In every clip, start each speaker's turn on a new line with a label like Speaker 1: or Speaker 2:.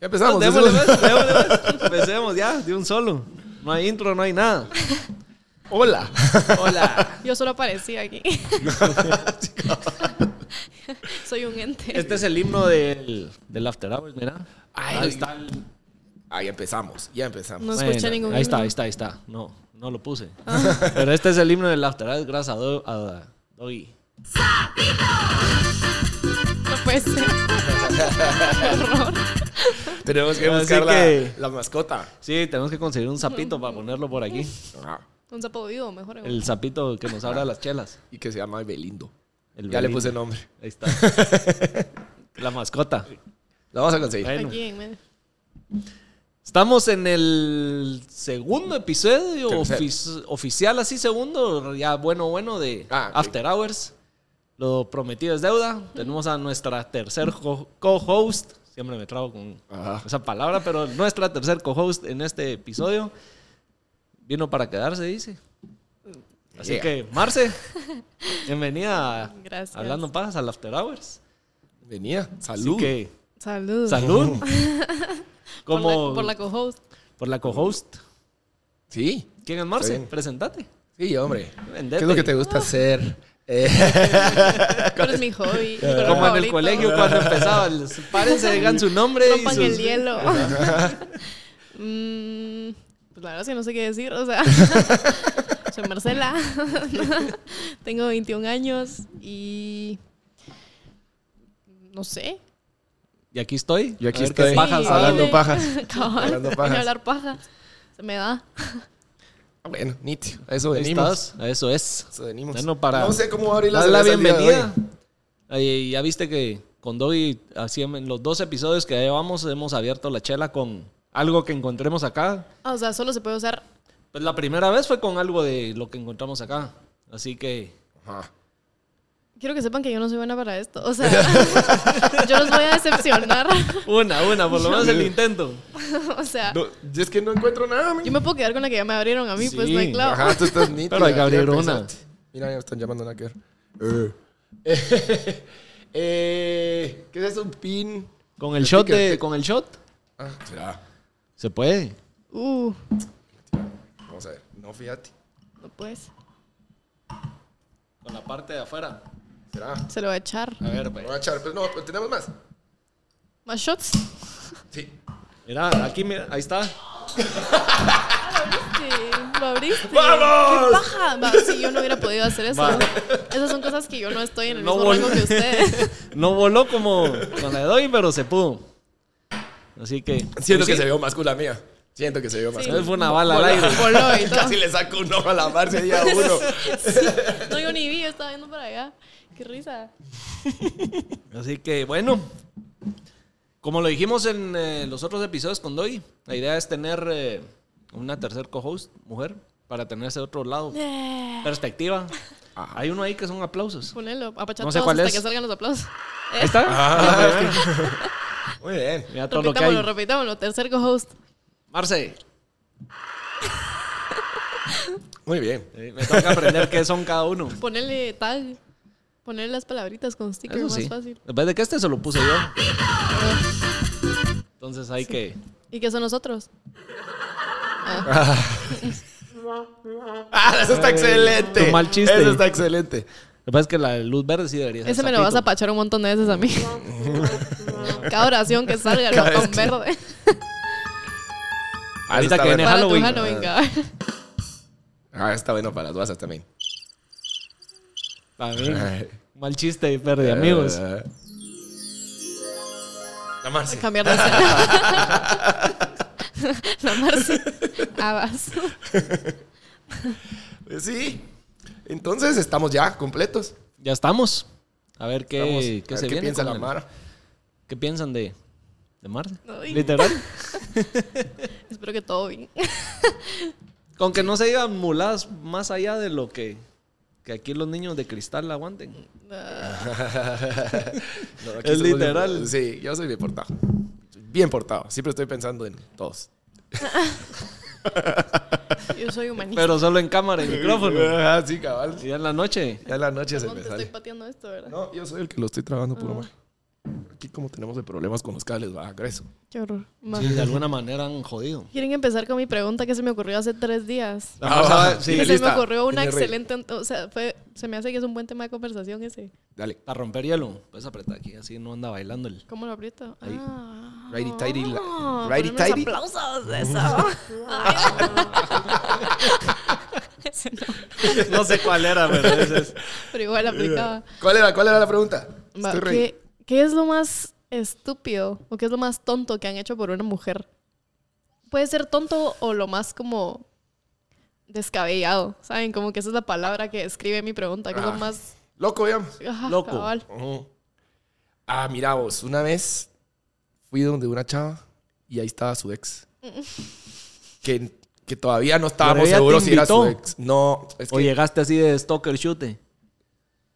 Speaker 1: Ya empezamos.
Speaker 2: démosle
Speaker 1: decimos-
Speaker 2: pues, démosle pues. Empecemos ya, de un solo. No hay intro, no hay nada.
Speaker 1: Hola.
Speaker 2: Hola.
Speaker 3: Yo solo aparecí aquí. Soy un ente.
Speaker 2: Este es el himno del, del After Hours, mira.
Speaker 1: Ay,
Speaker 2: ahí está. el-
Speaker 1: Ahí empezamos, Ah, ya empezamos.
Speaker 3: No escuché ningún
Speaker 2: Ahí está,
Speaker 3: himno.
Speaker 2: ahí está, ahí está. No, no lo puse. Pero este es el himno del After Hours, gracias a, Do- a Doggy.
Speaker 3: No puede ser. Qué horror.
Speaker 1: Tenemos que
Speaker 2: Así
Speaker 1: buscar la-
Speaker 2: que-
Speaker 1: La, mascota.
Speaker 2: Sí, tenemos que conseguir un sapito para ponerlo por aquí.
Speaker 1: Ah,
Speaker 3: Un sapo vivo, mejor. aún.
Speaker 2: El sapito que nos abra las chelas.
Speaker 1: y que se llama Belindo.
Speaker 2: El
Speaker 1: ya le
Speaker 2: Belinda.
Speaker 1: puse nombre.
Speaker 2: Ahí está. La mascota.
Speaker 1: La vamos a conseguir.
Speaker 2: Bueno.
Speaker 3: Aquí en medio.
Speaker 2: Estamos en el segundo episodio
Speaker 1: Tercero.
Speaker 2: ofici- oficial, así segundo, ya bueno, bueno, de
Speaker 1: Ah, ok.
Speaker 2: After Hours. Lo prometido es deuda. Tenemos a nuestra tercer co- co-host. Siempre me trago con
Speaker 1: Ajá.
Speaker 2: esa palabra, pero nuestra tercer co-host en este episodio. Vino para quedarse, dice. Así
Speaker 1: Yeah.
Speaker 2: que, Marce, bienvenida a
Speaker 3: Gracias.
Speaker 2: Hablando Pajas al After Hours.
Speaker 1: Venía.
Speaker 2: Así
Speaker 1: Salud.
Speaker 2: que,
Speaker 3: Salud.
Speaker 2: salud.
Speaker 3: Por
Speaker 2: Como
Speaker 3: la, por la co-host.
Speaker 2: por la co-host.
Speaker 1: Sí.
Speaker 2: ¿Quién es Marce?
Speaker 1: Está bien.
Speaker 2: Presentate.
Speaker 1: Sí, hombre.
Speaker 2: Vendete.
Speaker 1: ¿Qué es lo que te gusta hacer? Eh,
Speaker 3: Pero es mi hobby. mi color
Speaker 2: Como en el
Speaker 3: favorito.
Speaker 2: colegio cuando empezaba. les- Párense, digan su nombre. y
Speaker 3: Rompan
Speaker 2: sus-
Speaker 3: el hielo. Mm, pues la verdad es que no sé qué decir. O sea, soy Marcela. Tengo 21 años y. No sé.
Speaker 2: Y aquí estoy.
Speaker 1: Yo aquí
Speaker 2: A ver
Speaker 1: estoy.
Speaker 2: qué Pajas
Speaker 3: Sí,
Speaker 2: hablando
Speaker 3: dale.
Speaker 2: pajas.
Speaker 3: Cabal,
Speaker 1: Hablando
Speaker 3: vine
Speaker 1: pajas.
Speaker 3: a hablar paja. Se me da.
Speaker 1: bueno, nítido. A eso
Speaker 2: Ahí
Speaker 1: venimos.
Speaker 2: estás, Eso es.
Speaker 1: A Eso venimos.
Speaker 2: Bueno, para-
Speaker 1: No sé cómo va a abrir la,
Speaker 2: Dale la
Speaker 1: cerveza el día de
Speaker 2: bienvenida.
Speaker 1: hoy.
Speaker 2: Ay, ya viste que con Doggy, así en los dos episodios que llevamos, hemos abierto la chela con algo que encontremos acá.
Speaker 3: Ah, o sea, solo se puede usar.
Speaker 2: Pues la primera vez fue con algo de lo que encontramos acá. Así que.
Speaker 1: Ajá.
Speaker 3: Quiero que sepan que yo no soy buena para esto. O sea, yo los voy a decepcionar.
Speaker 2: Una, una, por lo menos el intento.
Speaker 3: o sea,
Speaker 1: No, yo es que no encuentro nada, men.
Speaker 3: yo me puedo quedar con la que ya me abrieron a mí, pues
Speaker 2: Sí,
Speaker 3: no hay clavo.
Speaker 1: Ajá, tú estás nítido.
Speaker 2: Pero hay que abrir una.
Speaker 1: Mira, ya me están llamando nada que ver. Eh. Eh, ¿Qué es eso? Un pin.
Speaker 2: Con el shot
Speaker 1: Platica,
Speaker 2: de.
Speaker 1: te-
Speaker 2: Con el shot.
Speaker 1: Ah, será.
Speaker 2: Se puede.
Speaker 3: Uh,
Speaker 1: Vamos a ver. No, fíjate.
Speaker 3: no pues.
Speaker 2: Con la parte de afuera.
Speaker 1: Será. No
Speaker 3: Se lo voy a echar.
Speaker 2: A ver, pues.
Speaker 1: voy a echar, pero no, pero tenemos más.
Speaker 3: ¿Más shots?
Speaker 1: Sí.
Speaker 2: Mira, aquí, mira, ahí está.
Speaker 3: Sí, lo abriste.
Speaker 1: ¡Vamos!
Speaker 3: ¡Qué paja! Va, sí, yo no hubiera podido hacer eso.
Speaker 2: Va.
Speaker 3: Esas son cosas que yo no estoy en el
Speaker 2: No
Speaker 3: mismo rango
Speaker 2: vol-
Speaker 3: que ustedes.
Speaker 2: No voló como con la de Doggy, pero se pudo. Así que.
Speaker 1: Siento
Speaker 2: pues
Speaker 1: que
Speaker 2: sí,
Speaker 1: se vio más con la mía. Siento que se vio más.
Speaker 3: Sí.
Speaker 1: cool.
Speaker 2: Fue una bala al aire.
Speaker 3: Voló y todo.
Speaker 1: Casi le saco un ojo a la Marcia día uno.
Speaker 3: No, yo ni vi, yo estaba viendo para allá. ¡Qué risa!
Speaker 2: Así que, bueno. Como lo dijimos en eh, los otros episodios con Doggy, la idea es tener eh, una tercer co-host, mujer, para tener ese otro lado.
Speaker 3: Eh.
Speaker 2: Perspectiva.
Speaker 1: Ah.
Speaker 2: Hay uno ahí que son aplausos.
Speaker 3: Ponelo, apachar
Speaker 2: No sé
Speaker 3: todos
Speaker 2: cuál
Speaker 3: hasta
Speaker 2: es.
Speaker 3: que salgan los aplausos.
Speaker 2: Ahí está.
Speaker 3: ah.
Speaker 1: Ah, Muy bien.
Speaker 2: Mira todo lo que hay.
Speaker 3: Repitámoslo, repitámoslo. Tercer co-host.
Speaker 2: Marce,
Speaker 1: Muy bien.
Speaker 2: eh, me toca aprender qué son cada uno.
Speaker 3: Ponele tag. Ponele las palabritas con sticker
Speaker 2: Eso
Speaker 3: más
Speaker 2: sí.
Speaker 3: fácil.
Speaker 2: En vez de que este se lo puse yo. Entonces hay que.
Speaker 3: ¿Y qué son nosotros?
Speaker 2: Ah,
Speaker 1: Ah, eso está excelente.
Speaker 2: tu mal chiste.
Speaker 1: Eso está excelente.
Speaker 2: Lo que pasa es que la luz verde sí debería ser.
Speaker 3: Ese me lo vas a
Speaker 2: sapito.
Speaker 3: apachar un montón de veces a mí. Cada oración que salga
Speaker 1: Cada
Speaker 3: lo
Speaker 1: vez
Speaker 3: con
Speaker 1: que-
Speaker 3: verde.
Speaker 1: Ah, eso
Speaker 2: Ahorita
Speaker 1: está
Speaker 2: que viene
Speaker 1: bueno.
Speaker 3: Para tu
Speaker 2: Halloween.
Speaker 3: Halloween, cabrón.
Speaker 1: Ah, está bueno para las guasas también.
Speaker 2: A ver, mal chiste, verde, amigos.
Speaker 1: Eh, La Marcia.
Speaker 3: Cambiar de escena. La Ah, Marce. Abas.
Speaker 1: Pues Sí. Entonces estamos ya completos.
Speaker 2: Ya estamos. A ver qué,
Speaker 1: Estamos-
Speaker 2: qué
Speaker 1: a ver
Speaker 2: se
Speaker 1: ¿Qué
Speaker 2: viene.
Speaker 1: piensa
Speaker 2: con
Speaker 1: la
Speaker 2: el-
Speaker 1: Mara?
Speaker 2: ¿Qué piensan de, de Marce?
Speaker 3: Ay.
Speaker 2: Literal.
Speaker 3: Espero que todo bien.
Speaker 2: Con que no se digan muladas más allá de lo que, que aquí los niños de cristal aguanten.
Speaker 3: Ah,
Speaker 1: No, aquí
Speaker 2: Es
Speaker 1: somos
Speaker 2: literal.
Speaker 1: bien- sí, yo soy bien portado. Bien portado. Siempre estoy pensando en todos.
Speaker 3: Yo soy humanista.
Speaker 2: Pero solo en cámara y micrófono.
Speaker 1: Ah, sí, cabal.
Speaker 2: Y ya en la noche.
Speaker 1: Ya en la noche se
Speaker 3: No
Speaker 1: me
Speaker 3: te estoy
Speaker 1: sale.
Speaker 3: pateando esto, ¿verdad? Ah.
Speaker 1: No, yo soy el que lo estoy trabajando puro mal. Aquí como tenemos de problemas con los cables, va, grueso.
Speaker 3: Qué horror. Va.
Speaker 2: Sí, de alguna manera han jodido.
Speaker 3: ¿Quieren empezar con mi pregunta que se me ocurrió hace tres días?
Speaker 1: Ah, va,
Speaker 2: sí,
Speaker 1: sí,
Speaker 3: Que se me
Speaker 1: lista.
Speaker 3: ocurrió una
Speaker 1: Tiene rey.
Speaker 3: excelente, o sea, fue, se me hace que es un buen tema de conversación ese.
Speaker 1: Dale.
Speaker 2: Para romper hielo, puedes apretar aquí, así no anda bailando el.
Speaker 3: ¿Cómo lo aprieto?
Speaker 1: Ahí.
Speaker 3: Ah,
Speaker 1: Righty tighty la-
Speaker 3: poner
Speaker 1: righty
Speaker 3: unos
Speaker 1: tighty.
Speaker 3: aplausos, eso. Ay. Ese no,
Speaker 2: No sé cuál era, pero ese es.
Speaker 3: pero igual aplicaba.
Speaker 1: ¿Cuál era, cuál era la pregunta?
Speaker 3: Ah. Va,
Speaker 1: Estoy rey.
Speaker 3: ¿qué, qué es lo más estúpido o qué es lo más tonto que han hecho por una mujer? Puede ser tonto o lo más como descabellado, ¿saben? Como que esa es la palabra que describe mi pregunta, que es lo
Speaker 1: Ah.
Speaker 3: más...
Speaker 1: Loco, digamos.
Speaker 3: ajá,
Speaker 2: Loco.
Speaker 3: cabal.
Speaker 1: Ujú. Ah, mira vos, una vez fui donde una chava y ahí estaba su ex. que, que todavía no estábamos
Speaker 2: ella te
Speaker 1: seguros si era su
Speaker 2: invitó?
Speaker 1: ex. No, es que,
Speaker 2: O llegaste así de stalker chute.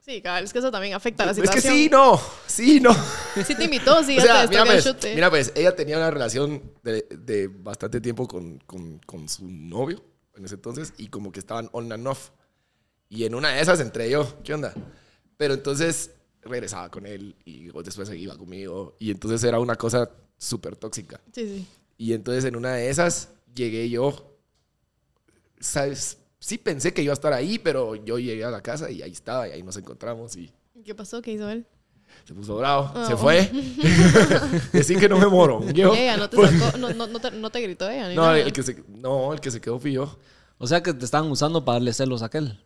Speaker 3: Sí, cabal, es que eso también afecta a la
Speaker 1: es que
Speaker 3: situación.
Speaker 1: sí, no, sí, no.
Speaker 3: Sí te invitó, sí,
Speaker 1: O
Speaker 3: ya
Speaker 1: sea,
Speaker 3: te
Speaker 1: mira
Speaker 3: estoy
Speaker 1: pues,
Speaker 3: chute.
Speaker 1: mira pues, ella tenía una relación de, de bastante tiempo con, con- con su novio en ese entonces y como que estaban on and off. Y en una de esas entré yo, ¿qué onda? Pero entonces regresaba con él y luego después se iba conmigo y entonces era una cosa súper tóxica.
Speaker 3: Sí, sí.
Speaker 1: Y entonces en una de esas llegué yo, ¿sabes? Sí pensé que iba a estar ahí, pero yo llegué a la casa y ahí estaba y ahí nos encontramos y
Speaker 3: ¿Y ¿Qué pasó? ¿Qué hizo él?
Speaker 1: se puso bravo,
Speaker 3: Ah,
Speaker 1: se
Speaker 3: oh.
Speaker 1: fue. Decir que no me morongueó.
Speaker 3: Ella no te sacó, no, no, no te, no te gritó ella, ni
Speaker 1: pues, No,
Speaker 3: nada.
Speaker 1: el que se, no, el que se quedó fui yo.
Speaker 2: O sea que te estaban usando para darle celos a aquel.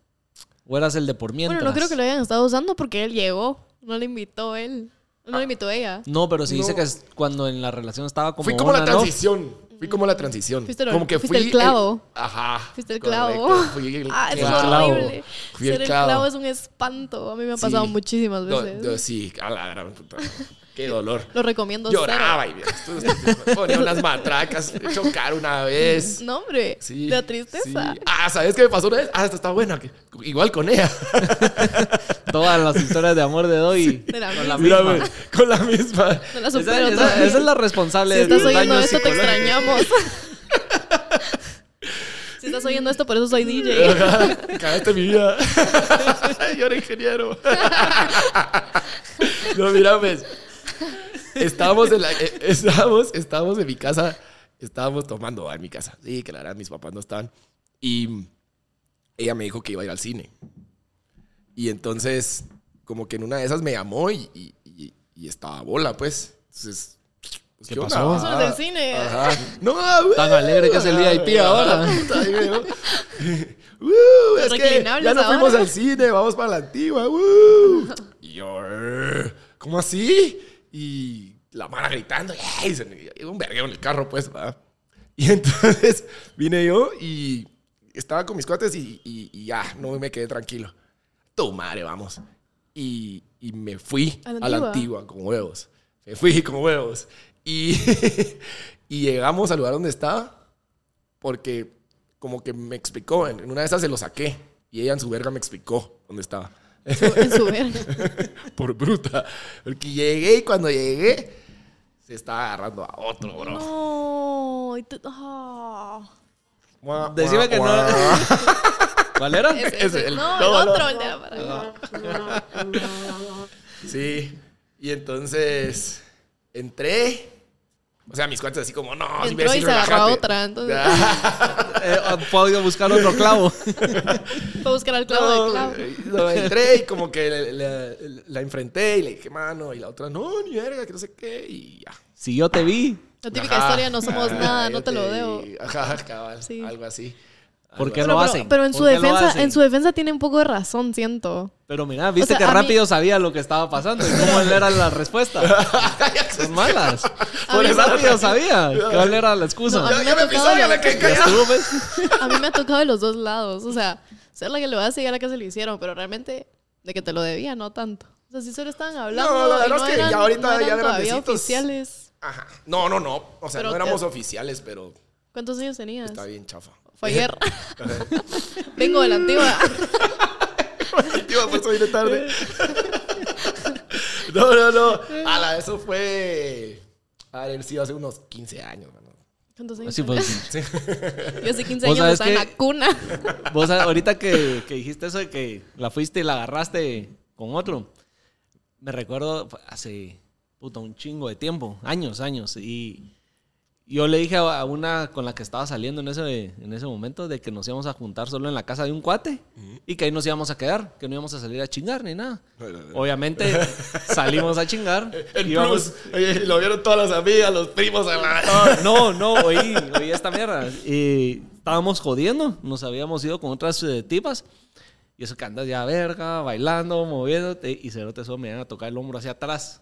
Speaker 2: O eras el de por mientras.
Speaker 3: Bueno, no creo que lo hayan estado usando porque él llegó. No le invitó él. No
Speaker 1: Ah.
Speaker 3: le invitó ella.
Speaker 2: No, pero si dice
Speaker 1: No.
Speaker 2: que es cuando en la relación estaba como.
Speaker 1: fui como
Speaker 2: on
Speaker 1: la
Speaker 2: and off.
Speaker 1: transición. Fui como la transición.
Speaker 3: Mm. Fuiste lo-
Speaker 1: como que
Speaker 3: fuiste
Speaker 1: fui
Speaker 3: el clavo.
Speaker 1: ajá.
Speaker 3: Fuiste el
Speaker 1: correcto,
Speaker 3: clavo.
Speaker 1: Fui el
Speaker 3: Ah, eso es
Speaker 1: clavo.
Speaker 3: horrible.
Speaker 1: Fui
Speaker 3: Ser
Speaker 1: el
Speaker 3: el
Speaker 1: clavo.
Speaker 3: clavo es un espanto. A mí me ha
Speaker 1: Sí.
Speaker 3: pasado muchísimas
Speaker 1: No,
Speaker 3: veces.
Speaker 1: no, sí, a la gran puta. Qué dolor.
Speaker 3: Lo recomiendo
Speaker 1: Lloraba y esto- esto- ponía unas matracas, chocar una vez.
Speaker 3: cero. No, hombre.
Speaker 1: Sí.
Speaker 3: La tristeza.
Speaker 1: sí. Ah, ¿sabes qué me pasó una vez? Ah, esta está buena. que- Igual con ella.
Speaker 2: Todas las historias de amor de hoy.
Speaker 3: De la
Speaker 2: con la
Speaker 1: Mira,
Speaker 2: misma.
Speaker 1: güey, con la misma.
Speaker 3: No la
Speaker 2: Esa,
Speaker 3: supero
Speaker 2: esa-
Speaker 3: todavía.
Speaker 2: esa es la responsable
Speaker 3: Si
Speaker 2: de
Speaker 3: estás
Speaker 2: tus
Speaker 3: oyendo
Speaker 2: daños
Speaker 3: esto, te
Speaker 2: psicológicos.
Speaker 3: extrañamos. si estás oyendo esto, por eso soy DJ.
Speaker 1: Cagaste mi vida. Yo era ingeniero. no, mira, pues. Estábamos en, la, eh, estábamos, estábamos en mi casa. Estábamos tomando ah, en mi casa. Sí, que la verdad, mis papás no estaban. Y ella me dijo que iba a ir al cine. Y entonces, como que en una de esas me llamó y, y- y- y estaba bola, pues. Entonces, pues,
Speaker 2: ¿Qué
Speaker 1: onda?
Speaker 2: pasó?
Speaker 3: Eso no es del cine.
Speaker 1: Ajá. No, güey.
Speaker 2: Tan alegre que es el VIP ahora.
Speaker 1: Puta, ahí veo. Uh, es
Speaker 3: Los
Speaker 1: que ya
Speaker 3: reclinables
Speaker 1: no
Speaker 3: ahora.
Speaker 1: fuimos al cine, vamos para la antigua. uh. Y yo, "Eh, ¿cómo así? Y la mala gritando. "Eh", Y se me y un vergueo en el carro, pues. ¿verdad? Y entonces vine yo y estaba con mis cuates y, y- y ya, no me quedé tranquilo. Tu madre, vamos. Y, y me fui
Speaker 3: ¿A la
Speaker 1: a la
Speaker 3: antigua?
Speaker 1: antigua con huevos. Me fui con huevos. Y, y llegamos al lugar donde estaba porque como que me explicó, en en una de esas se lo saqué y ella en su verga me explicó dónde estaba.
Speaker 3: En su verga.
Speaker 1: Por bruta. Porque llegué y cuando llegué se estaba agarrando a otro, bro.
Speaker 3: No. y tú- ah.
Speaker 1: Mua,
Speaker 2: Decime
Speaker 1: mua,
Speaker 2: que no.
Speaker 1: mua.
Speaker 2: ¿Cuál era? Eh,
Speaker 3: Ese,
Speaker 1: Ese,
Speaker 3: ese.
Speaker 1: el-
Speaker 3: no,
Speaker 1: no,
Speaker 3: el
Speaker 1: no. Ah.
Speaker 3: otro. el de la-
Speaker 1: Sí. Y entonces entré. O sea, mis cuates así como, no, si
Speaker 3: Entró
Speaker 1: ves,
Speaker 3: y
Speaker 1: sí,
Speaker 3: se agarró a
Speaker 1: relájate.
Speaker 3: otra. Entonces,
Speaker 2: Eh, puedo buscar otro clavo.
Speaker 3: fue a buscar al clavo del clavo.
Speaker 1: No, no, entré y como que le- le- le- la enfrenté y le dije, mano, y la otra, no, ni verga, que no sé qué, y ya.
Speaker 2: Si yo te vi,
Speaker 3: La típica
Speaker 1: Ajá.
Speaker 3: historia, no somos
Speaker 1: Ah,
Speaker 3: nada,
Speaker 1: yo
Speaker 3: no te lo debo.
Speaker 1: Ajá, cabal,
Speaker 3: Sí.
Speaker 1: algo así.
Speaker 2: ¿por
Speaker 1: Algo
Speaker 2: qué
Speaker 1: así.
Speaker 2: lo
Speaker 3: Bueno,
Speaker 2: hacen?
Speaker 3: pero, pero en
Speaker 2: ¿Por
Speaker 3: su
Speaker 2: qué lo
Speaker 3: defensa,
Speaker 2: hacen?
Speaker 3: en su defensa tiene un poco de razón, siento.
Speaker 2: Pero mira, viste
Speaker 3: O sea,
Speaker 2: que
Speaker 3: a mí-
Speaker 2: rápido sabía lo que estaba pasando y cómo él era la respuesta. Son malas. Por
Speaker 3: mí
Speaker 2: eso
Speaker 3: me-
Speaker 2: rápido sabía cuál era la
Speaker 3: No,
Speaker 2: excusa.
Speaker 3: a mí
Speaker 1: Ya,
Speaker 3: me
Speaker 1: ya
Speaker 3: ha
Speaker 1: me
Speaker 3: tocado-
Speaker 1: pisaron, ya me quedé
Speaker 2: Ya
Speaker 1: callado.
Speaker 2: estuvo, pues.
Speaker 3: A mí me ha tocado de los dos lados. O sea, ser la que lo hace y a la que se lo hicieron, pero realmente de que te lo debía, no tanto. O sea, si solo estaban hablando.
Speaker 1: No, la verdad
Speaker 3: y no
Speaker 1: es que
Speaker 3: eran-
Speaker 1: ya ahorita
Speaker 3: no eran
Speaker 1: ya
Speaker 3: todavía
Speaker 1: grandecitos.
Speaker 3: oficiales.
Speaker 1: Ajá. No, no, no. O sea,
Speaker 3: Pero
Speaker 1: no éramos
Speaker 3: te-
Speaker 1: oficiales, pero
Speaker 3: ¿Cuántos años tenías?
Speaker 1: está bien chafa.
Speaker 3: Fue ayer. Vengo de la antigua.
Speaker 1: Tío, por eso vine tarde. no, no, no. Ala, eso fue. A ver, sí, hace unos 15 años, mano.
Speaker 3: ¿Cuántos años?
Speaker 2: Sí,
Speaker 3: tenías?
Speaker 2: pues,
Speaker 3: Yo hace 15
Speaker 2: Vos
Speaker 3: años
Speaker 2: sabes
Speaker 3: estaba en
Speaker 2: que-
Speaker 3: la cuna.
Speaker 2: vos ahorita que, que dijiste eso de que la fuiste y la agarraste con otro, me recuerdo hace puta, un chingo de tiempo, años, años. Y yo le dije a a una con la que estaba saliendo en ese, en ese momento de que nos íbamos a juntar solo en la casa de un cuate y que ahí nos íbamos a quedar, que no íbamos a salir a chingar ni nada. Obviamente salimos a chingar.
Speaker 1: El
Speaker 2: íbamos-
Speaker 1: plus. Oye, lo vieron todas las amigas, los primos. a la-
Speaker 2: No, no, oí, oí esta mierda. Y estábamos jodiendo, nos habíamos ido con otras eh, tipas. Y eso que andas ya verga, bailando, moviéndote. Y se nota eso, me iban a tocar el hombro hacia atrás.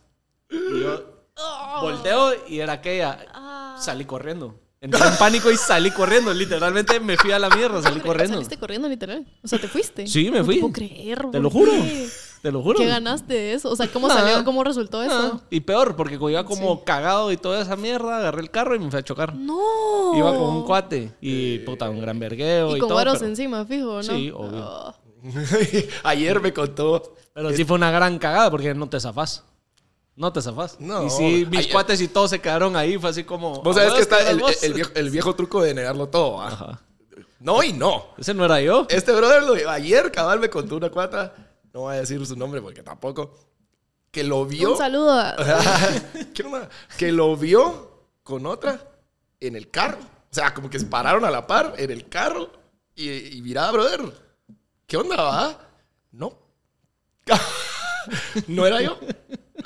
Speaker 2: Y yo
Speaker 3: Oh.
Speaker 2: volteo y era aquella.
Speaker 3: Ah.
Speaker 2: Salí corriendo. Entré en pánico y salí corriendo. Literalmente me fui a la mierda, Ah, salí corriendo.
Speaker 3: Ah, Saliste corriendo, literal. O sea, te fuiste.
Speaker 2: Sí, me
Speaker 3: No
Speaker 2: fui.
Speaker 3: Te puedo creer,
Speaker 2: Te lo
Speaker 3: ¿por
Speaker 2: juro.
Speaker 3: qué?
Speaker 2: Te lo juro.
Speaker 3: ¿Qué ganaste de eso? O sea, ¿cómo
Speaker 2: Nada.
Speaker 3: salió? ¿Cómo resultó
Speaker 2: Ah,
Speaker 3: eso?
Speaker 2: y peor, porque iba como
Speaker 3: Sí.
Speaker 2: cagado y toda esa mierda, agarré el carro y me fui a chocar.
Speaker 3: No.
Speaker 2: Iba con un cuate y puta, un gran vergueo y,
Speaker 3: Oh. Y con
Speaker 2: todo.
Speaker 3: varos
Speaker 2: pero-
Speaker 3: encima, fijo, ¿no?
Speaker 2: Sí, obvio.
Speaker 3: Ah.
Speaker 1: Ayer me contó.
Speaker 2: Pero sí fue una gran cagada porque no te zafás. No te zafás.
Speaker 1: No.
Speaker 2: Y sí, mis
Speaker 1: Ay, eh.
Speaker 2: cuates y todos se quedaron ahí. Fue así como.
Speaker 1: Vos
Speaker 2: "Ah,
Speaker 1: sabés que está
Speaker 2: sos
Speaker 1: el,
Speaker 2: vos".
Speaker 1: el viejo, el viejo truco de negarlo todo. ¿va?
Speaker 2: Ajá.
Speaker 1: No y no.
Speaker 2: Ese no era yo.
Speaker 1: Este brother lo- ayer cabal me contó una cuata. No voy a decir su nombre porque tampoco. Que lo vio.
Speaker 3: Un saludo a...
Speaker 1: ¿Qué onda? Que lo vio con otra en el carro. O sea, como que se pararon a la par en el carro. Y, y mirá, brother, ¿qué onda va? No. no era yo.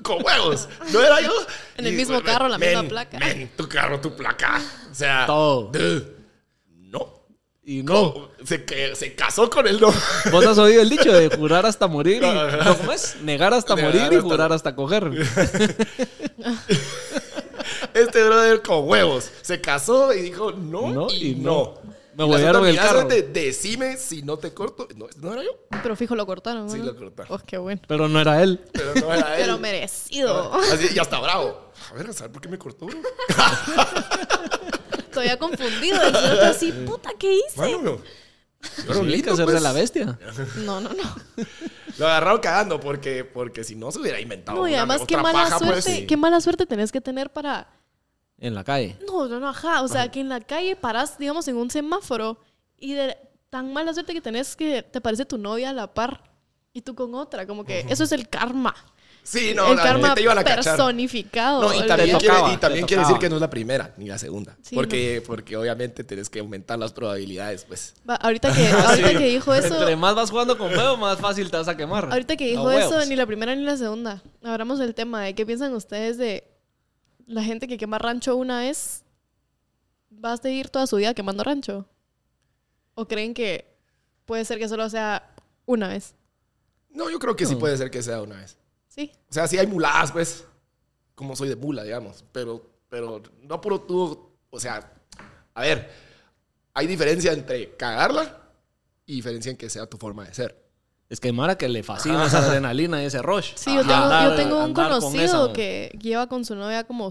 Speaker 1: Con huevos. No era yo.
Speaker 3: En el mismo carro, la misma
Speaker 1: "Men,
Speaker 3: placa".
Speaker 1: men, tu carro, tu placa. O sea.
Speaker 2: Todo.
Speaker 1: duh, No.
Speaker 2: Y no.
Speaker 1: No. Se, que- se casó con el no.
Speaker 2: Vos has oído el dicho de jurar hasta morir. y- ¿no, ¿Cómo es? Negar hasta
Speaker 1: Negar
Speaker 2: morir y
Speaker 1: hasta-
Speaker 2: jurar hasta coger.
Speaker 1: Este brother con huevos. Se casó y dijo no,
Speaker 2: No
Speaker 1: y,
Speaker 2: y
Speaker 1: no.
Speaker 2: no. Me
Speaker 1: Y las
Speaker 2: huevearon
Speaker 1: otras
Speaker 2: el
Speaker 1: miradas
Speaker 2: carro.
Speaker 1: de, decime si no te corto. No, no era yo,
Speaker 3: Pero fijo, lo cortaron,
Speaker 1: Ah. Sí,
Speaker 3: ¿no?
Speaker 1: lo cortaron.
Speaker 3: Oh, qué bueno.
Speaker 2: Pero no era él.
Speaker 1: pero no era él. Ah,
Speaker 3: Pero merecido.
Speaker 1: Así, y hasta bravo. A ver, ¿sabes por qué me cortó, bro?
Speaker 3: Todavía confundido. El cerote así, puta, ¿qué hice?
Speaker 1: Mano, bro.
Speaker 2: Pero
Speaker 1: Pero
Speaker 2: hay que
Speaker 1: lindo,
Speaker 2: hacerse
Speaker 1: pues.
Speaker 2: la bestia.
Speaker 3: No, no, no.
Speaker 1: Lo agarraron cagando porque, porque si no se hubiera inventado.
Speaker 3: No, y
Speaker 1: una-
Speaker 3: además, qué
Speaker 1: otra
Speaker 3: mala
Speaker 1: paja,
Speaker 3: suerte.
Speaker 1: pues.
Speaker 3: Qué mala suerte tenés que tener para.
Speaker 2: En la calle.
Speaker 3: No, no, no, ajá. O sea, que en la calle parás, digamos, en un semáforo y de tan mala suerte que tenés que te parece tu novia a la par y tú con otra. Como que eso es el karma.
Speaker 1: Sí, no,
Speaker 3: el
Speaker 1: la-
Speaker 3: karma
Speaker 1: te iban a cachar.
Speaker 3: personificado.
Speaker 1: No, y
Speaker 3: Olvídate.
Speaker 1: también, quiere,
Speaker 2: tocaba,
Speaker 1: y también
Speaker 2: te
Speaker 1: quiere decir
Speaker 2: tocaba.
Speaker 1: que no es la primera ni la segunda.
Speaker 3: Sí,
Speaker 1: porque, porque obviamente tienes que aumentar las probabilidades, pues.
Speaker 3: Va, ahorita que, ahorita
Speaker 2: Ah, Sí.
Speaker 3: que dijo eso.
Speaker 2: Entre más vas jugando con fuego, más fácil te vas a quemar.
Speaker 3: Ahorita que
Speaker 2: A
Speaker 3: dijo
Speaker 2: huevos.
Speaker 3: eso, ni la primera ni la segunda. Abramos el tema de qué piensan ustedes de la gente que quema rancho una vez. ¿Vas a ir toda su vida quemando rancho? ¿O creen que puede ser que solo sea una vez?
Speaker 1: No, yo creo que sí
Speaker 2: No.
Speaker 1: puede ser que sea una vez.
Speaker 3: Sí.
Speaker 1: O sea, sí hay muladas, pues. Como soy de mula, digamos. Pero, pero no puro tú. O sea, a ver, hay diferencia entre cagarla y diferencia en que sea tu forma de ser.
Speaker 2: Es que Mara que le fascina esa adrenalina y ese rush.
Speaker 3: Sí, yo
Speaker 2: Y
Speaker 3: tengo,
Speaker 2: andar-
Speaker 3: yo tengo un
Speaker 2: andar con
Speaker 3: conocido
Speaker 2: esa, ¿no?
Speaker 3: que lleva con su novia como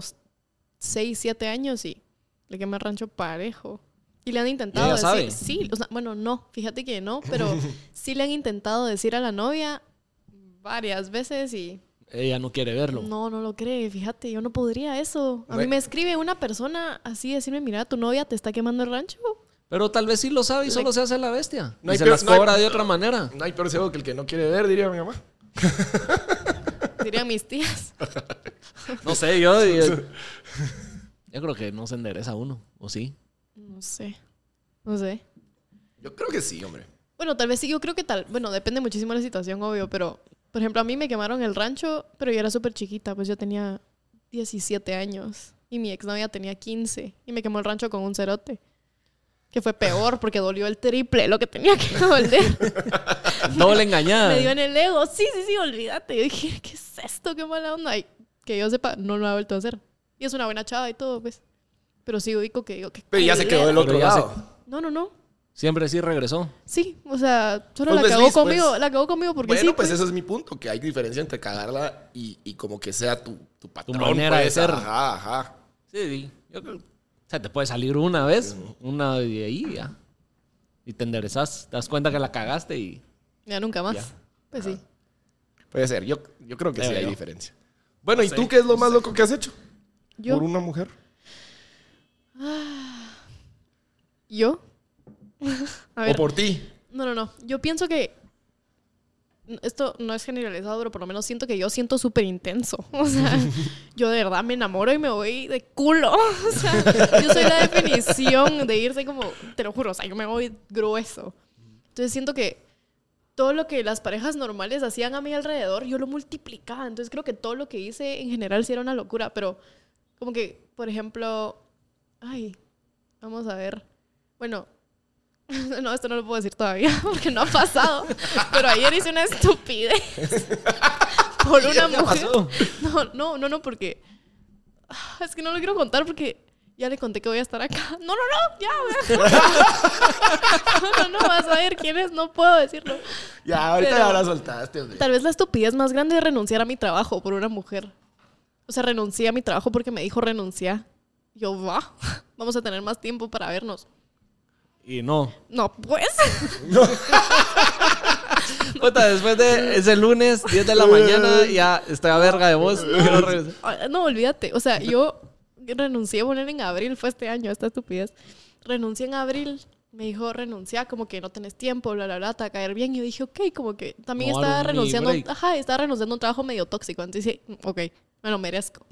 Speaker 3: 6, 7 años y le quema el rancho parejo. Y le han intentado
Speaker 2: ella sabe?
Speaker 3: decir, sí, o sea, bueno, no, fíjate que no, pero sí le han intentado decir a la novia varias veces y
Speaker 2: Ella no quiere verlo.
Speaker 3: no, no lo cree, fíjate, yo no podría eso. A mí
Speaker 1: Re-
Speaker 3: me escribe una persona así, decirme, mira, tu novia te está quemando el rancho.
Speaker 2: Pero tal vez sí lo sabe y
Speaker 3: Le-
Speaker 2: solo se hace la bestia.
Speaker 1: No
Speaker 2: y
Speaker 1: hay
Speaker 2: se
Speaker 1: peor-
Speaker 2: las
Speaker 1: no hay-
Speaker 2: cobra de otra manera.
Speaker 1: No hay peor ciego que el que no quiere ver, diría mi mamá.
Speaker 3: Dirían mis tías.
Speaker 2: No sé, yo, eh. yo. yo creo que no se endereza uno, ¿o sí?
Speaker 3: No sé, no sé.
Speaker 1: Yo creo que sí, hombre.
Speaker 3: Bueno, tal vez sí, yo creo que tal. Bueno, depende muchísimo de la situación, obvio, pero por ejemplo, a mí me quemaron el rancho, pero yo era súper chiquita, pues yo tenía 17 años y mi exnovia tenía 15 y me quemó el rancho con un cerote. Que fue peor porque dolió el triple lo que tenía que doler.
Speaker 2: Doble engañada.
Speaker 3: me dio en el ego. Sí, sí, sí, olvídate. Yo dije, ¿qué es esto? Qué mala onda. Y que yo sepa, no lo ha vuelto a hacer. Y es una buena chava y todo, pues. Pero sí ubico que digo que.
Speaker 1: Pero ya se quedó del
Speaker 2: Pero
Speaker 1: otro
Speaker 2: ya se-
Speaker 1: lado.
Speaker 3: No, no, no.
Speaker 2: Siempre sí regresó.
Speaker 3: Sí, o sea, solo
Speaker 1: Pues
Speaker 3: la cagó
Speaker 1: desliz, pues.
Speaker 3: conmigo. La cagó conmigo porque
Speaker 1: Bueno,
Speaker 3: sí.
Speaker 1: pues, ese es mi punto, que hay diferencia entre cagarla y, y como que sea tu, tu patrón.
Speaker 2: manera
Speaker 1: pues.
Speaker 2: de ser.
Speaker 1: Ajá, ajá.
Speaker 2: Sí, yo creo. O sea, te puede salir una vez, una de ahí y ya. Y te enderezas. Te das cuenta que la cagaste y.
Speaker 3: Ya nunca más.
Speaker 2: Ya.
Speaker 3: Pues sí.
Speaker 1: Puede ser, yo, yo creo que sí
Speaker 2: Creo
Speaker 1: hay
Speaker 2: yo.
Speaker 1: diferencia. Bueno, ¿y tú qué es lo más loco que has hecho?
Speaker 3: Yo,
Speaker 1: ¿Por una mujer?
Speaker 3: yo. A
Speaker 1: ¿O
Speaker 3: ver.
Speaker 1: por ti?
Speaker 3: No, no, no. Yo pienso que esto no es generalizado, pero por lo menos siento que yo siento súper intenso. O sea, yo de verdad me enamoro y me voy de culo. O sea, yo soy la definición de irse como, te lo juro, o sea, yo me voy grueso. Entonces siento que todo lo que las parejas normales hacían a mi alrededor, yo lo multiplicaba. Entonces creo que todo lo que hice en general sí era una locura, pero como que, por ejemplo, ay, vamos a ver. Bueno, no, esto no lo puedo decir todavía porque no ha pasado, pero ayer hice una estupidez por una
Speaker 2: ¿Qué
Speaker 3: mujer.
Speaker 2: pasó?
Speaker 3: No, no, no, no, porque ah, es que no lo quiero contar porque ya le conté que voy a estar acá. No, no, no, ya. voy a- No, no, no, vas a ver quién es, no puedo decirlo.
Speaker 1: Ya, ahorita
Speaker 3: Pero-
Speaker 1: ya la soltaste, hombre.
Speaker 3: Tal vez la estupidez más grande es renunciar a mi trabajo por una mujer. O sea, renuncié a mi trabajo porque me dijo renuncia. Yo, va, vamos a tener más tiempo para vernos.
Speaker 2: Y no.
Speaker 3: No, pues.
Speaker 2: Puta, después de ese lunes, 10 de la mañana, ya estoy a verga de vos. quiero regresar.
Speaker 3: Ah, No, olvídate. O sea, yo renuncié a poner en abril, fue este año, esta estupidez. Renuncié en abril, me dijo renuncia, como que no tenés tiempo, bla, bla, bla, te va a caer bien. Y yo dije, ok, como que también
Speaker 2: No,
Speaker 3: estaba
Speaker 2: algo, mini
Speaker 3: renunciando,
Speaker 2: break.
Speaker 3: ajá, estaba renunciando a un trabajo medio tóxico. Entonces dije, "Mm, ok, me lo merezco.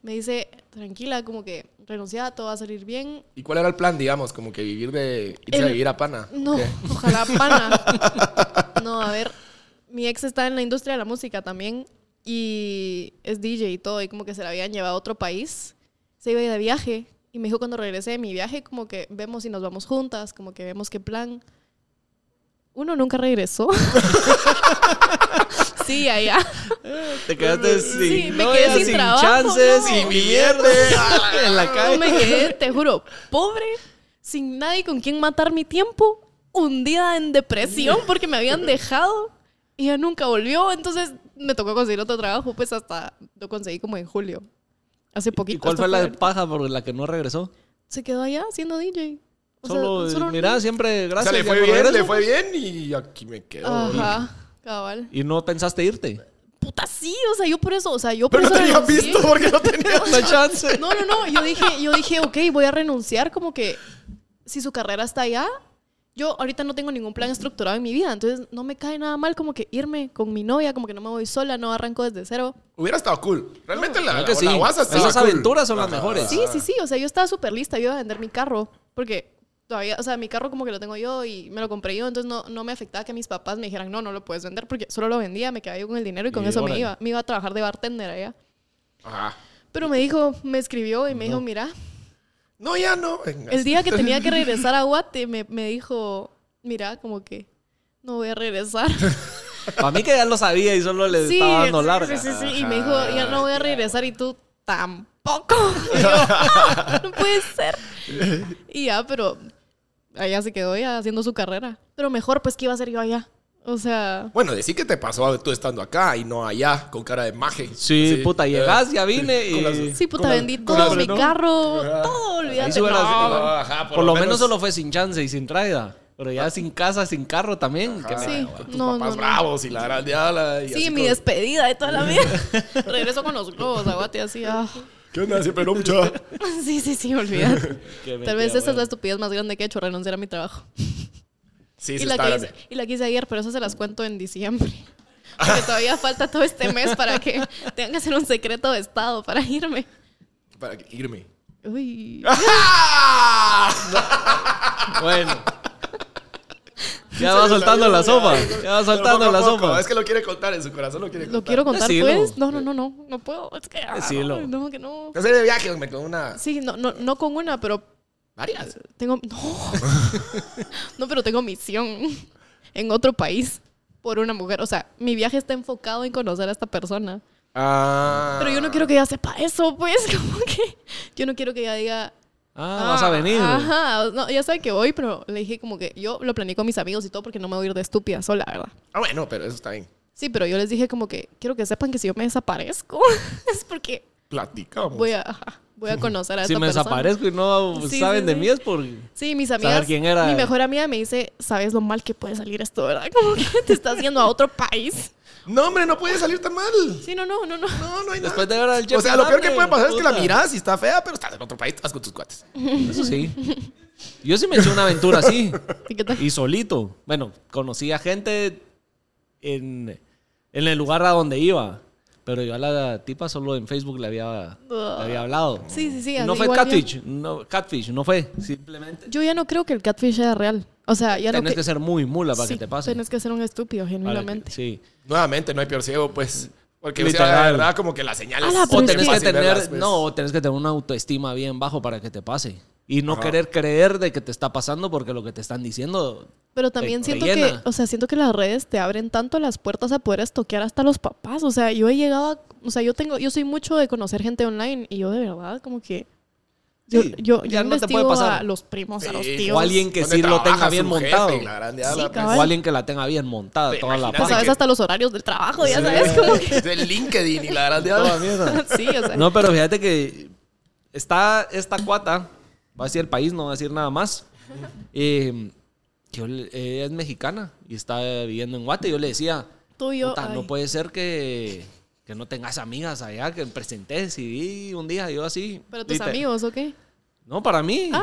Speaker 3: Me dice, tranquila, como que renuncia, todo va a salir bien.
Speaker 1: ¿Y cuál era el plan, digamos? Como que vivir de. irse a
Speaker 3: El-
Speaker 1: vivir a pana.
Speaker 3: No,
Speaker 1: ¿Qué?
Speaker 3: ojalá pana. No, a ver, mi ex está en la industria de la música también y es DJ y todo, y como que se la habían llevado a otro país. Se iba a ir de viaje y me dijo cuando regrese de mi viaje, como que vemos si nos vamos juntas, como que vemos qué plan. Uno nunca regresó. sí, allá.
Speaker 2: Te quedaste sin
Speaker 3: Sí, me
Speaker 2: novia,
Speaker 3: quedé sin trabajo,
Speaker 2: chances,
Speaker 3: no.
Speaker 2: sin mierda, en la
Speaker 3: No, me
Speaker 2: calle.
Speaker 3: quedé, te juro, pobre, sin nadie con quien matar mi tiempo, hundida en depresión porque me habían dejado y ya nunca volvió. Entonces me tocó conseguir otro trabajo, pues hasta lo conseguí como en julio, hace poquito.
Speaker 2: ¿Y cuál
Speaker 3: hasta
Speaker 2: fue la de
Speaker 3: febrero.
Speaker 2: paja por la que no regresó?
Speaker 3: Se quedó allá siendo DJ. O sea,
Speaker 2: solo, eh, mira, siempre
Speaker 1: O sea,
Speaker 2: gracias.
Speaker 1: le
Speaker 2: ya
Speaker 1: fue
Speaker 2: no
Speaker 1: bien, le
Speaker 2: regreso.
Speaker 1: fue bien y aquí me quedo.
Speaker 3: Ajá, cabal.
Speaker 2: Y no pensaste irte.
Speaker 3: Puta, sí, o sea, yo por eso, o sea, yo por
Speaker 1: Pero no
Speaker 3: eso
Speaker 1: te había
Speaker 3: renuncié.
Speaker 1: visto porque no tenía.
Speaker 2: No hay chance.
Speaker 3: No, no, no. Yo dije, yo dije, ok, voy a renunciar como que si su carrera está allá, yo ahorita no tengo ningún plan estructurado en mi vida, entonces no me cae nada mal como que irme con mi novia, como que no me voy sola, no arranco desde cero.
Speaker 1: Hubiera estado cool. Realmente la,
Speaker 2: Claro
Speaker 1: la,
Speaker 2: que sí.
Speaker 1: la guasa estaba
Speaker 2: Esas
Speaker 1: cool.
Speaker 2: aventuras son las mejores.
Speaker 3: Sí, sí, sí. O sea, yo estaba súper lista, yo iba a vender mi carro, porque todavía, o sea, mi carro como que lo tengo yo y me lo compré yo, entonces no, no me afectaba que mis papás me dijeran, no, no lo puedes vender, porque solo lo vendía, me quedaba yo con el dinero y con
Speaker 2: Y
Speaker 3: eso
Speaker 2: órale.
Speaker 3: me iba. Me iba a trabajar de bartender allá.
Speaker 1: Ajá.
Speaker 3: Pero me dijo, me escribió y me dijo, mira,
Speaker 1: No, ya no. Venga.
Speaker 3: El día que tenía que regresar a Guate me, me dijo, mira, como que no voy a regresar.
Speaker 2: Para mí que ya lo sabía y solo le estaba dando
Speaker 3: sí,
Speaker 2: larga.
Speaker 3: sí, sí, sí. Y me dijo, ya no voy a regresar y tú tampoco. Y yo, "Ah, no puede ser. Y ya, pero allá se quedó ya haciendo su carrera. Pero mejor, pues, ¿qué iba a hacer yo allá? O sea,
Speaker 1: Bueno, decí que te pasó tú estando acá y no allá, con cara de maje. Eh,
Speaker 2: Sí,
Speaker 1: Así.
Speaker 2: puta, llegás, ya vine y...
Speaker 1: Con las-
Speaker 3: sí, puta,
Speaker 1: Con la-
Speaker 3: vendí
Speaker 1: con la-
Speaker 3: todo, mi
Speaker 1: ¿no?
Speaker 3: carro, todo,
Speaker 2: Ahí
Speaker 3: olvídate.
Speaker 2: sí hubiera
Speaker 3: No,
Speaker 2: sido-
Speaker 1: no, ajá,
Speaker 2: por, lo menos, Ah. solo fue sin chance y sin traída. Pero ya sin casa, sin carro también. que me-
Speaker 3: Sí,
Speaker 1: Con tus
Speaker 3: no,
Speaker 1: papás
Speaker 3: no, no.
Speaker 1: bravos y la gran diabla. y así
Speaker 3: Sí, mi
Speaker 1: como,
Speaker 3: despedida de toda la vida. Regreso con los globos a Guate así, ah.
Speaker 1: ¿Qué onda? Siempre no, mucha.
Speaker 3: Sí, sí, sí, olvídate.
Speaker 2: que me
Speaker 3: Tal vez
Speaker 2: queda,
Speaker 3: esa es la
Speaker 2: bueno.
Speaker 3: estupidez más grande que he hecho, renunciar a mi trabajo.
Speaker 1: Sí,
Speaker 3: Y
Speaker 1: sí,
Speaker 3: la,
Speaker 1: está
Speaker 3: que
Speaker 1: grande.
Speaker 3: hice, y la que hice ayer, pero eso se las cuento en diciembre. Porque todavía falta todo este mes para que tengan que hacer un secreto de estado para irme.
Speaker 1: Para que- irme.
Speaker 3: Uy.
Speaker 1: Ah,
Speaker 2: Bueno. Ya va soltando la sopa. Ya va soltando
Speaker 1: Pero poco a
Speaker 2: la
Speaker 1: poco,
Speaker 2: sopa.
Speaker 1: Es que lo quiere contar, en su corazón lo quiere contar.
Speaker 3: ¿Lo quiero contar
Speaker 2: Decilo.
Speaker 3: pues? No, no, no, no. No puedo. Es que. ah,
Speaker 2: Decilo.
Speaker 3: No, que no.
Speaker 1: Hacer de viaje, hombre, con una...
Speaker 3: Sí, no, no, no con una, pero
Speaker 1: Varias.
Speaker 3: tengo. No. No, pero tengo misión en otro país por una mujer. O sea, mi viaje está enfocado en conocer a esta persona.
Speaker 1: Ah.
Speaker 3: Pero yo no quiero que ella sepa eso, pues, como que yo no quiero que ella diga...
Speaker 2: Ah, vas a venir.
Speaker 3: Ajá, no, ya sabe que voy, pero le dije como que yo lo planeé con mis amigos y todo porque no me voy a ir de estúpida sola, ¿verdad?
Speaker 1: Ah, bueno, pero eso está bien.
Speaker 3: Sí, pero yo les dije como que quiero que sepan que si yo me desaparezco es porque
Speaker 1: Platicamos.
Speaker 3: voy a, ajá, voy a conocer a
Speaker 2: Si
Speaker 3: esta
Speaker 2: me
Speaker 3: persona.
Speaker 2: desaparezco y no
Speaker 3: Sí,
Speaker 2: saben
Speaker 3: sí,
Speaker 2: de
Speaker 3: sí.
Speaker 2: mí es porque...
Speaker 3: Sí, mis
Speaker 2: Saber
Speaker 3: amigas.
Speaker 2: quién era.
Speaker 3: Mi mejor amiga me dice, sabes lo mal que puede salir esto, ¿verdad? Como que te estás yendo a otro país.
Speaker 1: No, hombre, no puede salir tan mal.
Speaker 3: Sí, no, no, no, no.
Speaker 1: No, no hay nada.
Speaker 2: Después de ver al
Speaker 1: O
Speaker 2: Jeff
Speaker 1: sea, lo peor que puede
Speaker 2: Fernández,
Speaker 1: pasar es que la
Speaker 2: puta.
Speaker 1: miras y está fea, pero estás en otro país, estás con tus cuates.
Speaker 2: Eso sí. Yo sí me hice una aventura así.
Speaker 3: ¿Y qué tal?
Speaker 2: Y solito. Bueno, conocí a gente en, en el lugar a donde iba. Pero yo a la tipa solo en Facebook le había, le había hablado.
Speaker 3: Sí, sí, sí.
Speaker 2: no
Speaker 3: así
Speaker 2: fue
Speaker 3: igual ya-
Speaker 2: catfish, no, catfish, no fue. Simplemente
Speaker 3: Yo ya no creo que el catfish sea real. O sea, ya no
Speaker 2: tenés que ser muy mula para que te pase.
Speaker 3: Tienes que ser un estúpido,
Speaker 2: Para que-
Speaker 3: genuinamente.
Speaker 2: Sí.
Speaker 1: Nuevamente, no hay peor ciego, pues. Porque o sea,
Speaker 2: Literal.
Speaker 1: la verdad, como que las señales.
Speaker 3: Ala,
Speaker 2: O
Speaker 3: Ah, pero
Speaker 1: son
Speaker 3: es
Speaker 2: tenés
Speaker 1: bien
Speaker 2: que
Speaker 1: fácil
Speaker 2: tener,
Speaker 1: verlas, pues.
Speaker 2: no, o tenés que tener una autoestima bien bajo para que te pase. Y no
Speaker 1: Ajá.
Speaker 2: querer creer de que te está pasando porque lo que te están diciendo.
Speaker 3: Pero también
Speaker 2: te
Speaker 3: siento
Speaker 2: llena.
Speaker 3: que, o sea, siento que las redes te abren tanto las puertas a poder estoquear hasta los papás. O sea, yo he llegado a, o sea, yo tengo, yo soy mucho de conocer gente online y yo de verdad como que yo,
Speaker 2: Sí,
Speaker 3: yo,
Speaker 2: ya
Speaker 3: yo
Speaker 2: no te puede
Speaker 3: investigo
Speaker 2: pasar.
Speaker 3: a los primos, a los
Speaker 1: Sí.
Speaker 3: tíos.
Speaker 2: O alguien que
Speaker 1: ¿Dónde
Speaker 2: sí lo
Speaker 1: trabaja
Speaker 2: tenga bien
Speaker 1: su jefe?
Speaker 2: montado.
Speaker 1: La gran
Speaker 3: Sí,
Speaker 1: diabla, pues.
Speaker 3: cabal.
Speaker 2: O alguien que la tenga bien montada,
Speaker 1: Sí,
Speaker 2: toda la
Speaker 1: imagínate.
Speaker 3: Pues
Speaker 2: paz.
Speaker 3: sabes
Speaker 1: que-
Speaker 3: hasta los horarios del trabajo, ya sabes como que
Speaker 1: pues. De LinkedIn y la gran diabla.
Speaker 2: Toda mierda.
Speaker 3: sí, o sea.
Speaker 2: No, pero fíjate que está esta cuata, va a decir el país, no va a decir nada más. Eh, que yo le- ella es mexicana y está viviendo en Guate. Yo le decía,
Speaker 3: Tú y yo,
Speaker 2: "Puta, no
Speaker 3: ay.
Speaker 2: puede ser que, que no tengas amigas allá, que presenté CD un día, yo así.
Speaker 3: Pero tus
Speaker 2: literal-
Speaker 3: amigos, ¿o qué?
Speaker 2: No, para mí.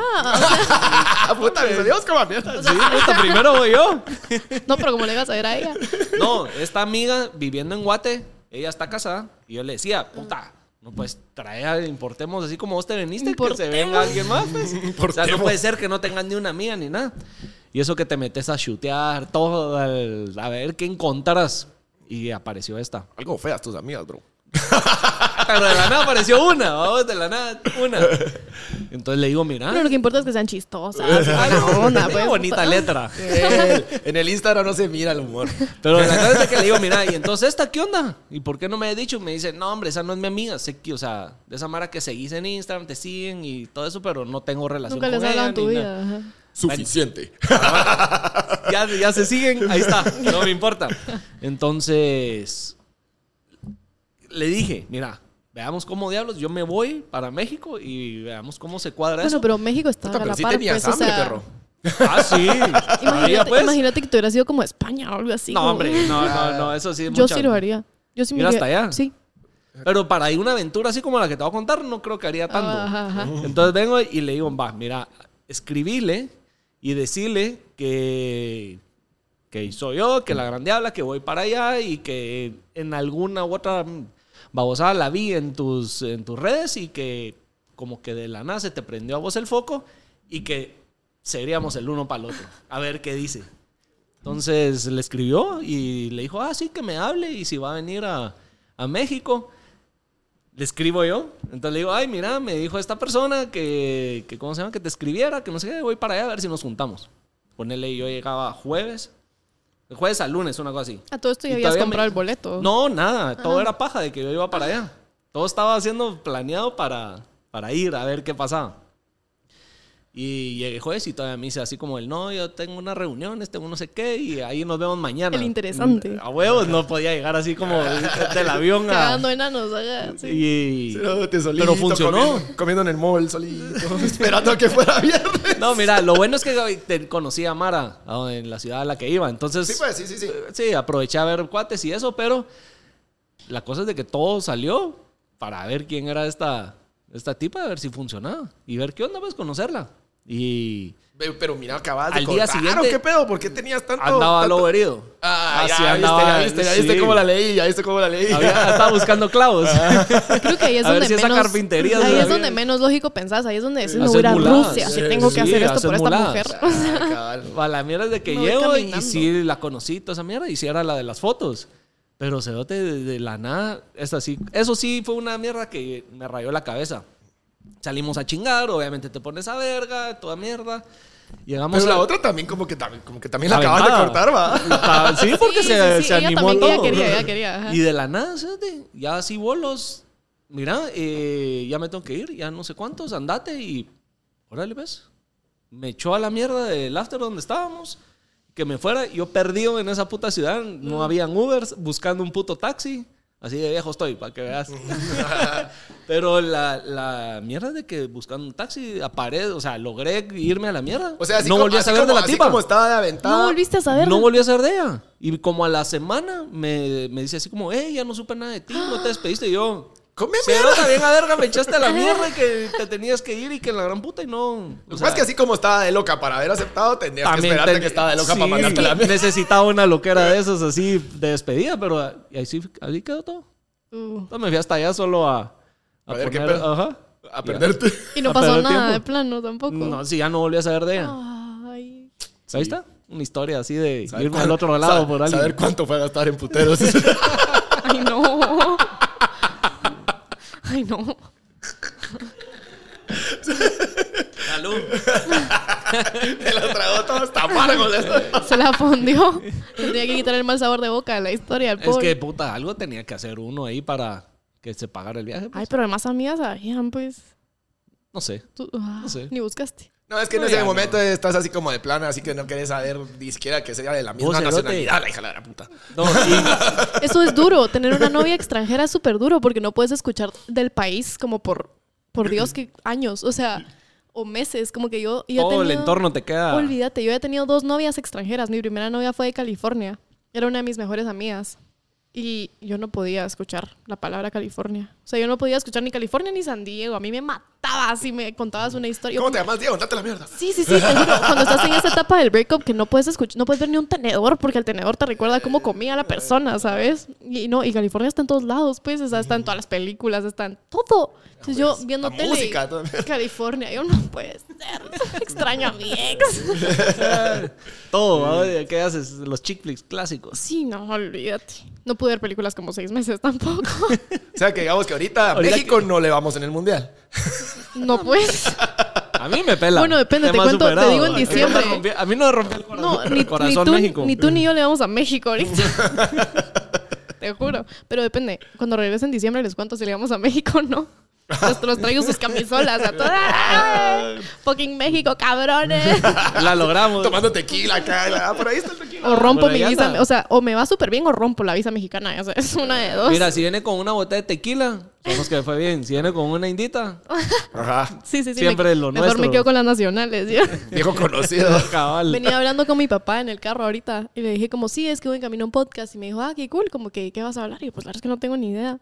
Speaker 1: Ah, puta, mis amigos como mierda.
Speaker 2: Sí, puta, primero voy yo.
Speaker 3: No, pero como le ibas a ver a ella.
Speaker 2: No, esta amiga viviendo en Guate, ella está casada. Y yo le decía, puta, no puedes traer, importemos así como vos te veniste, que se
Speaker 3: Importemos.
Speaker 2: venga alguien más. pues. O sea, no
Speaker 1: Importemos.
Speaker 2: puede ser que no tengas ni una amiga ni nada. Y eso que te metes a chutear todo, al- a ver qué encontrarás. Y apareció esta.
Speaker 1: Algo feas tus amigas, bro.
Speaker 2: Pero de la nada apareció una, vamos, de la nada, una. Entonces le digo, mira,
Speaker 3: Pero lo que importa es que sean chistosas. buena onda,
Speaker 2: qué
Speaker 3: pues.
Speaker 2: Ah. bonita letra. Eh.
Speaker 1: en el Instagram no se mira el humor.
Speaker 2: Pero la cosa es que le digo, mira, y entonces esta, ¿qué onda? ¿Y por qué no me he dicho? Me dice, no, hombre, esa no es mi amiga. Sé que, o sea, de esa mara que seguís en Instagram, te siguen y todo eso, pero no tengo relación
Speaker 3: Nunca les
Speaker 2: con
Speaker 3: hablan
Speaker 2: ella.
Speaker 3: en tu
Speaker 2: ni
Speaker 3: vida. ajá.
Speaker 1: Suficiente.
Speaker 2: nada. Ya, ya se siguen, ahí está, no me importa. Entonces, le dije, mira, veamos cómo diablos, yo me voy para México y veamos cómo se cuadra
Speaker 3: Bueno,
Speaker 2: eso.
Speaker 3: pero México está
Speaker 1: Puta,
Speaker 3: a
Speaker 1: pero
Speaker 3: la
Speaker 1: sí
Speaker 3: par,
Speaker 1: tenías
Speaker 3: pues, o
Speaker 1: hambre,
Speaker 3: sea,
Speaker 1: perro.
Speaker 2: Ah, sí. Todavía,
Speaker 3: Imagínate,
Speaker 2: pues.
Speaker 3: imagínate que tú hubieras sido como España o algo así.
Speaker 2: No,
Speaker 3: como-
Speaker 2: hombre, no, no, no, eso sí. es
Speaker 3: Yo
Speaker 2: mucha-
Speaker 3: sí lo haría. Yo sí me
Speaker 2: ¿Ir hasta
Speaker 3: iría-
Speaker 2: allá?
Speaker 3: Sí.
Speaker 2: Pero para ir una aventura así como la que te voy a contar, no creo que haría tanto. Mm.
Speaker 3: Ah, Ajá, ajá.
Speaker 2: Entonces vengo y le digo, va, mira, escribile y decile que, que soy yo, que la grande habla, que voy para allá y que en alguna u otra babosada la vi en tus, en tus redes y que como que de la nada se te prendió a vos el foco y que seríamos el uno para el otro. A ver qué dice. Entonces le escribió y le dijo, ah, sí, que me hable y si va a venir a, a México. Le escribo yo. Entonces le digo, ay, mira, me dijo esta persona que, que ¿cómo se llama? Que te escribiera, que no sé qué, voy para allá a ver si nos juntamos. Ponele, yo llegaba jueves, de jueves al lunes, una cosa así.
Speaker 3: A todo esto Ah, ya
Speaker 2: Y
Speaker 3: habías
Speaker 2: todavía
Speaker 3: comprado
Speaker 2: me-
Speaker 3: el boleto.
Speaker 2: No, nada, todo era paja de que yo iba para allá. Todo estaba siendo planeado para, para ir a ver qué pasaba. Y llegué jueves y todavía me dice así como el no, yo tengo unas reuniones, tengo no sé qué y ahí nos vemos mañana.
Speaker 3: El interesante.
Speaker 2: A huevos no podía llegar así como del avión a...
Speaker 3: Cagando enanos. ajá, sí.
Speaker 2: Y-
Speaker 1: Cerote, solito,
Speaker 2: Pero funcionó.
Speaker 1: Comiendo, comiendo en el mall solito, esperando a que fuera viernes.
Speaker 2: No, mira, lo bueno es que te conocí a Mara a- en la ciudad a la que iba. Entonces,
Speaker 1: Sí, pues, sí, sí, sí.
Speaker 2: sí, aproveché a ver cuates y eso, pero la cosa es de que todo salió para ver quién era esta, esta tipa, a ver si funcionaba y ver qué onda, pues conocerla. Y
Speaker 1: Ve, Pero mira, acabas de
Speaker 2: Al día
Speaker 1: cortar,
Speaker 2: siguiente-
Speaker 1: ¿o ¿Qué pedo? ¿Por qué tenías tanto?
Speaker 2: andaba
Speaker 1: tanto-
Speaker 2: lo herido.
Speaker 1: Ah, ya,
Speaker 2: Así
Speaker 1: viste,
Speaker 2: andaba,
Speaker 1: ya viste, ya viste
Speaker 2: sí.
Speaker 1: cómo la leí, ya viste cómo la leí.
Speaker 2: Había- estaba buscando clavos.
Speaker 3: Creo que ahí es
Speaker 2: A ver
Speaker 3: donde
Speaker 2: si esa
Speaker 3: menos.
Speaker 2: carpintería
Speaker 3: ahí
Speaker 2: todavía.
Speaker 3: es donde menos lógico pensás. Ahí es donde decís, no
Speaker 2: Haces
Speaker 3: voy a ir a
Speaker 2: muladas,
Speaker 3: Rusia.
Speaker 1: sí,
Speaker 3: si tengo
Speaker 1: sí,
Speaker 3: que hacer esto
Speaker 2: haces
Speaker 3: por esta
Speaker 2: muladas.
Speaker 3: mujer.
Speaker 1: Ah, cabal.
Speaker 2: A la mierda es de que
Speaker 3: Me voy
Speaker 2: llego y
Speaker 3: caminando.
Speaker 2: sí la conocí, toda esa mierda, y sí era la de las fotos. Pero se dote de, de la nada, es así. Eso sí fue una mierda que me rayó la cabeza. Salimos a chingar, obviamente te pones a verga, toda mierda. Llegamos
Speaker 1: Pero
Speaker 2: a
Speaker 1: la otra también como que, tam- como que también la
Speaker 2: La
Speaker 1: acabas de
Speaker 2: ventada.
Speaker 1: cortar, va.
Speaker 2: Ah, sí, porque
Speaker 3: Sí,
Speaker 2: se,
Speaker 3: sí, sí,
Speaker 2: se
Speaker 3: ella
Speaker 2: animó a
Speaker 3: también, ella
Speaker 2: todo.
Speaker 3: quería, ella quería, ajá.
Speaker 2: Y de la nada, fíjate, ya así bolos. Mira, eh, ya me tengo que ir, ya no sé cuántos, andate y. Órale, ves. Me echó a la mierda del after donde estábamos. Que me fuera, yo perdido en esa puta ciudad,
Speaker 3: Mm.
Speaker 2: no habían Ubers, buscando un puto taxi. Así de viejo estoy, para que veas. Pero la, la mierda de que buscando un taxi, a pared, o sea, logré irme a la mierda.
Speaker 1: O sea, así
Speaker 2: no
Speaker 1: como,
Speaker 2: volví a
Speaker 1: así
Speaker 2: saber de
Speaker 1: como-
Speaker 2: la
Speaker 1: así
Speaker 2: tipa.
Speaker 1: como estaba de aventada.
Speaker 3: No volviste a saber.
Speaker 2: No volví a saber de ella. Y como a la semana me, me dice así como, hey, ya no supe nada de ti, no te despediste. Y yo,
Speaker 1: come mierda.
Speaker 2: Pero también a verga me echaste a la mierda que te tenías que ir y que la gran puta y no. o
Speaker 1: Lo que pasa
Speaker 2: sea,
Speaker 1: es que así como estaba de loca para haber aceptado, tendrías que esperarte
Speaker 2: ten-
Speaker 1: que estaba de loca
Speaker 2: Sí,
Speaker 1: para mandarte la mierda.
Speaker 2: Necesitaba una loquera de esas así de despedida, pero ahí sí ahí quedó todo.
Speaker 3: Uh,
Speaker 2: Entonces me fui hasta allá solo a,
Speaker 1: A ver qué pedo.
Speaker 2: ajá.
Speaker 1: A perderte.
Speaker 3: Y no
Speaker 2: A
Speaker 3: pasó
Speaker 2: perder
Speaker 3: nada
Speaker 2: tiempo.
Speaker 3: de plano tampoco.
Speaker 2: No, sí, ya no volví a saber de
Speaker 3: Ah.
Speaker 2: ella.
Speaker 3: Ay.
Speaker 2: Ahí está. Una historia así de
Speaker 1: Saber
Speaker 2: irme al
Speaker 1: cuán-
Speaker 2: otro lado
Speaker 1: saber-
Speaker 2: por alguien.
Speaker 1: Saber cuánto fue a gastar en puteros.
Speaker 3: Ay, no. Ay, no.
Speaker 2: Salud.
Speaker 1: Te lo tragó todo hasta amargo. de-
Speaker 3: Se la fondió. Tendría que quitar el mal sabor de boca a la historia al
Speaker 2: Es
Speaker 3: pobre.
Speaker 2: que puta, algo tenía que hacer uno ahí para que se pagara el viaje. pues.
Speaker 3: Ay, pero además amigas sabían, pues.
Speaker 2: No sé.
Speaker 3: Tú, ah,
Speaker 2: No sé.
Speaker 3: Ni buscaste.
Speaker 1: No, es que en
Speaker 2: No,
Speaker 1: ese
Speaker 2: ya no.
Speaker 1: momento estás así como de plana, así que no querés saber ni siquiera que sea de la misma
Speaker 2: Vos, cerote.
Speaker 1: nacionalidad, la hija de la gran puta.
Speaker 2: No, y-
Speaker 3: Eso es duro. Tener una novia extranjera es súper duro porque no puedes escuchar del país como por, por Dios, que años. O sea, o meses. Como que yo. yo he
Speaker 2: todo el
Speaker 3: tenido-
Speaker 2: entorno te queda.
Speaker 3: Olvídate, yo he tenido dos novias extranjeras. Mi primera novia fue de California. Era una de mis mejores amigas. Y yo no podía escuchar la palabra California. O sea, yo no podía escuchar ni California ni San Diego. A mí me matabas si me contabas una historia. Yo
Speaker 1: ¿Cómo te llamas, Diego? Date la mierda.
Speaker 3: Sí, sí, sí, te juro. Cuando estás en esa etapa del breakup que no puedes escuchar, no puedes ver ni un tenedor porque el tenedor te recuerda cómo comía la persona, ¿sabes? Y no, y California está en todos lados, pues, o sea, está en todas las películas, está en todo. Entonces yo viendo
Speaker 1: la
Speaker 3: tele,
Speaker 1: música también.
Speaker 3: California, yo no puede ser. Extraño a mi ex.
Speaker 2: Todo, ¿va? ¿qué haces? Los chick flicks clásicos.
Speaker 3: Sí, no, olvídate. No pude ver películas como seis meses tampoco.
Speaker 1: O sea, que digamos que ahorita, a
Speaker 2: Ahorita
Speaker 1: México no le vamos en el mundial.
Speaker 3: No pues.
Speaker 2: A mí me pela.
Speaker 3: Bueno, depende, te
Speaker 2: Tema
Speaker 3: cuento, te
Speaker 2: superado.
Speaker 3: digo en
Speaker 2: A mí no me
Speaker 3: diciembre.
Speaker 2: rompió- A mí no me rompió el
Speaker 3: No,
Speaker 2: corazón,
Speaker 3: ni, ni
Speaker 2: corazón
Speaker 3: tú,
Speaker 2: México.
Speaker 3: ni tú ni yo le vamos a México ahorita. Te juro. Pero depende. Cuando regrese en diciembre les cuento si le vamos a México o no. Los, los traigo sus camisolas a todas. ¡Ay! Fucking México, cabrones.
Speaker 2: La logramos.
Speaker 1: Tomando tequila acá. la- ah, por ahí está el tequila.
Speaker 3: O rompo
Speaker 2: Bueno,
Speaker 3: mi
Speaker 2: ya
Speaker 3: visa.
Speaker 2: anda.
Speaker 3: O sea, o me va súper bien o rompo la visa mexicana. O sea, es una de dos.
Speaker 2: Mira, si viene con una botella de tequila, sabemos que fue bien. Si viene con una indita,
Speaker 1: Ajá.
Speaker 3: sí, sí, sí.
Speaker 2: siempre
Speaker 3: me-
Speaker 2: lo
Speaker 3: mejor
Speaker 2: nuestro.
Speaker 3: me quedo con las nacionales. ¿ya?
Speaker 1: Viejo conocido.
Speaker 2: cabal.
Speaker 3: Venía hablando con mi papá en el carro ahorita y le dije como, sí, es que voy en camino a un podcast. Y me dijo, ah, qué cool, como que, ¿qué vas a hablar? Y yo, pues la verdad es que no tengo ni idea.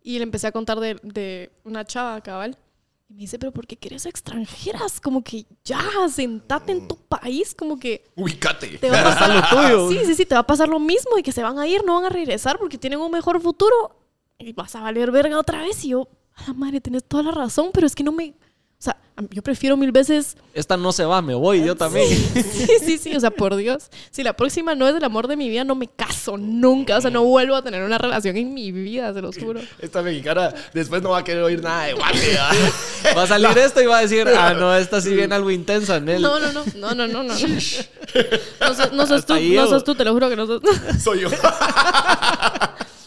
Speaker 3: Y le empecé a contar de, de una chava, cabal. Y me dice, pero ¿por qué quieres extranjeras? Como que ya, sentate en tu país, como que
Speaker 1: Ubicate.
Speaker 3: te va a pasar
Speaker 2: lo tuyo.
Speaker 3: Sí, sí, sí, te va a pasar lo mismo y que se van a ir, no van a regresar porque tienen un mejor futuro y vas a valer verga otra vez. Y yo, a la madre, tenés toda la razón, pero es que no me... O sea, a mí- yo prefiero mil veces
Speaker 2: Esta no se va, me voy yo también.
Speaker 3: Sí, sí, sí, o sea, por Dios. Si la próxima no es el amor de mi vida, no me caso nunca. O sea, no vuelvo a tener una relación en mi vida, se los juro.
Speaker 1: Esta mexicana después no va a querer oír nada de Guate. ¿va?
Speaker 2: Va a salir esto y va a decir, ah, no, esta sí viene algo intensa en él.
Speaker 3: No, no, no, no, no, no, no. No, sos, no sos tú,
Speaker 2: Hasta ahí
Speaker 3: no
Speaker 2: llego.
Speaker 3: sos tú, te lo juro que no sos
Speaker 1: Soy yo.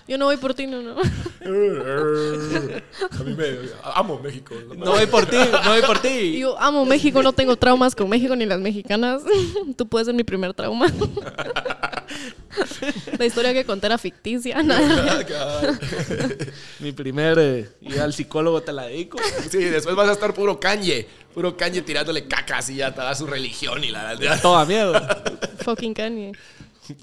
Speaker 3: Yo no voy por ti, no, no.
Speaker 1: a mí me amo México. la
Speaker 2: No voy por ti, no voy por
Speaker 3: Y
Speaker 2: ti.
Speaker 3: Yo amo México, no tengo traumas con México ni las mexicanas. Tú puedes ser mi primer trauma. La historia que conté era ficticia, nada.
Speaker 1: verdad,
Speaker 2: Mi primer eh, ida al psicólogo te la dedico.
Speaker 1: Sí, después vas a estar puro Kanye. Puro Kanye tirándole caca así a toda su religión y la
Speaker 2: Toda mierda.
Speaker 3: Fucking Kanye.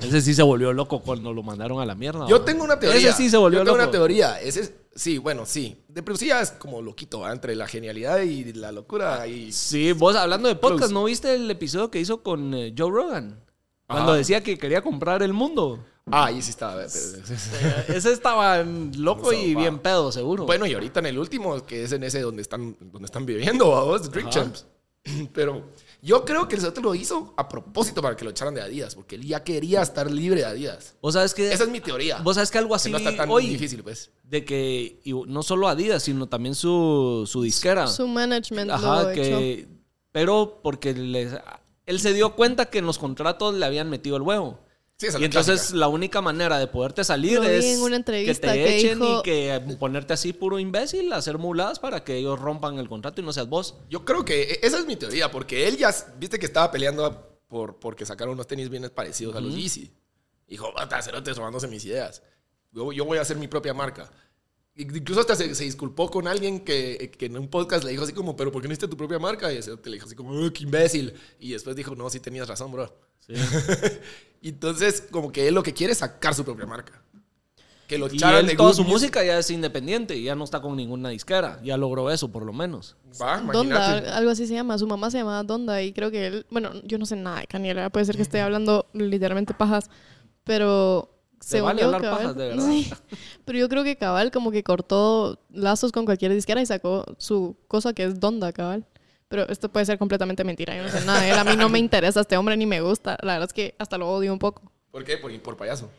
Speaker 2: Ese sí se volvió loco cuando lo mandaron a la mierda.
Speaker 1: Yo
Speaker 2: ¿va?
Speaker 1: tengo una teoría.
Speaker 2: Ese sí se volvió
Speaker 1: Yo tengo una
Speaker 2: loco.
Speaker 1: teoría. Ese es- sí, bueno, sí. De por sí ya es como loquito, ¿va? entre la genialidad y la locura. Y
Speaker 2: Sí, vos hablando de podcast,
Speaker 1: Close.
Speaker 2: ¿no viste el episodio que hizo con eh, Joe Rogan? Cuando
Speaker 1: Ajá.
Speaker 2: decía que quería comprar el mundo.
Speaker 1: Ah, ahí sí estaba.
Speaker 2: Ese estaba mm, loco y
Speaker 1: Sopa.
Speaker 2: bien pedo, seguro.
Speaker 1: Bueno, y ahorita en el último, que es en ese donde están, donde están viviendo, ¿va vos? Drink Champs. Pero yo creo que el Cerote lo hizo a propósito para que lo echaran de Adidas, porque él ya quería estar libre de Adidas.
Speaker 2: vos sabes que
Speaker 1: Esa es mi teoría.
Speaker 2: Eh, vos sabes que algo así
Speaker 1: que no está tan
Speaker 2: hoy
Speaker 1: difícil, pues.
Speaker 2: de que y no solo Adidas, sino también su, su disquera.
Speaker 3: Su management lo
Speaker 2: Ah. Ajá,
Speaker 3: echó.
Speaker 2: que pero porque les- él se dio cuenta que en los contratos le habían metido el huevo.
Speaker 1: Sí, esa es
Speaker 2: Y
Speaker 1: la
Speaker 2: entonces
Speaker 1: clásica.
Speaker 2: la única manera de poderte salir
Speaker 3: Lo vi
Speaker 2: es
Speaker 3: en una entrevista
Speaker 2: que te
Speaker 3: que
Speaker 2: echen
Speaker 3: dijo-
Speaker 2: y que ponerte así puro imbécil, hacer muladas para que ellos rompan el contrato y no seas vos.
Speaker 1: Yo creo que e- esa es mi teoría, porque él ya, s- viste que estaba peleando por, porque sacaron unos tenis bien parecidos a los Yeezy. Dijo, bata, cerotes robándose mis ideas. Yo, yo voy a hacer mi propia marca. Inc- Incluso hasta se, se disculpó con alguien que, que en un podcast le dijo así como, pero ¿por qué no hiciste tu propia marca? Y el cerote le dijo así como, "Ugh, qué imbécil. Y después dijo, no, sí tenías razón, bro. Entonces, como que él lo que quiere es sacar su propia marca. que lo
Speaker 2: Y
Speaker 1: echaran
Speaker 2: él
Speaker 1: de
Speaker 2: toda
Speaker 1: Good
Speaker 2: su
Speaker 1: Music.
Speaker 2: música ya es independiente, ya no está con ninguna disquera. Ya logró eso, por lo menos.
Speaker 1: Va,
Speaker 3: Donda,
Speaker 1: imagínate.
Speaker 3: al- algo así se llama. Su mamá se llamaba Donda y creo que él, bueno, yo no sé nada de Kanye, ¿verdad? puede ser que esté hablando literalmente pajas, pero
Speaker 2: vale
Speaker 3: yo,
Speaker 2: hablar pajas, de verdad.
Speaker 3: Sí. pero yo creo que Cabal como que cortó lazos con cualquier disquera y sacó su cosa que es Donda, Cabal. Pero esto puede ser completamente mentira, yo no sé nada de él. A mí no me interesa este hombre ni me gusta. La verdad es que hasta lo odio un poco.
Speaker 1: ¿Por qué? Por, por payaso.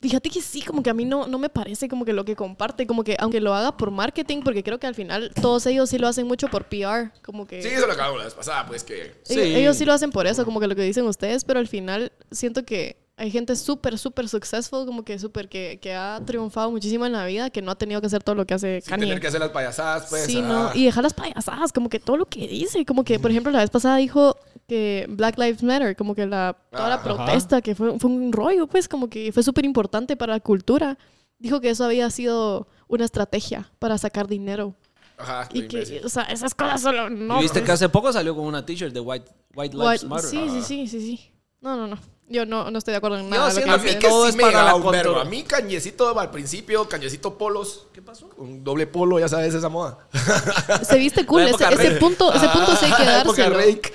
Speaker 3: Fíjate que sí, como que a mí no, no me parece como que lo que comparte, como que aunque lo haga por marketing, porque creo que al final todos ellos sí lo hacen mucho por PR, como que...
Speaker 1: Sí, eso lo acabamos la vez pasada, pues que.
Speaker 3: Ellos,
Speaker 2: Sí.
Speaker 3: ellos sí lo hacen por eso, como que lo que dicen ustedes, pero al final siento que hay gente súper, súper successful, como que súper que, que ha triunfado muchísimo en la vida, que no ha tenido que hacer todo lo que hace
Speaker 1: Sin
Speaker 3: Kanye.
Speaker 1: tener que hacer las payasadas, pues.
Speaker 3: sí,
Speaker 1: ah.
Speaker 3: no, y dejar las payasadas, como que todo lo que dice, como que, por ejemplo, la vez pasada dijo que Black Lives Matter, como que la, toda la
Speaker 1: Ajá.
Speaker 3: protesta, que fue, fue un rollo, pues, como que fue súper importante para la cultura. Dijo que eso había sido una estrategia para sacar dinero.
Speaker 1: Ajá,
Speaker 3: Y
Speaker 1: estoy
Speaker 3: que,
Speaker 1: Ah, imbécil.
Speaker 3: o sea, esas cosas solo no...
Speaker 2: y viste que hace poco salió con una t-shirt de White, White Lives
Speaker 3: What-
Speaker 2: Matter.
Speaker 3: Sí, sí, sí, sí, sí. No, no, no. Yo no, no estoy de acuerdo en nada. de lo
Speaker 2: siento
Speaker 1: A
Speaker 3: que
Speaker 1: mí
Speaker 3: dice.
Speaker 1: que
Speaker 2: Todo
Speaker 1: sí
Speaker 2: es
Speaker 1: me
Speaker 2: para la
Speaker 1: llegaba un verbo.
Speaker 2: control.
Speaker 1: A mí, cañecito al principio, cañecito polos. ¿Qué pasó? Un doble polo, ya sabes esa moda.
Speaker 3: Se viste cool.
Speaker 2: La
Speaker 3: Ese,
Speaker 2: época
Speaker 3: ese
Speaker 2: Rey.
Speaker 3: punto, ese punto sí hay que
Speaker 1: Ah, época
Speaker 3: dárselo.
Speaker 1: Rake.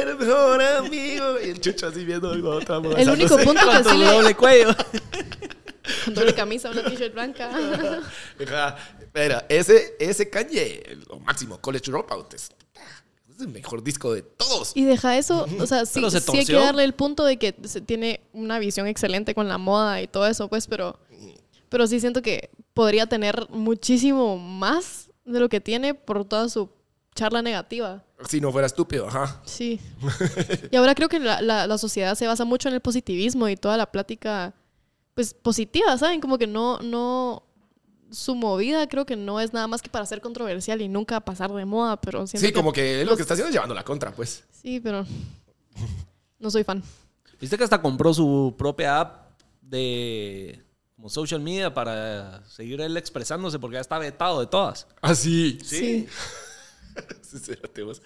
Speaker 1: Eres mejor amigo. Y el chucho así viendo la otra moda.
Speaker 3: El único punto que
Speaker 2: Con
Speaker 3: sí
Speaker 2: tu
Speaker 3: le...
Speaker 2: doble cuello.
Speaker 3: Con doble camisa, una t-shirt blanca.
Speaker 1: Ajá. Espera, ese, ese Kanye, lo máximo, College Dropout, es, es el mejor disco de todos.
Speaker 3: Y deja eso, o sea, sí,
Speaker 2: Pero se
Speaker 3: sí hay que
Speaker 2: torció.
Speaker 3: darle el punto de que se tiene una visión excelente con la moda y todo eso, pues, pero, pero sí siento que podría tener muchísimo más de lo que tiene por toda su charla negativa.
Speaker 1: Si no fuera estúpido, ajá.
Speaker 3: Sí. Y ahora creo que la, la- la sociedad se basa mucho en el positivismo y toda la plática, pues positiva, ¿saben? Como que no, no, su movida creo que no es nada más que para ser controversial y nunca pasar de moda, pero siento
Speaker 1: Sí, como que él lo que está haciendo es llevando la contra, pues.
Speaker 3: Sí, pero no soy fan.
Speaker 2: Viste que hasta compró su propia app de como social media para seguir él expresándose porque ya está vetado de todas.
Speaker 1: Ah, sí.
Speaker 3: Sí.
Speaker 1: Sinceramente, vos.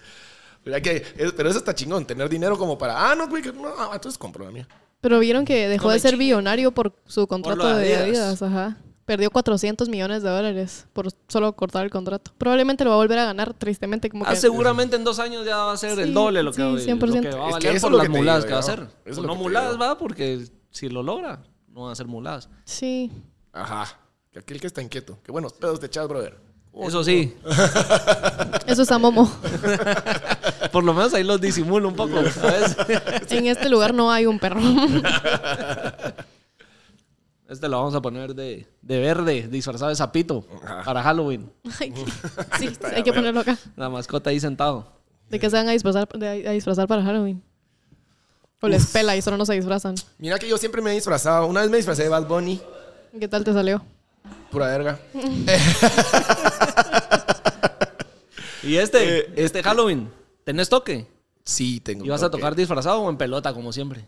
Speaker 1: Mira que, es- pero eso está chingón, tener dinero como para, ah, no, güey, que no, ah, entonces compro la mía.
Speaker 3: Pero vieron que dejó
Speaker 2: No
Speaker 3: de
Speaker 2: me
Speaker 3: ser
Speaker 2: chingue.
Speaker 3: billonario por su contrato
Speaker 2: lo de
Speaker 3: de Adidas,
Speaker 2: Adidas.
Speaker 3: ajá. Perdió 400 millones de dólares por solo cortar el contrato. Probablemente lo va a volver a ganar, tristemente, como
Speaker 2: Ah,
Speaker 3: que...
Speaker 2: seguramente en dos años ya va a ser
Speaker 3: Sí,
Speaker 2: el doble lo que,
Speaker 3: sí,
Speaker 2: lo
Speaker 3: 100%.
Speaker 2: que va a
Speaker 1: Es que
Speaker 2: valer
Speaker 1: eso es
Speaker 2: por
Speaker 1: lo
Speaker 2: las
Speaker 1: que te
Speaker 2: muladas
Speaker 1: digo
Speaker 2: que va a
Speaker 1: yo.
Speaker 2: hacer.
Speaker 1: Eso es
Speaker 2: O
Speaker 1: lo
Speaker 2: no
Speaker 1: que te
Speaker 2: muladas,
Speaker 1: digo.
Speaker 2: va, porque si lo logra, no van a ser muladas.
Speaker 3: Sí.
Speaker 1: Ajá. Que aquel que está inquieto. Qué buenos pedos te echas, brother.
Speaker 2: Eso sí,
Speaker 3: Eso es a Momo.
Speaker 2: por lo menos ahí los disimulo un poco, ¿sabes?
Speaker 3: En este lugar no hay un perro.
Speaker 2: Este lo vamos a poner de, de verde, disfrazado de sapito,
Speaker 1: Ajá.
Speaker 2: para Halloween.
Speaker 3: Ay, qué- sí, hay que ponerlo acá.
Speaker 2: La mascota ahí sentado.
Speaker 3: ¿De qué se van a disfrazar, de- a disfrazar para Halloween? O les pela y solo no se disfrazan.
Speaker 1: Mira que yo siempre me he disfrazado. Una vez me disfrazé de Bad Bunny,
Speaker 3: ¿Qué tal te salió?
Speaker 1: pura verga.
Speaker 2: Y este,
Speaker 1: Eh,
Speaker 2: este, Halloween, ¿tenés toque?
Speaker 1: Sí, tengo.
Speaker 2: ¿Y vas a
Speaker 1: toque.
Speaker 2: tocar disfrazado o en pelota, como siempre?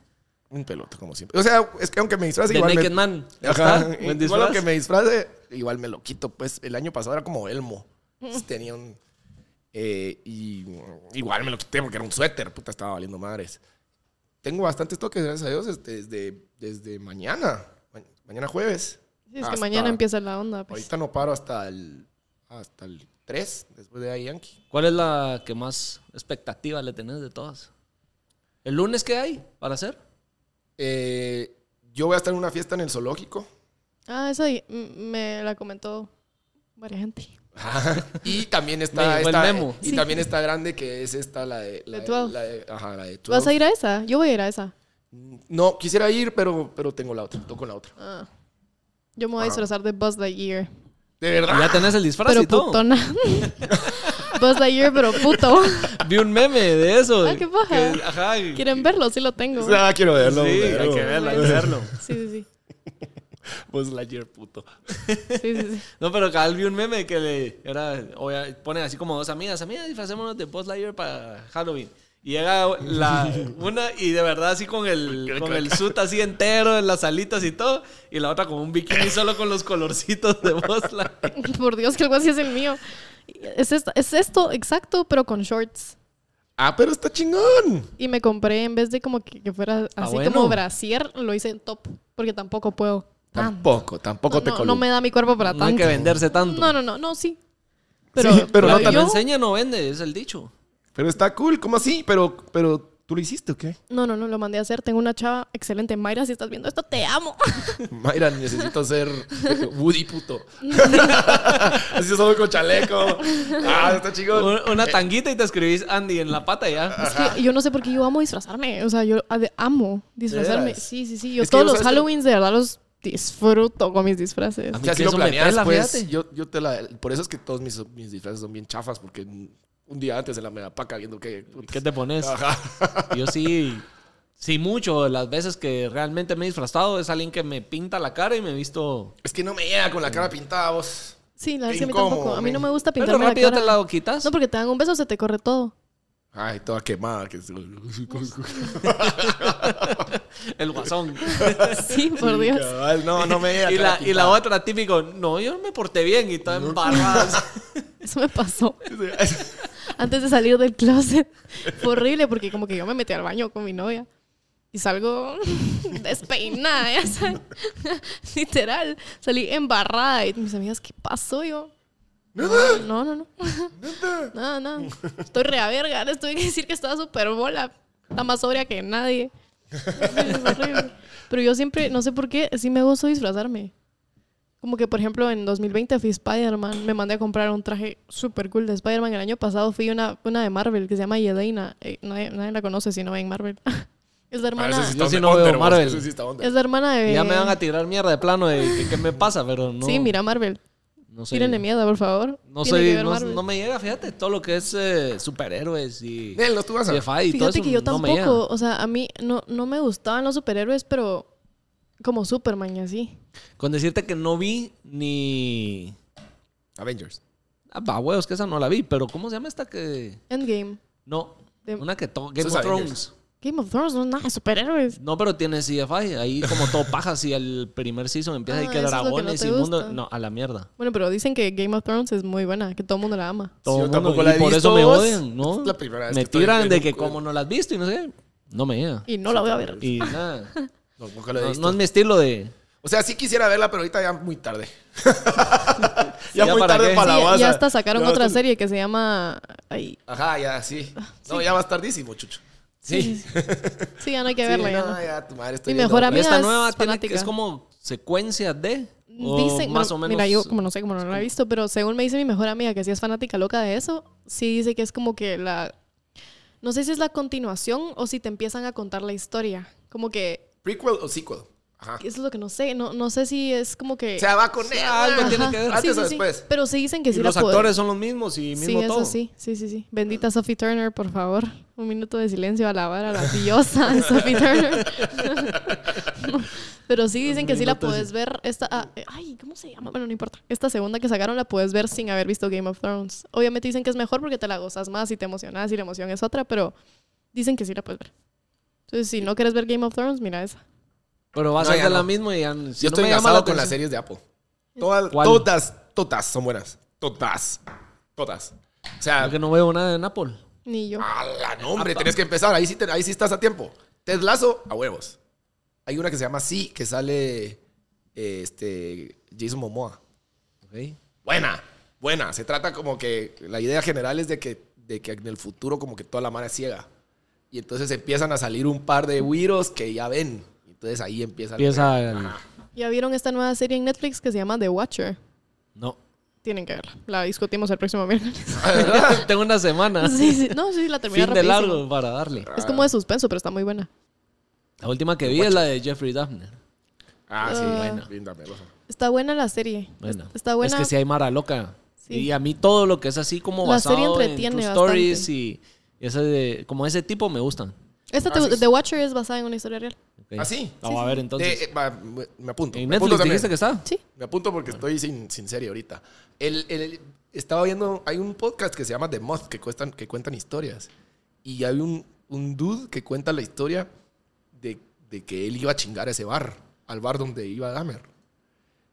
Speaker 1: Un pelota, como siempre. O sea, es que aunque me disfrace
Speaker 2: De
Speaker 1: igual.
Speaker 2: Naked
Speaker 1: me...
Speaker 2: Man. Ya
Speaker 1: Pues Ajá.
Speaker 2: está, buen
Speaker 1: Igual
Speaker 2: disfraz.
Speaker 1: aunque me disfrace, igual me lo quito. Pues el año pasado era como Elmo. Entonces, Tenía un. eh, y igual me lo quité porque era un suéter. Puta, estaba valiendo madres. Tengo bastantes toques, gracias a Dios, este, desde, desde mañana. Ma- Mañana jueves.
Speaker 3: Sí, es que
Speaker 1: Hasta-
Speaker 3: mañana empieza la onda. pues.
Speaker 1: Ahorita no paro hasta el. Hasta el 3, después de ahí Yankee.
Speaker 2: ¿Cuál es la que más expectativa le tenés de todas? ¿El lunes qué hay para hacer?
Speaker 1: Eh, yo voy a estar en una fiesta en el zoológico.
Speaker 3: Ah, esa y- m- me la comentó varias gente.
Speaker 1: y también
Speaker 2: Me
Speaker 1: está
Speaker 2: llegó el
Speaker 1: esta,
Speaker 2: memo.
Speaker 1: y también está grande que es esta la de la
Speaker 3: De 12.
Speaker 1: la de- ajá, la de
Speaker 3: ¿Tú vas a
Speaker 1: 12.
Speaker 3: ir a esa? Yo voy a ir a esa.
Speaker 1: No, quisiera ir, pero pero tengo la otra, toco la otra.
Speaker 3: Ah. Yo me voy a
Speaker 1: Ajá.
Speaker 3: disfrazar de Buzz Lightyear.
Speaker 1: De
Speaker 2: ¿Y
Speaker 1: verdad.
Speaker 2: ¿Ya tenés el disfraz
Speaker 3: Pero
Speaker 2: y todo?
Speaker 3: putona. Buzz Lightyear, pero puto.
Speaker 2: Vi un meme de eso.
Speaker 3: Ah, qué paja.
Speaker 2: que- ajá. y-
Speaker 3: ¿Quieren verlo? Sí lo tengo. Sí,
Speaker 1: Ah, quiero verlo.
Speaker 2: Sí, hay
Speaker 1: verlo.
Speaker 2: que verlo, hay que verlo.
Speaker 3: sí, sí.
Speaker 1: Buzz Lightyear, pues, puto.
Speaker 3: Sí, sí, sí.
Speaker 2: No, pero cabal vi un meme que le era, obvia- ponen así como dos amigas, amigas, disfracémonos de Post Lightyear para Halloween. Y llega la, una y de verdad así con el, con el suit así entero, en las alitas y todo, y la otra con un bikini solo con los colorcitos de Post Lightyear.
Speaker 3: Por Dios, que algo así es el mío. Es esto, es esto exacto, pero con shorts.
Speaker 1: Ah, pero está chingón.
Speaker 3: Y me compré, en vez de como que, que fuera
Speaker 2: Ah,
Speaker 3: así
Speaker 2: bueno.
Speaker 3: como brasier, lo hice en top, porque tampoco puedo. Ah,
Speaker 1: Tampoco, tampoco
Speaker 3: no,
Speaker 1: te
Speaker 3: no,
Speaker 1: colu-
Speaker 3: no me da mi cuerpo para
Speaker 2: No
Speaker 3: tanto.
Speaker 2: hay que venderse tanto.
Speaker 3: No, no, no, no, sí. Pero,
Speaker 1: Pero, pero,
Speaker 2: La
Speaker 1: no,
Speaker 2: que
Speaker 1: tan-
Speaker 2: no
Speaker 3: yo-
Speaker 2: enseña no vende, es el dicho.
Speaker 1: pero está cool, ¿cómo así? Pero, pero tú lo hiciste, ¿o qué?
Speaker 3: No, no, no, lo mandé a hacer. Tengo una chava excelente. Mayra, si estás viendo esto, te amo.
Speaker 1: Mayra, necesito ser Woody puto. Así solo con chaleco. Ah, está chico.
Speaker 2: Una, una tanguita y te escribís Andy en la pata y ya.
Speaker 3: Es que yo no sé por qué yo amo disfrazarme. O sea, yo a- de- amo disfrazarme.
Speaker 1: veras?
Speaker 3: Sí, sí, sí. Yo
Speaker 1: Es que Ah,
Speaker 3: todos
Speaker 1: yo,
Speaker 3: los
Speaker 1: ¿sabes qué?
Speaker 3: Halloweens de verdad los disfruto con mis disfraces.
Speaker 1: A mí
Speaker 2: Ya,
Speaker 1: si
Speaker 2: eso
Speaker 1: lo
Speaker 2: me
Speaker 1: planeas,
Speaker 2: pela,
Speaker 1: pues,
Speaker 2: fíjate.
Speaker 1: yo, yo te la... Por eso es que todos mis, mis disfraces son bien chafas, porque un día antes en la megapaca viendo que...
Speaker 2: ¿Qué te pones?
Speaker 1: Ajá.
Speaker 2: Yo sí, sí mucho. Las veces que realmente me he disfrazado es alguien que me pinta la cara y me he visto...
Speaker 1: Es que no me llega con la cara pintada, vos.
Speaker 3: Sí, la verdad es que a mí
Speaker 1: Incómodo,
Speaker 3: tampoco. A mí no
Speaker 1: men.
Speaker 3: me gusta
Speaker 2: Pero
Speaker 3: pintarme la
Speaker 2: rápido te
Speaker 3: cara.
Speaker 2: la quitas.
Speaker 3: No, porque te dan un beso, se te corre todo.
Speaker 1: Ay, toda quemada. Que...
Speaker 2: El guasón.
Speaker 3: Sí, por Dios.
Speaker 1: Cabal, No, no me llega
Speaker 2: Y
Speaker 1: cara
Speaker 2: la, y la
Speaker 1: pintada.
Speaker 2: otra típico, no, yo me porté bien y toda embarrada.
Speaker 3: Eso me pasó antes de salir del closet. Fue horrible porque como que yo me metí al baño con mi novia y salgo despeinada, ya saben. Literal, salí embarrada y mis amigas, ¿qué pasó yo? No, no, no. no. Nada, nada. Estoy rea verga. Les tuve que decir que estaba súper bola. Está más sobria que nadie. Es horrible. Pero yo siempre, no sé por qué, sí me gozo disfrazarme. Como que, por ejemplo, en 2020 fui Spider-Man. Me mandé a comprar un traje súper cool de Spider-Man. El año pasado fui una, una de Marvel que se llama Yelena. Eh, nadie, nadie la conoce si no ven Marvel. es
Speaker 1: Ah,
Speaker 3: la hermana...
Speaker 1: ese sí
Speaker 2: Yo
Speaker 1: está
Speaker 2: sí
Speaker 1: under-
Speaker 2: no veo
Speaker 1: under, vos.
Speaker 2: Marvel.
Speaker 1: Ese sí está under.
Speaker 3: Es la hermana de...
Speaker 2: ya me van a tirar mierda de plano de que- qué me pasa, pero no.
Speaker 3: Eh. Sí, mira Marvel.
Speaker 2: No sé.
Speaker 3: Tírenle mierda, por favor.
Speaker 2: No
Speaker 3: Tiene que
Speaker 2: soy,
Speaker 3: ver
Speaker 2: no,
Speaker 3: Marvel.
Speaker 2: no me llega, fíjate, todo lo que es eh, superhéroes y
Speaker 1: Nel, no tú vas a...
Speaker 2: sci-fi y todo
Speaker 3: Fíjate
Speaker 2: eso
Speaker 3: que yo
Speaker 2: no me
Speaker 3: tampoco,
Speaker 2: llega.
Speaker 3: o sea, a mí no, no me gustaban los superhéroes, pero como Superman y así.
Speaker 2: Con decirte que no vi ni
Speaker 1: Avengers.
Speaker 2: ah, va huevos que esa no la vi, pero ¿cómo se llama esta que
Speaker 3: Endgame.
Speaker 2: no?
Speaker 3: De-
Speaker 2: Una que to- Game
Speaker 1: Eso es
Speaker 2: of
Speaker 1: Avengers.
Speaker 2: Thrones.
Speaker 3: Game of Thrones no es nada de superhéroes.
Speaker 2: No, pero tiene sci-fi, ahí como todo paja si el primer season empieza
Speaker 3: Ah,
Speaker 2: y que
Speaker 3: eso es lo que no
Speaker 2: dragones
Speaker 3: te
Speaker 2: y mundo,
Speaker 3: gusta.
Speaker 2: no, a la mierda.
Speaker 3: Bueno, pero dicen que Game of Thrones es muy buena, que todo el mundo la ama.
Speaker 2: Todo
Speaker 1: yo
Speaker 2: mundo,
Speaker 1: tampoco
Speaker 2: y
Speaker 1: la he
Speaker 2: por
Speaker 1: visto,
Speaker 2: eso me
Speaker 1: vos.
Speaker 2: odian, ¿no?
Speaker 1: Es la primera vez
Speaker 2: me
Speaker 1: que estoy
Speaker 2: tiran de
Speaker 1: viendo
Speaker 2: que
Speaker 1: un-
Speaker 2: como no la has visto y no sé, no me llega.
Speaker 3: Y no la voy a ver.
Speaker 2: Y nada.
Speaker 1: No, nunca lo he
Speaker 2: No,
Speaker 1: visto.
Speaker 2: no es mi estilo de
Speaker 1: O sea, sí quisiera verla, pero ahorita ya muy tarde. ya
Speaker 2: ya
Speaker 1: muy
Speaker 2: para
Speaker 1: tarde
Speaker 2: qué.
Speaker 1: para la
Speaker 3: Sí,
Speaker 1: baza.
Speaker 3: ya hasta sacaron
Speaker 1: Ya
Speaker 3: otra
Speaker 1: bastante-
Speaker 3: serie Ah, que se llama... Ay,
Speaker 1: Ajá, ya, sí. No, ya vas tardísimo, chucho.
Speaker 3: sí. Sí, sí, ya no hay que
Speaker 1: Sí,
Speaker 3: verla. ya
Speaker 1: no,
Speaker 3: no.
Speaker 1: ya, tu madre estoy
Speaker 3: Mi
Speaker 1: viendo
Speaker 3: mejor
Speaker 1: otra.
Speaker 3: amiga-
Speaker 2: esta
Speaker 3: es
Speaker 2: nueva tiene,
Speaker 3: fanática.
Speaker 2: es como secuencia de o
Speaker 3: Dicen,
Speaker 2: más
Speaker 3: bueno,
Speaker 2: o menos
Speaker 3: mira, yo como no sé, como no lo he visto, pero según me dice mi mejor amiga, que sí es fanática loca de eso, sí dice que es como que la... No sé si es la continuación o si te empiezan a contar la historia. Como que
Speaker 1: ¿Prequel o sequel? Ajá.
Speaker 3: eso es lo que no sé. No, no sé si es como que...
Speaker 1: O sea, va con él.
Speaker 2: algo tiene
Speaker 3: Ajá.
Speaker 2: que ver.
Speaker 1: Antes
Speaker 3: Sí,
Speaker 1: o
Speaker 3: sí, sí.
Speaker 1: después.
Speaker 3: Pero sí dicen que
Speaker 2: y
Speaker 3: sí
Speaker 2: los
Speaker 3: la puede.
Speaker 2: actores son los mismos y mismo
Speaker 3: sí,
Speaker 2: todo.
Speaker 3: eso sí, sí, sí, sí. Bendita Sophie Turner, por favor. Un minuto de silencio a alabar a la diosa de Sophie Turner. Pero sí dicen que sí la
Speaker 2: minuto de
Speaker 3: puedes ver. Esta, ah, eh, ay, ¿cómo se llama? Bueno, no importa. Esta segunda que sacaron la puedes ver sin haber visto Game of Thrones. Obviamente dicen que es mejor porque te la gozas más y te emocionas y la emoción es otra, pero dicen que sí la puedes ver. Entonces, si no quieres ver Game of Thrones, mira esa.
Speaker 2: Pero va a
Speaker 1: No,
Speaker 2: ser
Speaker 1: ya
Speaker 2: de
Speaker 1: no.
Speaker 2: la misma y ya si
Speaker 1: Yo
Speaker 2: no
Speaker 1: estoy
Speaker 2: me llama
Speaker 1: engasado
Speaker 2: la
Speaker 1: con las
Speaker 2: atención-
Speaker 1: series de Apple. Todas,
Speaker 2: ¿Cuál?
Speaker 1: todas, todas son buenas. Todas. Todas. O sea,
Speaker 2: Porque no veo nada de Napol.
Speaker 3: Ni yo.
Speaker 1: A la nombre, tenés que empezar. Ahí sí, te- ahí sí estás a tiempo. Ted Lazo, a huevos. Hay una que se llama Sí, que sale eh, este, Jason Momoa.
Speaker 2: Ok.
Speaker 1: Buena, buena. Se trata como que la idea general es de que, de que en el futuro como que toda la mara es ciega. Y entonces empiezan a salir un par de güiros que ya ven. Entonces ahí empiezan.
Speaker 2: Empieza el-
Speaker 3: ¿Ya vieron esta nueva serie en Netflix que se llama The Watcher?
Speaker 2: No.
Speaker 3: Tienen que verla. La discutimos el próximo miércoles.
Speaker 2: Tengo una semana.
Speaker 3: Sí, sí. No, sí, la terminé
Speaker 2: fin de
Speaker 3: rapidísimo.
Speaker 2: largo para darle.
Speaker 3: Es como de suspenso, pero está muy buena.
Speaker 2: La última que vi es la de Jeffrey Daphne.
Speaker 1: Ah, sí,
Speaker 3: Ah.
Speaker 1: buena. Linda, melosa.
Speaker 3: Está buena la serie.
Speaker 2: Bueno,
Speaker 3: Es- Está buena.
Speaker 2: Es que si hay Mara Loca.
Speaker 3: Sí.
Speaker 2: Y a mí todo lo que es así como
Speaker 3: La
Speaker 2: basado
Speaker 3: serie
Speaker 2: en
Speaker 3: entretiene
Speaker 2: true
Speaker 3: bastante.
Speaker 2: stories y y ese de- como ese tipo me gustan.
Speaker 3: Esta
Speaker 1: Ah,
Speaker 3: te-
Speaker 1: sí.
Speaker 3: The Watcher es basada en una historia real.
Speaker 2: Ok.
Speaker 1: ¿Ah, sí?
Speaker 2: La voy a ver entonces.
Speaker 1: Eh, eh, va, me me apunto.
Speaker 2: en
Speaker 1: me apunto
Speaker 2: Netflix
Speaker 1: también.
Speaker 2: dijiste que Ah. está.
Speaker 3: Sí.
Speaker 1: Me apunto porque estoy sin, sin serie ahorita. El, el- estaba viendo, hay un podcast que se llama The Moth, que, cuestan, que cuentan historias. Y hay un, un dude que cuenta la historia de, de que él iba a chingar a ese bar, al bar donde iba Dahmer.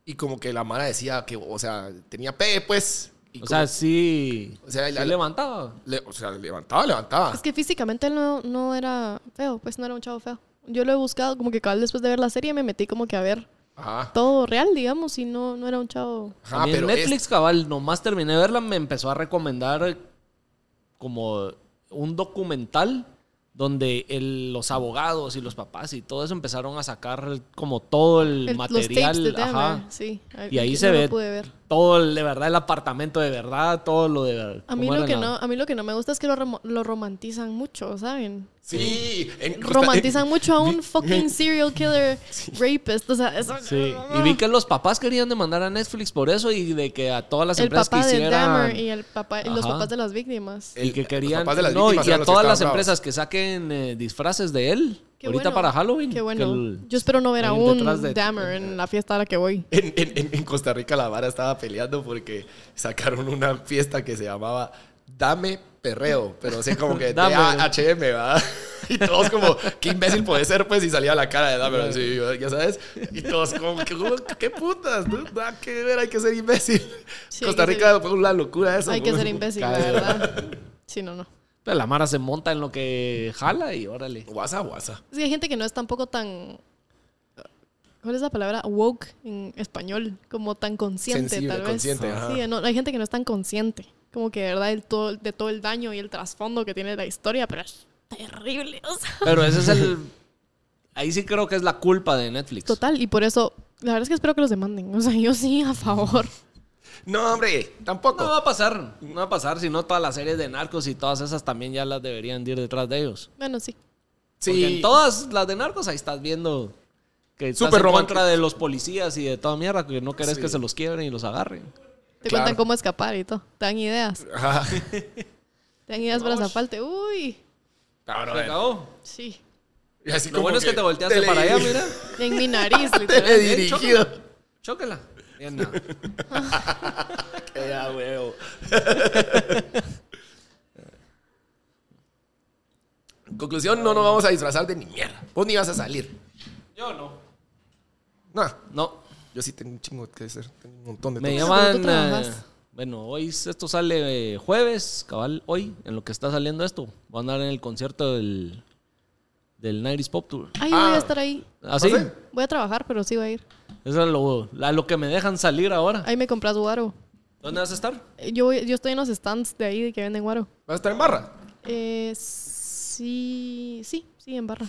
Speaker 1: Y como que la mala decía que, o sea, tenía pe, pues. Y
Speaker 2: O
Speaker 1: como-
Speaker 2: sea, sí.
Speaker 1: o sea,
Speaker 2: sí
Speaker 1: la-
Speaker 2: levantaba.
Speaker 1: le- o sea, levantaba,
Speaker 2: Ah.
Speaker 1: levantaba.
Speaker 3: Es que físicamente él no, no era feo, pues no era un chavo feo. Yo lo he buscado, como que cabal después de ver la serie me metí como que a ver
Speaker 1: Ajá.
Speaker 3: todo real, digamos, y no, no era un chavo.
Speaker 1: Ajá,
Speaker 2: A mí en
Speaker 1: pero
Speaker 2: Netflix,
Speaker 1: es-
Speaker 2: cabal, nomás terminé de verla, me empezó a recomendar como un documental donde el- los abogados y los papás y todo eso empezaron a sacar como todo el,
Speaker 3: El-
Speaker 2: material,
Speaker 3: de Dahmer,
Speaker 2: ajá,
Speaker 3: sí.
Speaker 2: Y ahí
Speaker 3: Yo
Speaker 2: se
Speaker 3: no lo
Speaker 2: ve
Speaker 3: pude ver.
Speaker 2: todo el, de verdad el apartamento de verdad, todo lo de verdad.
Speaker 3: A mí, lo que no, a mí lo que no me gusta es que lo, remo- lo romantizan mucho, ¿saben?
Speaker 1: Sí, en-
Speaker 2: eh,
Speaker 3: Romantizan mucho a un
Speaker 1: vi-
Speaker 3: fucking serial killer rapist. O sea, eso-
Speaker 2: Sí, y vi que los papás querían demandar a Netflix por eso y de que a todas las
Speaker 3: el
Speaker 2: empresas
Speaker 3: papá de
Speaker 2: quisieran
Speaker 3: Dahmer y, el papá, y los
Speaker 2: Ajá.
Speaker 3: papás de las víctimas.
Speaker 2: y que
Speaker 1: los
Speaker 2: querían
Speaker 1: papás de las
Speaker 2: no, y
Speaker 1: víctimas eran
Speaker 2: a
Speaker 1: los que
Speaker 2: todas las
Speaker 1: estaban bravos.
Speaker 2: empresas que saquen eh, disfraces de él
Speaker 3: Qué
Speaker 2: ahorita
Speaker 3: bueno,
Speaker 2: para Halloween.
Speaker 3: Qué bueno.
Speaker 2: que el-
Speaker 3: Yo espero no ver a
Speaker 2: ahí
Speaker 3: un
Speaker 2: detrás de-
Speaker 3: Dahmer en la fiesta a la que voy.
Speaker 1: En, en- en- en Costa Rica la vara estaba peleando porque sacaron una fiesta que se llamaba Dame Perreo, pero así como que
Speaker 2: Dame.
Speaker 1: D-A-H-M, ¿verdad? Y todos como, qué imbécil puede ser, pues, y salía la cara de Dame, así, ya sabes. Y todos como, qué, qué putas, ¿no? Nada que ver, hay que ser imbécil.
Speaker 3: Sí, hay
Speaker 1: Costa
Speaker 3: que
Speaker 1: Rica fue una locura eso.
Speaker 3: Hay que ser imbécil, la
Speaker 2: Cae.
Speaker 3: verdad. Sí, no, no.
Speaker 2: Pero Pues la Mara se monta en lo que jala y órale.
Speaker 1: Guasa, guasa.
Speaker 3: Es que hay gente que no es tampoco tan. ¿Cuál es la palabra? Woke en español. Como tan consciente,
Speaker 1: Sensible,
Speaker 3: tal vez.
Speaker 1: consciente, ajá.
Speaker 3: Sí, no, hay gente que no es tan consciente. Como que, de verdad, el todo, de todo el daño y el trasfondo que tiene la historia, pero es terrible. o sea.
Speaker 2: Pero ese es el. Ahí sí creo que es la culpa de Netflix.
Speaker 3: Total, y por eso, la verdad es que espero que los demanden. O sea, yo sí, a favor.
Speaker 1: No, hombre, tampoco.
Speaker 2: No va a pasar, no va a pasar, si no todas las series de narcos y todas esas también ya las deberían de ir detrás de ellos.
Speaker 3: Bueno, sí.
Speaker 2: Porque
Speaker 1: sí,
Speaker 2: en todas las de narcos ahí estás viendo que estás
Speaker 1: Súper
Speaker 2: en
Speaker 1: romántico.
Speaker 2: contra de los policías y de toda mierda que no querés
Speaker 1: Sí.
Speaker 2: que se los quiebren y los agarren.
Speaker 3: Te
Speaker 1: Claro.
Speaker 3: cuentan cómo escapar y todo. Te dan ideas.
Speaker 1: Ajá.
Speaker 3: Te dan ideas para zafalte. Uy,
Speaker 1: Ahora,
Speaker 2: Se acabó.
Speaker 3: sí.
Speaker 1: y así
Speaker 2: Lo
Speaker 1: como
Speaker 2: bueno es que te volteaste para allá, mira. ¿eh?
Speaker 3: En mi nariz, literal.
Speaker 1: Teledirigido.
Speaker 2: Chócala. Bien, no.
Speaker 1: Que ya, huevo. En conclusión, no nos vamos a disfrazar de ni mierda. Vos ni vas a salir.
Speaker 2: Yo no.
Speaker 1: No,
Speaker 2: No.
Speaker 1: yo sí tengo un chingo que hacer. Tengo un montón de
Speaker 2: Me
Speaker 1: cosas.
Speaker 3: llama- ¿Pero tú
Speaker 2: llaman.
Speaker 3: trabajas?
Speaker 2: eh, bueno, hoy s- esto sale eh, jueves, cabal, hoy, en lo que está saliendo esto. Voy a andar en el concierto del, del 90s Pop Tour.
Speaker 3: Ay, voy
Speaker 1: Ah.
Speaker 3: a estar ahí.
Speaker 2: Así.
Speaker 1: ¿Ah, sí?
Speaker 3: Voy a trabajar, pero sí voy a ir.
Speaker 2: Eso es lo, la- lo que me dejan salir ahora.
Speaker 3: Ahí me compras guaro.
Speaker 2: ¿Dónde vas a estar?
Speaker 3: Eh, Yo, voy- yo estoy en los stands de ahí de que venden guaro.
Speaker 1: ¿Vas a estar en barra?
Speaker 3: Eh, sí, sí, sí, en barra.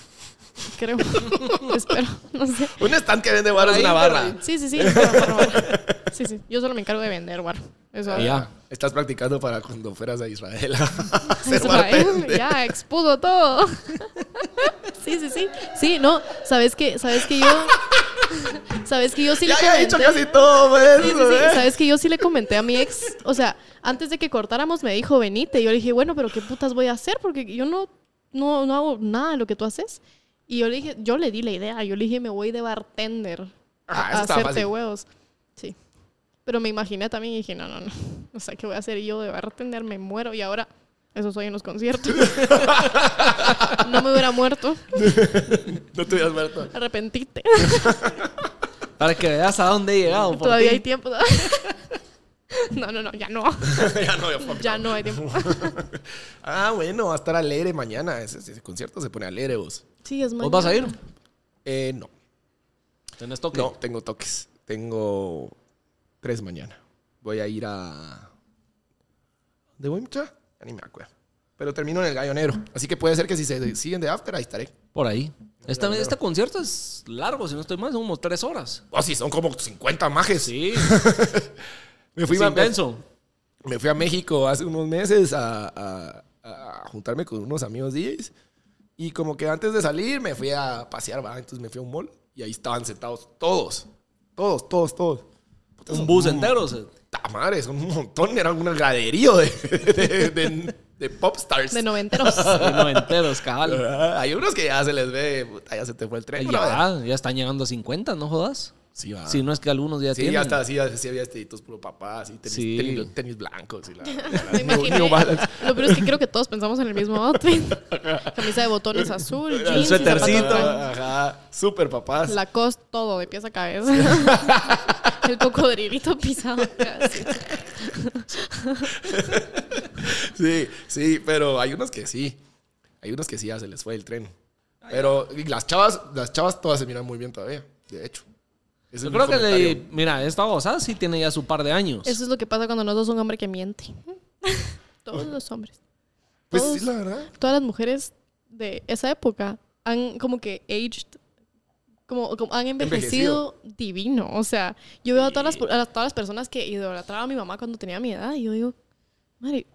Speaker 3: Creo. Espero. No sé.
Speaker 1: Un stand que vende barra es
Speaker 2: ahí,
Speaker 1: una
Speaker 2: por
Speaker 1: barra.
Speaker 2: ahí.
Speaker 3: Sí, sí, sí. en barra, barra, barra. Sí, sí. Yo solo me encargo de vender guaro. Eso.
Speaker 2: Ya.
Speaker 1: Estás practicando para cuando fueras a Israel.
Speaker 3: Eso, eh, ya expuso todo. sí, sí, sí. Sí, no, sabes que, sabes que yo. Sabes que yo sí
Speaker 1: ya
Speaker 3: le
Speaker 1: ya he
Speaker 3: comenté.
Speaker 1: dicho casi todo, ¿eh? ¿ves?
Speaker 3: Sí, sí, sí. Sabes que yo sí le comenté a mi ex, o sea, antes de que cortáramos me dijo, venite. Yo le dije, bueno, pero ¿qué putas voy a hacer? Porque yo no, no, no hago nada de lo que tú haces. Y yo le dije, yo le di la idea, yo le dije, me voy de bartender a,
Speaker 1: Ah,
Speaker 3: a
Speaker 1: eso estaba
Speaker 3: hacerte
Speaker 1: fácil.
Speaker 3: huevos. Sí. Pero me imaginé también y dije, no, no, no. O sea, ¿qué voy a hacer yo de bartender? Me muero y ahora eso soy en los conciertos. no me hubiera muerto.
Speaker 1: No te hubieras muerto.
Speaker 3: Arrepentite.
Speaker 2: Para que veas a dónde he llegado. por
Speaker 3: Todavía
Speaker 2: ti.
Speaker 3: hay tiempo. no, no, no, ya no.
Speaker 1: ya no, ya fuck.
Speaker 3: Ya no hay tiempo.
Speaker 1: Ah, bueno, va a estar alegre mañana. Ese, ese concierto se pone alegre vos.
Speaker 3: Sí, es
Speaker 2: ¿Vos vas a ir?
Speaker 1: Eh, no.
Speaker 2: ¿Tenés toque?
Speaker 1: No, tengo toques. Tengo tres mañana. Voy a ir a. ¿De voy, mucha? Ya ni me acuerdo. Pero termino en el Gallo Negro. Así que puede ser que si se siguen de after, ahí estaré.
Speaker 2: Por ahí. Esta- este concierto es largo, si no estoy mal, son como tres horas.
Speaker 1: Oh, sí, son como 50 majes.
Speaker 2: Sí,
Speaker 1: Me fui,
Speaker 2: es
Speaker 1: a,
Speaker 2: intenso.
Speaker 1: me fui a México hace unos meses a, a- a juntarme con unos amigos DJs. Y como que antes de salir me fui a pasear, ¿va? entonces me fui a un mall y ahí estaban sentados todos. Todos, todos, todos. Mm. Puta,
Speaker 2: Un
Speaker 1: son
Speaker 2: bus entero. o sea.
Speaker 1: ¡Ta madre! Son un montón, era un graderío de, de, de, de popstars.
Speaker 3: De noventeros.
Speaker 2: De noventeros, cabal.
Speaker 1: Ah, Hay unos que ya se les ve, puta, ya se te fue el tren.
Speaker 2: Ay,
Speaker 1: brother.
Speaker 2: Ya, ya están llegando a 50, no jodas.
Speaker 1: Sí, va.
Speaker 2: Si no es que algunos ya
Speaker 1: Sí,
Speaker 2: tienen.
Speaker 1: ya está, sí, ya, sí había estaditos puro papás y tenis,
Speaker 2: Sí.
Speaker 1: tenis, tenis blancos y la,
Speaker 3: Me
Speaker 1: la- New-
Speaker 3: imaginé.
Speaker 1: New Balance.
Speaker 3: Lo peor es que creo que todos pensamos en el mismo outfit. Camisa de botones azul, jeans, y
Speaker 2: suétercito.
Speaker 3: zapatos blancos.
Speaker 1: Ajá, super papás.
Speaker 3: Lacoste, todo, de pies a cabeza. el cocodrilito pisado.
Speaker 1: Sí, sí, pero hay unos que sí. Hay unos que sí ya se les fue el tren. Pero y las chavas, las chavas todas se miran muy bien todavía, de hecho. Ese
Speaker 2: Yo
Speaker 1: es
Speaker 2: creo
Speaker 1: mi
Speaker 2: que le.
Speaker 1: comentario.
Speaker 2: Mira, esta gozada sí tiene ya su par de años.
Speaker 3: Eso es lo que pasa cuando no sos un hombre que miente. Todos los hombres.
Speaker 1: Pues
Speaker 3: todos-
Speaker 1: sí, la verdad.
Speaker 3: Todas las mujeres de esa época han como que aged, como, como han envejecido, divino. O sea, yo veo a todas, las, a las- todas las personas que idolatraba a mi mamá cuando tenía mi edad y yo digo, madre,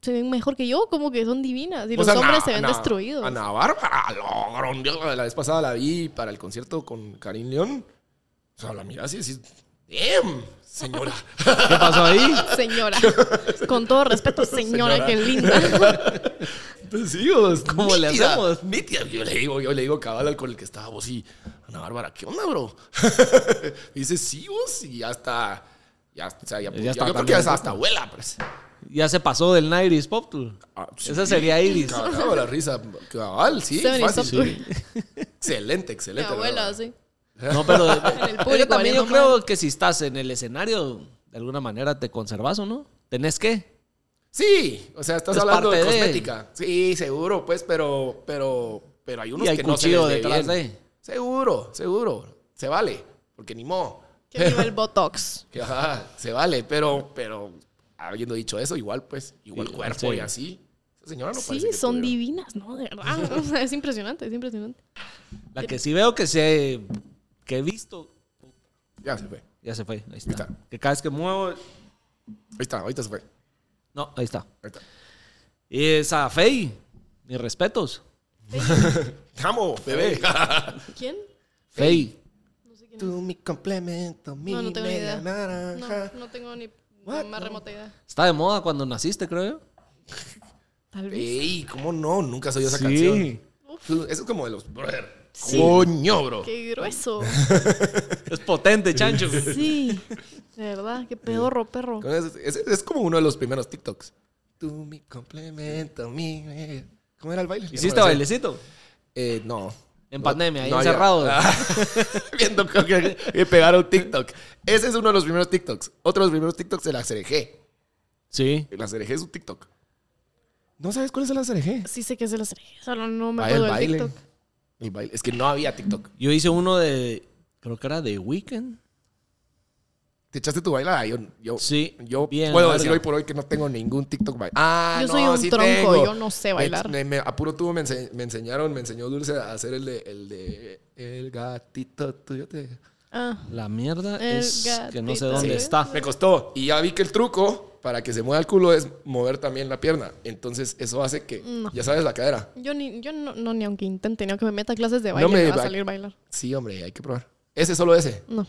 Speaker 3: se ven mejor que yo, como que son divinas. Y los
Speaker 1: Pues Ana-
Speaker 3: hombres se ven
Speaker 1: Ana-
Speaker 3: destruidos.
Speaker 1: Ana Bárbara, logrón. Yo la vez pasada la vi para el concierto con Karim León. O sea, la miras y decís, damn, señora.
Speaker 2: ¿Qué pasó ahí?
Speaker 3: Señora, con todo respeto, señora,
Speaker 1: Señora.
Speaker 3: qué linda.
Speaker 1: Entonces, sí, vos,
Speaker 2: ¿Cómo le
Speaker 1: nítida,
Speaker 2: hacemos?
Speaker 1: nítida. Yo le digo, yo le digo cabal al con el que estaba vos y Ana Bárbara, ¿qué onda, bro? y dice, sí, vos, y ya está. Ya, o sea, ya,
Speaker 2: Ya
Speaker 1: ya,
Speaker 2: está
Speaker 1: yo creo que ya es
Speaker 2: también. Ah,
Speaker 1: hasta abuela, pues.
Speaker 2: Ya se pasó del 90s Pop Tour.
Speaker 1: Ah, sí,
Speaker 2: Esa sería Iris.
Speaker 1: Cagaba la risa, cabal, sí,
Speaker 3: Se me
Speaker 1: fácil.
Speaker 3: hizo-
Speaker 1: Excelente,
Speaker 3: Mi
Speaker 1: excelente. la
Speaker 3: abuela,
Speaker 1: verdad.
Speaker 3: sí.
Speaker 2: No, pero.
Speaker 3: el
Speaker 2: pero
Speaker 3: público
Speaker 2: también yo
Speaker 3: valiendo
Speaker 2: creo que si estás en el escenario, de alguna manera te conservas o no. Tenés que.
Speaker 1: Sí, o sea, estás
Speaker 2: Es
Speaker 1: hablando de
Speaker 2: parte de-
Speaker 1: cosmética. Sí, seguro, pues, pero, pero, pero hay unos
Speaker 2: Y hay
Speaker 1: que no se
Speaker 2: cuchillo
Speaker 1: les ve
Speaker 2: detrás
Speaker 1: bien.
Speaker 2: de.
Speaker 1: Seguro, seguro. Se vale, porque ni modo.
Speaker 3: ¿Qué nivel Botox?
Speaker 1: Que, ajá, se vale, pero, pero, habiendo dicho eso, igual, pues, igual
Speaker 2: Sí,
Speaker 1: cuerpo
Speaker 2: sí.
Speaker 1: y así. Esa señora no parece
Speaker 3: Sí,
Speaker 1: que
Speaker 3: son
Speaker 1: pudiera.
Speaker 3: divinas, ¿no? De verdad. O sea, es impresionante, es impresionante.
Speaker 2: La que sí veo que se. que he visto.
Speaker 1: Ya se fue. Ahí
Speaker 2: Ya se fue. Ahí está.
Speaker 1: está.
Speaker 2: Que cada vez que muevo.
Speaker 1: está, ahorita se fue. Ahí
Speaker 2: No, ahí está.
Speaker 1: está.
Speaker 2: Y esa Fey. Mis respetos.
Speaker 1: Te amo, bebé.
Speaker 3: ¿Quién?
Speaker 2: Fey.
Speaker 3: No sé quién es.
Speaker 1: Tú mi complemento, mi
Speaker 3: No, no tengo ni
Speaker 1: media
Speaker 3: idea.
Speaker 1: naranja.
Speaker 3: No, no tengo ni
Speaker 1: What?
Speaker 3: la más
Speaker 1: No.
Speaker 3: remota idea.
Speaker 2: Está de moda cuando naciste, creo yo.
Speaker 3: Tal vez.
Speaker 1: Ey, ¿cómo no? Nunca has oído esa canción.
Speaker 3: Uf,
Speaker 1: Eso es como de los brother.
Speaker 3: Sí.
Speaker 1: Coño, bro.
Speaker 3: qué grueso.
Speaker 2: Es potente, chancho.
Speaker 3: Sí. De verdad, qué pedorro, perro.
Speaker 1: Con ese- ese- Es, como uno de los primeros TikToks. Tú mi complemento, mi. media- ¿Cómo era el baile?
Speaker 2: ¿Hiciste
Speaker 1: Ya no me lo sé.
Speaker 2: bailecito?
Speaker 1: Eh, no.
Speaker 2: En
Speaker 1: No,
Speaker 2: pandemia, ahí
Speaker 1: no Ah. había.
Speaker 2: encerrado.
Speaker 1: Viendo que- que, que pegaron TikTok. Ese es uno de los primeros TikToks. Otro de los primeros TikToks de la CRG.
Speaker 2: Sí.
Speaker 1: La CRG es un TikTok. ¿No sabes cuál es la CRG?
Speaker 3: Sí sé que es de las tres. Solo no me
Speaker 1: Ah, el
Speaker 3: acuerdo del
Speaker 1: baile.
Speaker 3: TikTok.
Speaker 1: El baile. Es que no había TikTok.
Speaker 2: Yo hice uno de. Creo que era de Weekend.
Speaker 1: ¿Te echaste tu bailada? Yo, yo,
Speaker 2: Sí,
Speaker 1: yo
Speaker 2: bien
Speaker 1: puedo
Speaker 2: larga.
Speaker 1: decir hoy por hoy que no tengo ningún TikTok bail. Ah,
Speaker 3: Yo
Speaker 1: no,
Speaker 3: soy un
Speaker 1: sí
Speaker 3: tronco,
Speaker 1: tengo.
Speaker 3: yo no sé
Speaker 1: Me-
Speaker 3: bailar.
Speaker 1: Me, me- a puro tubo me, ense- me enseñaron, me enseñó Dulce a hacer el de el, de, el gatito tuyo. te-
Speaker 3: Ah,
Speaker 2: La mierda
Speaker 3: El
Speaker 2: es que no sé
Speaker 3: gatito.
Speaker 2: dónde
Speaker 3: Sí.
Speaker 2: está.
Speaker 1: Me costó. Y ya vi que el truco para que se mueva el culo es mover también la pierna. Entonces eso hace que,
Speaker 3: No.
Speaker 1: ya sabes, la cadera.
Speaker 3: yo ni, yo no, no, ni aunque intente, ni aunque me meta a clases de baile,
Speaker 1: me
Speaker 3: me, va
Speaker 1: ba-
Speaker 3: a salir a bailar.
Speaker 1: Sí, hombre, hay que probar. Ese, solo ese.
Speaker 3: No.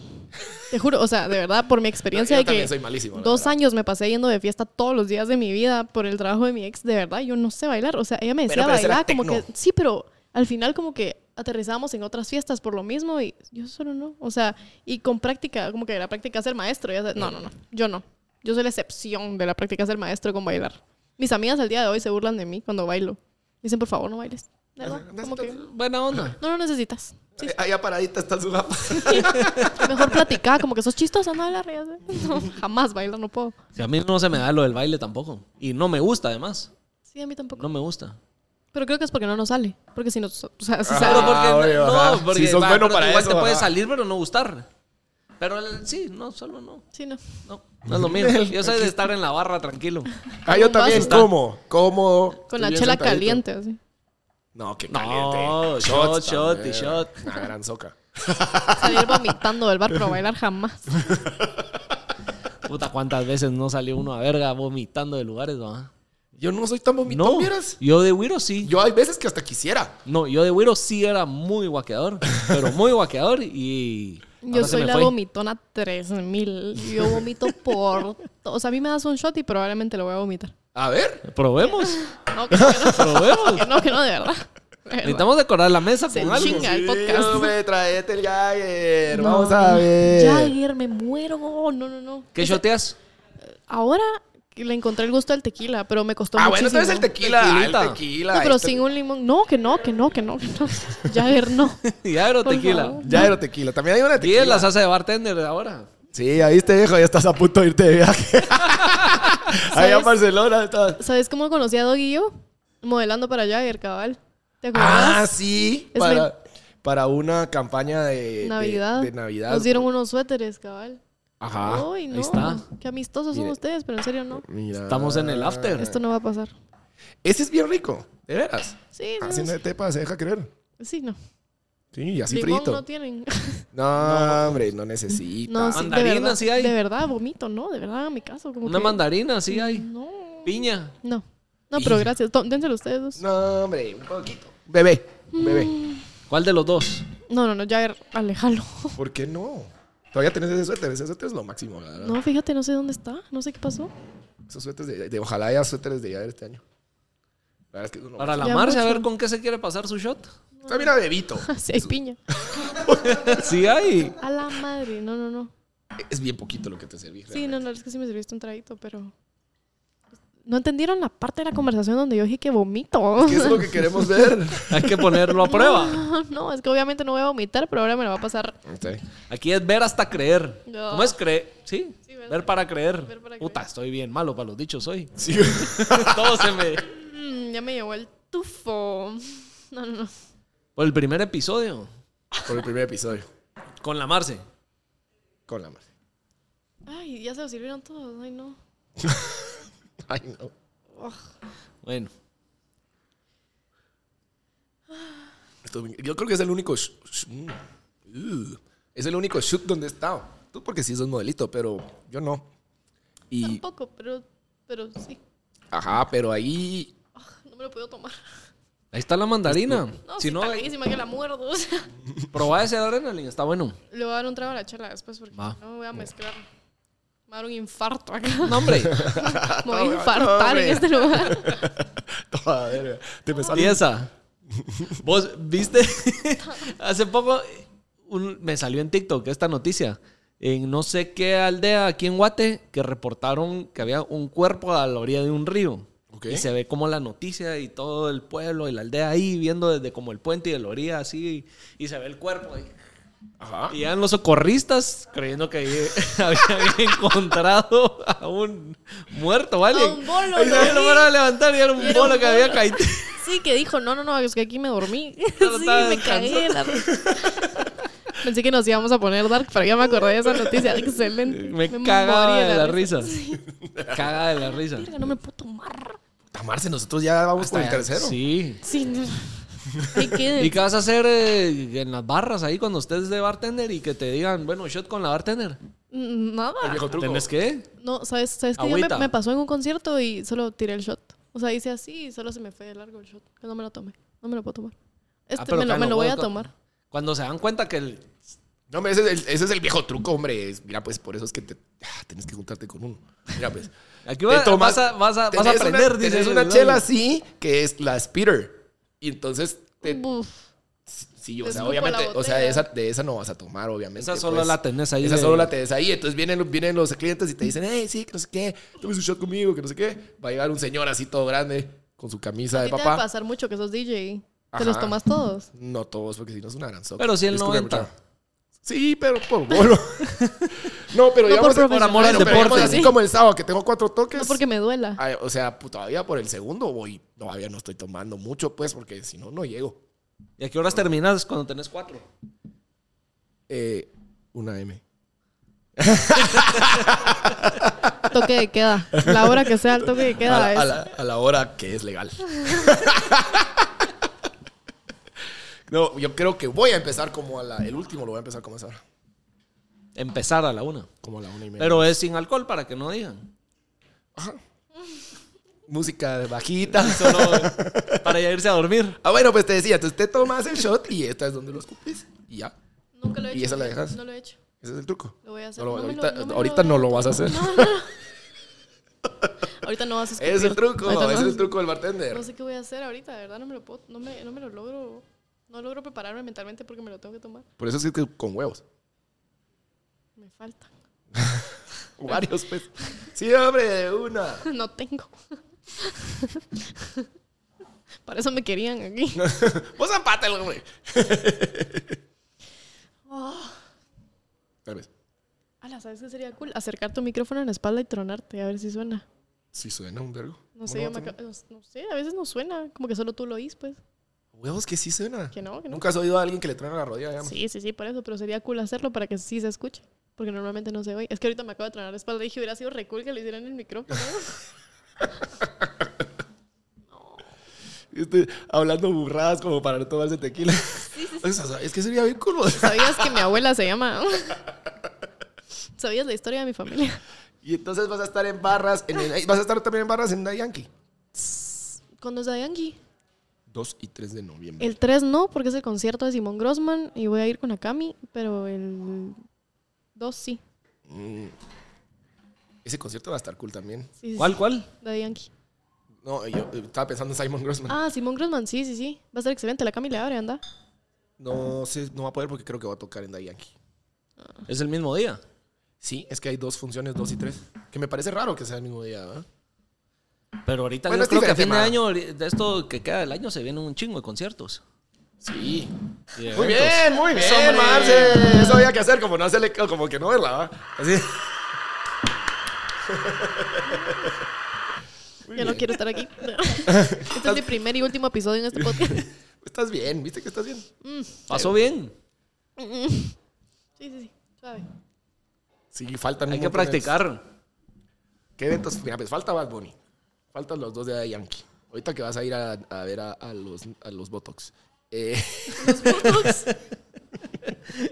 Speaker 3: Te juro, o sea, de verdad, por mi experiencia
Speaker 1: Yo
Speaker 3: de
Speaker 1: también
Speaker 3: que
Speaker 1: soy malísimo. la
Speaker 3: dos
Speaker 1: verdad.
Speaker 3: años me pasé yendo de fiesta todos los días de mi vida por el trabajo de mi ex, de verdad, yo no sé bailar. O sea, ella me
Speaker 1: Pero,
Speaker 3: decía
Speaker 1: pero ese era
Speaker 3: bailar como que.
Speaker 1: tecno.
Speaker 3: Sí, pero al final, como que aterrizamos en otras fiestas por lo mismo y yo solo no. O sea, y con práctica, como que la práctica es el maestro. ya sabes. no, no, no. Yo no. Yo soy la excepción de la práctica es el maestro con bailar. Mis amigas al día de hoy se burlan de mí cuando bailo. Dicen, por favor, no bailes. De verdad, como que,
Speaker 2: Buena onda.
Speaker 3: no lo necesitas. Sí,
Speaker 1: Eh, Allá paradita está su gapa.
Speaker 3: Mejor platicar, como que sos chistosa, no bailar. ya sabes. No, jamás bailar, no puedo.
Speaker 1: Ah.
Speaker 2: Si a mí no se me da lo del baile tampoco. Y no me gusta, además.
Speaker 3: Sí, a mí tampoco.
Speaker 2: No me gusta.
Speaker 3: Pero creo que es porque no nos sale. Porque si nos. O sea, si
Speaker 1: Ah,
Speaker 3: sale-
Speaker 2: pero porque,
Speaker 1: oye,
Speaker 2: no,
Speaker 1: ajá.
Speaker 2: porque
Speaker 1: Si sos
Speaker 2: va,
Speaker 1: bueno
Speaker 2: creo que
Speaker 1: para
Speaker 2: igual
Speaker 1: eso,
Speaker 2: te puede
Speaker 1: ajá.
Speaker 2: salir, pero no gustar. Pero el- sí, no, solo no.
Speaker 3: Sí, no.
Speaker 2: No, no es lo mío. Yo soy de estar en la barra tranquilo.
Speaker 1: Ah, yo
Speaker 3: Un vaso.
Speaker 1: también. ¿Cómo? ¿Cómo?
Speaker 3: Con
Speaker 1: Estoy
Speaker 3: la
Speaker 1: bien
Speaker 3: chela
Speaker 1: sentadito.
Speaker 3: caliente, así.
Speaker 1: No, que
Speaker 2: No,
Speaker 1: caliente.
Speaker 2: shot, shot
Speaker 1: también.
Speaker 2: y shot.
Speaker 1: Una gran soca.
Speaker 3: Salir vomitando del bar, pero bailar jamás.
Speaker 2: Puta, cuántas veces no salió uno a verga vomitando de lugares, ¿no?
Speaker 1: Yo no soy tan vomitón,
Speaker 2: No,
Speaker 1: vieras.
Speaker 2: yo de Wiro sí.
Speaker 1: Yo hay veces que hasta quisiera.
Speaker 2: No, yo de Wiro sí era muy guaqueador, pero muy guaqueador y...
Speaker 3: Yo
Speaker 2: ahora se
Speaker 3: soy
Speaker 2: me
Speaker 3: la
Speaker 2: fue.
Speaker 3: vomitona 3000. Yo vomito por. O sea, a mí me das un shot y probablemente lo voy a vomitar.
Speaker 1: A ver.
Speaker 2: Probemos,
Speaker 3: No, que no, que no.
Speaker 2: probemos.
Speaker 3: Que no, que no, de verdad. De verdad.
Speaker 2: Necesitamos decorar la mesa
Speaker 3: Se
Speaker 2: con algo.
Speaker 3: chinga el podcast.
Speaker 1: Hombre, traete el Jagger.
Speaker 3: No.
Speaker 1: Vamos a ver. Ah,
Speaker 3: Jagger, me muero. No, no, no.
Speaker 2: ¿Qué shoteas?
Speaker 3: Ahora que le encontré el gusto al tequila, pero me costó
Speaker 1: Ah, bueno,
Speaker 3: muchísimo.
Speaker 1: entonces el tequila.
Speaker 2: Tequilita.
Speaker 1: El tequila.
Speaker 3: No, pero
Speaker 1: Este-
Speaker 3: sin un limón. No, que no, que no, que no. que no. Jagger, no.
Speaker 2: Ya era
Speaker 3: Por
Speaker 2: tequila.
Speaker 3: favor.
Speaker 1: Jagger o tequila. También hay una de
Speaker 2: Y
Speaker 1: tequila.
Speaker 2: es la salsa de bartender ahora.
Speaker 1: Sí, ahí te dejo. Ya estás a punto de irte de viaje. Allá en
Speaker 3: ¿Sabes?
Speaker 1: Barcelona. estás-
Speaker 3: ¿Sabes cómo conocí a Doggy y yo? Modelando para Jagger, cabal. ¿Te acuerdas?
Speaker 1: Ah, sí.
Speaker 3: Es
Speaker 1: para-
Speaker 3: men-
Speaker 1: para una campaña de de-
Speaker 3: Navidad.
Speaker 1: De, Navidad.
Speaker 3: Nos dieron Oh. unos suéteres, cabal.
Speaker 1: Ajá.
Speaker 3: Ay, no.
Speaker 2: Ah, está.
Speaker 3: Qué amistosos son
Speaker 1: Mire.
Speaker 3: ustedes, pero en serio no.
Speaker 1: Mira.
Speaker 2: Estamos en el after.
Speaker 3: Esto no va a pasar.
Speaker 1: Ese es bien rico, de veras.
Speaker 3: Sí,
Speaker 2: Ah,
Speaker 3: no.
Speaker 1: Haciendo de tepa se deja creer.
Speaker 3: Sí, no.
Speaker 1: Sí, y así
Speaker 3: Limón
Speaker 1: frito.
Speaker 3: no tienen.
Speaker 1: No, hombre, no necesita.
Speaker 3: pues. No, sí, de
Speaker 2: Mandarina
Speaker 3: verdad,
Speaker 2: sí hay.
Speaker 3: De verdad, vomito, ¿no? De verdad, hágame caso. Como
Speaker 2: Una
Speaker 3: que-
Speaker 2: mandarina, sí hay.
Speaker 3: No.
Speaker 2: Piña.
Speaker 3: No. No, pero gracias. To- Dénselo ustedes dos.
Speaker 1: No, hombre, un poquito. Pues, Mm. Bebé, bebé.
Speaker 2: ¿Cuál de los dos?
Speaker 3: No, no, no, ya alejalo.
Speaker 1: ¿Por qué no? Todavía tenés ese suéter, ese suéter es lo máximo, la
Speaker 2: Ah.
Speaker 1: verdad.
Speaker 3: No, fíjate, no sé dónde está. No sé qué pasó.
Speaker 1: Esos suéteres de, de- ojalá haya suéteres de ya de este año. La verdad es que es lo
Speaker 2: Para la
Speaker 3: Ya
Speaker 2: Marce, a
Speaker 3: mucho.
Speaker 2: ver con qué se quiere pasar su shot.
Speaker 1: máximo. Está bien a bebito.
Speaker 3: Sí, hay piña.
Speaker 2: Sí hay.
Speaker 3: A la madre. No, no, no.
Speaker 1: Es bien poquito lo que te serví.
Speaker 3: Sí, no, no, es que sí me serviste un traguito, pero. No entendieron la parte de la conversación donde yo dije que vomito.
Speaker 1: ¿Qué es lo que queremos ver?
Speaker 2: Hay que ponerlo a prueba.
Speaker 3: No, no, es que obviamente no voy a vomitar, pero ahora me la va a pasar.
Speaker 2: Aquí es ver hasta creer.
Speaker 3: No.
Speaker 2: ¿Cómo es creer? Sí,
Speaker 3: Sí,
Speaker 2: ver,
Speaker 3: ver-
Speaker 2: para creer.
Speaker 3: ver para
Speaker 2: Puta,
Speaker 3: creer.
Speaker 2: estoy bien malo para los dichos hoy.
Speaker 1: Sí.
Speaker 2: Todo se me...
Speaker 3: Mm, ya me llevó el tufo. No, no, no.
Speaker 2: Por el primer episodio,
Speaker 1: Por el primer episodio.
Speaker 2: con la Marce.
Speaker 1: Con la madre.
Speaker 3: Ay, ya se lo sirvieron todos. Ay, no.
Speaker 1: Ay, no.
Speaker 2: Bueno,
Speaker 1: Esto- yo creo que es el único. sh- sh- mm, uh, es el único shoot donde he estado. Tú, porque sí sos modelito, pero yo no. Y.
Speaker 3: Tampoco, pero, pero sí.
Speaker 1: Ajá, pero ahí.
Speaker 3: No me lo puedo tomar.
Speaker 2: ahí está la mandarina.
Speaker 3: No,
Speaker 2: si no,
Speaker 3: está riquísima que la muerdo. o sea.
Speaker 2: probá ese adrenaline, está bueno.
Speaker 3: Le voy a dar un trago a la chela después porque
Speaker 2: Va.
Speaker 3: no me voy a mezclar. Me va a dar un infarto acá.
Speaker 2: No, hombre,
Speaker 3: Me voy a
Speaker 1: No,
Speaker 3: infartar
Speaker 1: hombre.
Speaker 3: en este lugar.
Speaker 1: Toda verga. Te me sale-
Speaker 2: piensa. Vos viste, hace poco un- me salió en TikTok esta noticia. En no sé qué aldea aquí en Guate que reportaron que había un cuerpo a la orilla de un río.
Speaker 1: Ok.
Speaker 2: Y se ve como la noticia y todo el pueblo y la aldea ahí viendo desde como el puente y de la orilla así. Y se ve el cuerpo. Y,
Speaker 1: Ajá.
Speaker 2: Y llegan los socorristas creyendo que ahí habían encontrado a un muerto, ¿vale?
Speaker 3: A un bolo,
Speaker 2: Ahí
Speaker 3: lo
Speaker 2: se lo
Speaker 3: vi.
Speaker 2: fueron a levantar y era un
Speaker 3: Era
Speaker 2: bolo
Speaker 3: un
Speaker 2: que había
Speaker 3: bolo.
Speaker 2: caído.
Speaker 3: Sí, que dijo, no, no, no, es que aquí me dormí.
Speaker 2: Solo
Speaker 3: sí,
Speaker 2: estaba
Speaker 3: me cagué. la re- Pensé que nos íbamos a poner dark, pero ya me acordé de esa noticia. Excelente.
Speaker 2: Me cagaba
Speaker 3: moría
Speaker 2: de la risa. Cagaba de la risa.
Speaker 3: Verga, no me puedo tomar.
Speaker 1: Tamarse, nosotros ya vamos por el tercero.
Speaker 2: Sí.
Speaker 3: Sí, no. Ahí quede.
Speaker 2: ¿Y qué vas a hacer eh, en las barras ahí cuando estés de bartender y que te digan, bueno, shot con la bartender?
Speaker 3: Mm,
Speaker 1: El
Speaker 3: Nada.
Speaker 1: viejo truco.
Speaker 2: ¿Tenés que?
Speaker 3: No, ¿sabes, sabes que yo me,
Speaker 2: Agüita.
Speaker 3: me pasó en un concierto y solo tiré el shot? O sea, hice así y solo se me fue de largo el shot. Yo no me lo tomé. No me lo puedo tomar. Este
Speaker 2: Ah, pero
Speaker 3: me lo,
Speaker 2: acá
Speaker 3: me
Speaker 2: no,
Speaker 3: lo voy
Speaker 2: vos
Speaker 3: a
Speaker 2: co-
Speaker 3: tomar.
Speaker 2: Cuando se dan cuenta que el...
Speaker 1: No, hombre, ese es, el, ese es el viejo truco, hombre. Es- mira, pues por eso es que te, ah, tienes que juntarte con uno. Mira, pues.
Speaker 2: Aquí va-
Speaker 1: te tomas-
Speaker 2: vas, a, vas, a, vas a
Speaker 1: tenés una-
Speaker 2: aprender, dice.
Speaker 1: tenés una chela así, que es la Speeder. Y entonces, te-
Speaker 3: Uf.
Speaker 1: sí, o
Speaker 3: te
Speaker 1: sea,
Speaker 3: escupo
Speaker 1: obviamente,
Speaker 3: la
Speaker 1: o sea, de esa,
Speaker 3: botella.
Speaker 1: de esa no vas a tomar, obviamente.
Speaker 2: Esa solo
Speaker 1: pues.
Speaker 2: la tenés ahí.
Speaker 1: Esa
Speaker 2: de-
Speaker 1: solo la tenés ahí. Entonces vienen, vienen los clientes y te dicen, hey, sí, que no sé qué, tomes un shot conmigo, que no sé qué. Va a llegar un señor así todo grande, con su camisa
Speaker 3: A
Speaker 1: de
Speaker 3: ti te va a
Speaker 1: papá.
Speaker 3: pasar mucho que sos DJ.
Speaker 1: Ajá.
Speaker 3: Te los tomas todos.
Speaker 1: No todos, porque si no es una gran soca.
Speaker 2: Pero sí el
Speaker 1: Disculpe,
Speaker 2: 90.
Speaker 1: muchacho. Sí, pero por bolo. no, pero
Speaker 3: No
Speaker 1: digamos,
Speaker 3: por
Speaker 1: pero-
Speaker 2: amor al
Speaker 1: pero digamos
Speaker 2: deporte.
Speaker 1: así como el sábado, que tengo cuatro toques.
Speaker 3: No porque me duela.
Speaker 1: Ay, o sea, pu- todavía por el segundo voy. Todavía no estoy tomando mucho, pues, porque si no, no llego.
Speaker 2: ¿Y a qué horas terminas cuando tenés cuatro?
Speaker 1: Eh, una M.
Speaker 3: Toque de queda. La hora que sea el toque de
Speaker 1: A
Speaker 3: queda
Speaker 1: la,
Speaker 3: es.
Speaker 1: a la- a la hora que es legal. no, yo creo que voy a empezar como a la. El último lo voy a empezar como a esa hora,
Speaker 2: Empezar a la una.
Speaker 1: Como a la una y media.
Speaker 2: Pero es sin alcohol para que no digan.
Speaker 1: Música bajita.
Speaker 2: Solo para ya irse a dormir.
Speaker 1: Ah, bueno, pues te decía, entonces te tomas el shot y esta es donde lo escupes. Y ya.
Speaker 3: Nunca lo he
Speaker 1: ¿Y
Speaker 3: hecho.
Speaker 1: esa la dejas?
Speaker 3: No lo he hecho.
Speaker 1: Ese es el truco.
Speaker 3: Lo voy a hacer.
Speaker 1: No lo-
Speaker 3: No me lo-
Speaker 1: ahorita
Speaker 3: no me lo
Speaker 1: ahorita
Speaker 3: voy
Speaker 1: no
Speaker 3: a
Speaker 1: lo vas a hacer.
Speaker 3: Ahorita no vas a escupir.
Speaker 1: Es el truco,
Speaker 3: Ahorita no
Speaker 1: es
Speaker 3: vas-
Speaker 1: el truco del bartender.
Speaker 3: No sé qué voy a hacer ahorita, de verdad. No me lo puedo. No me, no me lo logro. No logro prepararme mentalmente porque me lo tengo que tomar.
Speaker 1: Por eso es que con huevos.
Speaker 3: Me falta.
Speaker 1: Varios, pues. Sí, hombre, de una.
Speaker 3: No tengo. Para eso me querían aquí.
Speaker 1: Vos zapátelo, Pues hombre.
Speaker 3: Oh.
Speaker 1: Tal vez.
Speaker 3: Ala, ¿sabes qué sería cool? Acercar tu micrófono en la espalda y tronarte, a ver si suena.
Speaker 1: Si suena un vergo.
Speaker 3: No sé, yo me acabo- no, no sé, a veces no suena, como que solo tú lo oís, pues.
Speaker 1: Huevos que sí suena.
Speaker 3: Que no, que no.
Speaker 1: Nunca has oído a alguien que le truena la rodilla, digamos.
Speaker 3: Sí, sí, sí, por eso, pero sería cool hacerlo para que sí se escuche. Porque normalmente no se oye. Es que ahorita me acabo de tronar la espalda y dije, hubiera sido re cool que le hicieran el micrófono.
Speaker 1: Este, hablando burradas como para no tomarse tequila. O sea, es que sería bien cool.
Speaker 3: ¿Sabías que mi abuela se llama? ¿Sabías la historia de mi familia?
Speaker 1: Y entonces vas a estar en barras, en el- vas a estar también en barras en la Yankee.
Speaker 3: Cuando es de Yankee.
Speaker 1: 2 y 3 de noviembre.
Speaker 3: El 3 no, porque es el concierto de Simón Grossman y voy a ir con Akami, pero el 2 sí.
Speaker 1: Mm. Ese concierto va a estar cool también.
Speaker 3: Sí, sí,
Speaker 2: ¿Cuál,
Speaker 3: sí,
Speaker 2: cuál?
Speaker 3: de Yankee.
Speaker 1: No, yo eh, estaba pensando en Simon Grossman.
Speaker 3: Ah, Simón Grossman, sí, sí, sí. Va a ser excelente. La Akami le abre, anda.
Speaker 1: No sé, no va a poder porque creo que va a tocar en Da Yankee.
Speaker 2: Es el mismo día.
Speaker 1: Sí, es que hay dos funciones, dos y tres. Que me parece raro que sea el mismo día, ¿verdad?
Speaker 2: Pero ahorita
Speaker 1: Bueno,
Speaker 2: yo
Speaker 1: es
Speaker 2: creo que a fin de
Speaker 1: diferente,
Speaker 2: año, ori- de esto que queda del año, se viene un chingo de conciertos.
Speaker 1: Sí.
Speaker 2: y de
Speaker 1: Muy
Speaker 2: eventos.
Speaker 1: bien, muy bien,
Speaker 2: hombre.
Speaker 1: Marce. Eso había que hacer, como no hacerle, como que no verla, ¿verdad? Así. Muy
Speaker 3: Ya no
Speaker 1: bien.
Speaker 3: quiero estar aquí. este es mi primer y último episodio en este podcast.
Speaker 1: Estás bien, viste que estás bien.
Speaker 2: Pasó bien.
Speaker 3: Sí, sí, sí. Suave.
Speaker 1: Sí, faltan. un
Speaker 2: Hay que
Speaker 1: montón de-
Speaker 2: practicar.
Speaker 1: ¿Qué eventos? Mira, pues falta Bad Bunny. Faltan los dos de Da Yankee. Ahorita que vas a ir a, a ver a, a los, a los Botox. Eh,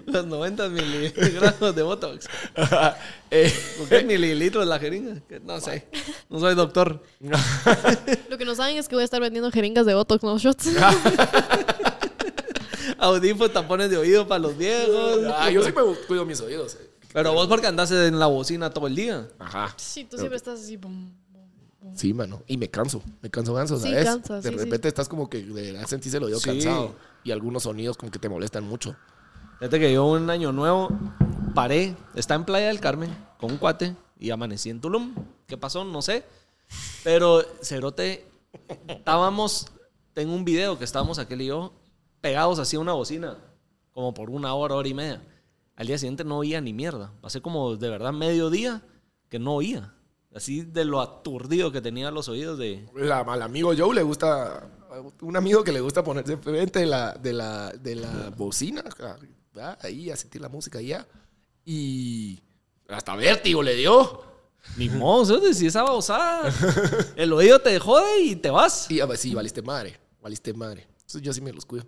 Speaker 2: Los 90 miligramos de Botox.
Speaker 1: eh,
Speaker 2: ¿Con qué mililitros la jeringa? Que No sé. No soy doctor.
Speaker 3: Lo que no saben es que voy a estar vendiendo jeringas de Botox, no shots.
Speaker 2: Ah. Audífonos, tapones de oído para los viejos.
Speaker 1: ah, yo siempre cuido mis oídos. eh.
Speaker 2: Pero vos porque andás en la bocina todo el día.
Speaker 1: Ajá.
Speaker 3: Sí, tú siempre estás así. bum, bum.
Speaker 1: Sí, mano. Y me canso. Me canso ganso,
Speaker 3: Sí,
Speaker 1: ¿sabes?
Speaker 3: cansa,
Speaker 1: de
Speaker 3: sí,
Speaker 1: repente estás como que de verdad sentís el oído
Speaker 2: Sí.
Speaker 1: cansado. Y algunos sonidos como que te molestan mucho.
Speaker 2: Fíjate que yo un año nuevo paré, está en Playa del Carmen con un cuate y amanecí en Tulum. ¿Qué pasó? No sé. Pero Cerote, estábamos, tengo un video que estábamos aquel y yo pegados así a una bocina, como por una hora, hora y media. Al día siguiente no oía ni mierda. Pasé como de verdad mediodía que no oía. Así de lo aturdido que tenía los oídos de...
Speaker 1: La, al amigo Joe le gusta. Un amigo que le gusta ponerse frente de la, de la, de la bocina. ah, Ahí a sentir la música allá. Y. Hasta vértigo le dio.
Speaker 2: Ni modo, cerote, si esa babosada. El oído te jode y te vas.
Speaker 1: Y ah, pues sí, valiste madre. Valiste madre. Entonces yo sí me los cuido.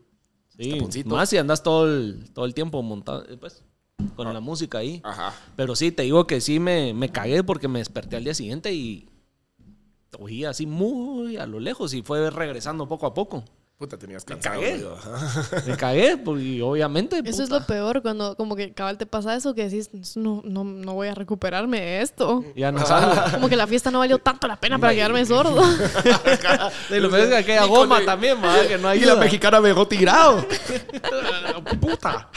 Speaker 2: Sí,
Speaker 1: taponcito.
Speaker 2: más si andas todo el, todo el tiempo montado, eh, pues, con la música ahí.
Speaker 1: Ajá.
Speaker 2: Pero sí, te digo que sí me, me cagué porque me desperté al día siguiente y oí así muy a lo lejos y fue regresando poco a poco.
Speaker 1: Puta, tenías
Speaker 2: Me
Speaker 1: cansado.
Speaker 2: cagué.
Speaker 1: oído, ajá.
Speaker 2: Me cagué porque obviamente...
Speaker 3: Eso es
Speaker 2: puta,
Speaker 3: lo peor, cuando como que cabal te pasa eso que decís, no, no, no voy a recuperarme de esto.
Speaker 2: Ya no salgo.
Speaker 3: Como que la fiesta no valió tanto la pena para quedarme sordo.
Speaker 2: Y lo peor es que aquella
Speaker 1: Y con
Speaker 2: goma
Speaker 1: el-
Speaker 2: también, ma, que no
Speaker 1: Y
Speaker 2: hay
Speaker 1: la mexicana me dejó tirado. Puta.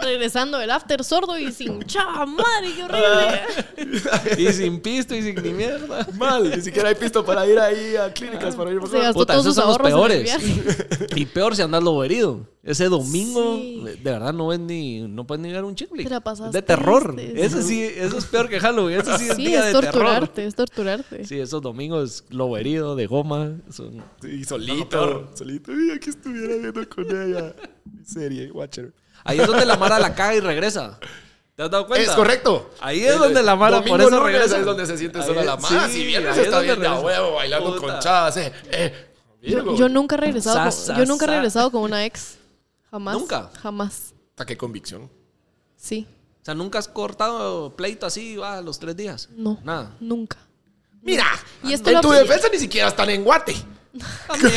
Speaker 3: Regresando del after sordo y sin chava madre, qué
Speaker 2: Ah.
Speaker 3: horrible.
Speaker 2: Y sin pisto y sin ni mierda.
Speaker 1: Mal. Ni siquiera hay pisto para ir ahí a clínicas para ir
Speaker 3: Se gastó
Speaker 2: Puta,
Speaker 3: todos
Speaker 2: esos
Speaker 3: sus
Speaker 2: son los
Speaker 3: ahorros en el
Speaker 2: peores.
Speaker 3: viaje.
Speaker 2: Y peor si andas lo herido. Ese domingo,
Speaker 3: Sí.
Speaker 2: de de verdad, no ves ni, no puedes ni ver un chicle.
Speaker 3: Te la pasas
Speaker 2: de terror.
Speaker 3: triste.
Speaker 2: Ese sí, eso es peor que Halloween. Ese sí es
Speaker 3: Sí,
Speaker 2: día
Speaker 3: es
Speaker 2: de
Speaker 3: torturarte,
Speaker 2: terror.
Speaker 3: es torturarte.
Speaker 2: Sí, esos domingos lo herido, de goma. son-
Speaker 1: Y solito. Solito. Y aquí estuviera viendo con ella. Mi serie, Watcher.
Speaker 2: Ahí es donde la Mara la caga y regresa. ¿Te has dado cuenta?
Speaker 1: Es correcto.
Speaker 2: Ahí es donde la Mara,
Speaker 1: Domingo,
Speaker 2: por eso
Speaker 1: lunes,
Speaker 2: regresa.
Speaker 1: Es donde se siente
Speaker 2: Ahí
Speaker 1: sola
Speaker 2: es-
Speaker 1: la mara.
Speaker 2: sí,
Speaker 1: si viernes
Speaker 2: ahí es
Speaker 1: está
Speaker 2: donde
Speaker 1: bien de a
Speaker 2: regresa.
Speaker 1: huevo bailando
Speaker 2: Puta.
Speaker 1: con chavas. Eh, eh.
Speaker 3: Yo,
Speaker 1: Virgo.
Speaker 3: yo nunca he regresado,
Speaker 2: Sa,
Speaker 3: con-
Speaker 2: sa,
Speaker 3: yo nunca he
Speaker 2: sa.
Speaker 3: regresado con una ex. Jamás.
Speaker 2: ¿Nunca?
Speaker 3: Jamás.
Speaker 1: Puta, qué convicción.
Speaker 3: Sí.
Speaker 2: O sea, nunca has cortado pleito así, va, a los tres días.
Speaker 3: No.
Speaker 2: Nada.
Speaker 3: Nunca.
Speaker 1: Mira.
Speaker 3: Y esto
Speaker 1: Ah, en
Speaker 3: lo-
Speaker 1: tu defensa ni siquiera están en Guate.
Speaker 2: También.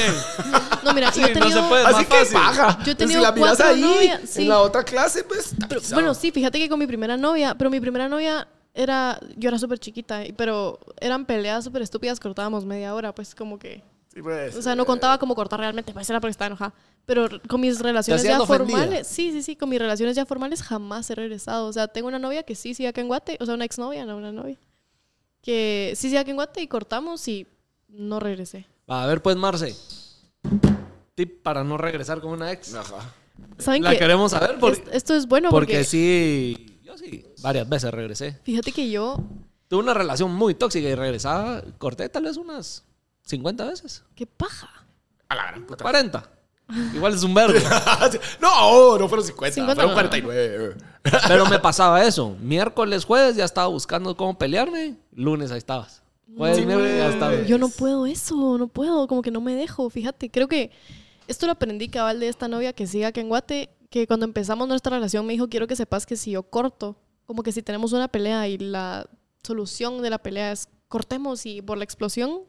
Speaker 3: No, mira,
Speaker 2: Sí,
Speaker 3: yo he
Speaker 2: no se
Speaker 3: tenido-
Speaker 2: puede. Es
Speaker 1: Así
Speaker 2: más
Speaker 1: que
Speaker 2: fácil.
Speaker 1: paja.
Speaker 3: Yo he
Speaker 1: Pues
Speaker 3: tenido
Speaker 1: si la miras
Speaker 3: cuatro
Speaker 1: ahí,
Speaker 3: novias, sí.
Speaker 1: en la otra clase, pues. está
Speaker 3: Pero,
Speaker 1: pisado.
Speaker 3: bueno, sí, fíjate que con mi primera novia, pero mi primera novia era, yo era súper chiquita, eh, pero eran peleas súper estúpidas, cortábamos media hora, pues como que,
Speaker 1: Sí, pues.
Speaker 3: o sea, no contaba cómo cortar realmente, pues era porque estaba enojada. Pero r- con mis relaciones
Speaker 2: hacían
Speaker 3: ya
Speaker 2: ofendida?
Speaker 3: formales, sí, sí, sí, con mis relaciones ya formales jamás he regresado. O sea, tengo una novia que sí sigue acá en Guate, o sea, una exnovia, no una novia, que sí sigue acá en Guate y cortamos y no regresé.
Speaker 2: Va, a ver, pues, Marce. Tip para no regresar con una ex.
Speaker 1: Ajá.
Speaker 3: ¿Saben
Speaker 2: La
Speaker 3: qué?
Speaker 2: queremos saber porque,
Speaker 3: Es- esto es bueno
Speaker 2: porque
Speaker 3: porque,
Speaker 2: sí. Yo sí. Varias veces regresé.
Speaker 3: fíjate que yo,
Speaker 2: Tuve una relación muy tóxica y regresaba, corté tal vez unas 50 veces.
Speaker 3: qué paja.
Speaker 1: A la gran puta.
Speaker 2: 40. Igual es un verbo.
Speaker 1: no, no fueron 50,
Speaker 3: 50.
Speaker 1: fueron 49.
Speaker 3: Pues
Speaker 2: Pero me pasaba eso. Miércoles, jueves ya estaba buscando cómo pelearme. Lunes ahí estabas. Jueves,
Speaker 1: Sí,
Speaker 2: miércoles ya
Speaker 1: güey.
Speaker 2: estabas.
Speaker 3: Yo no puedo eso, no puedo, como que no me dejo, fíjate, creo que esto lo aprendí cabal de esta novia que sigue acá en Guate, que cuando empezamos nuestra relación me dijo, quiero que sepas que si yo corto, como que si tenemos una pelea y la solución de la pelea es cortemos y por la explosión,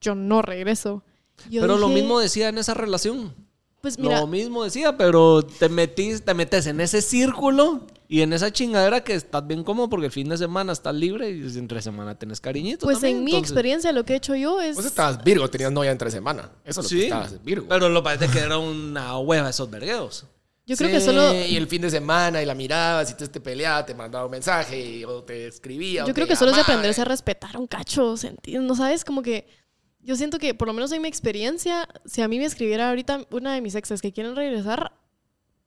Speaker 3: yo no regreso. Yo
Speaker 2: Pero lo
Speaker 3: dije,
Speaker 2: mismo decía en esa relación.
Speaker 3: pues mira,
Speaker 2: Lo mismo decía, pero te metís, te metes en ese círculo y en esa chingadera que estás bien cómodo porque el fin de semana estás libre y entre semana tenés cariñito.
Speaker 3: pues
Speaker 2: también,
Speaker 3: en mi
Speaker 2: entonces-
Speaker 3: experiencia lo que he hecho yo es...
Speaker 1: Vos estabas Virgo, tenías novia entre semana. Eso es lo que estabas, Virgo.
Speaker 2: Pero lo parece que era una hueva esos vergueos.
Speaker 3: Yo creo
Speaker 1: Sí,
Speaker 3: que solo...
Speaker 1: Y el fin de semana, y la mirabas, y te, te peleaba, te mandaba un mensaje, y- o te escribía. o
Speaker 3: Yo
Speaker 1: te
Speaker 3: creo que solo es de
Speaker 1: llamaba.
Speaker 3: aprenderse a respetar un cacho, ¿sentí? ¿no sabes? Como que yo siento que, por lo menos en mi experiencia, si a mí me escribiera ahorita una de mis exes que quieren regresar,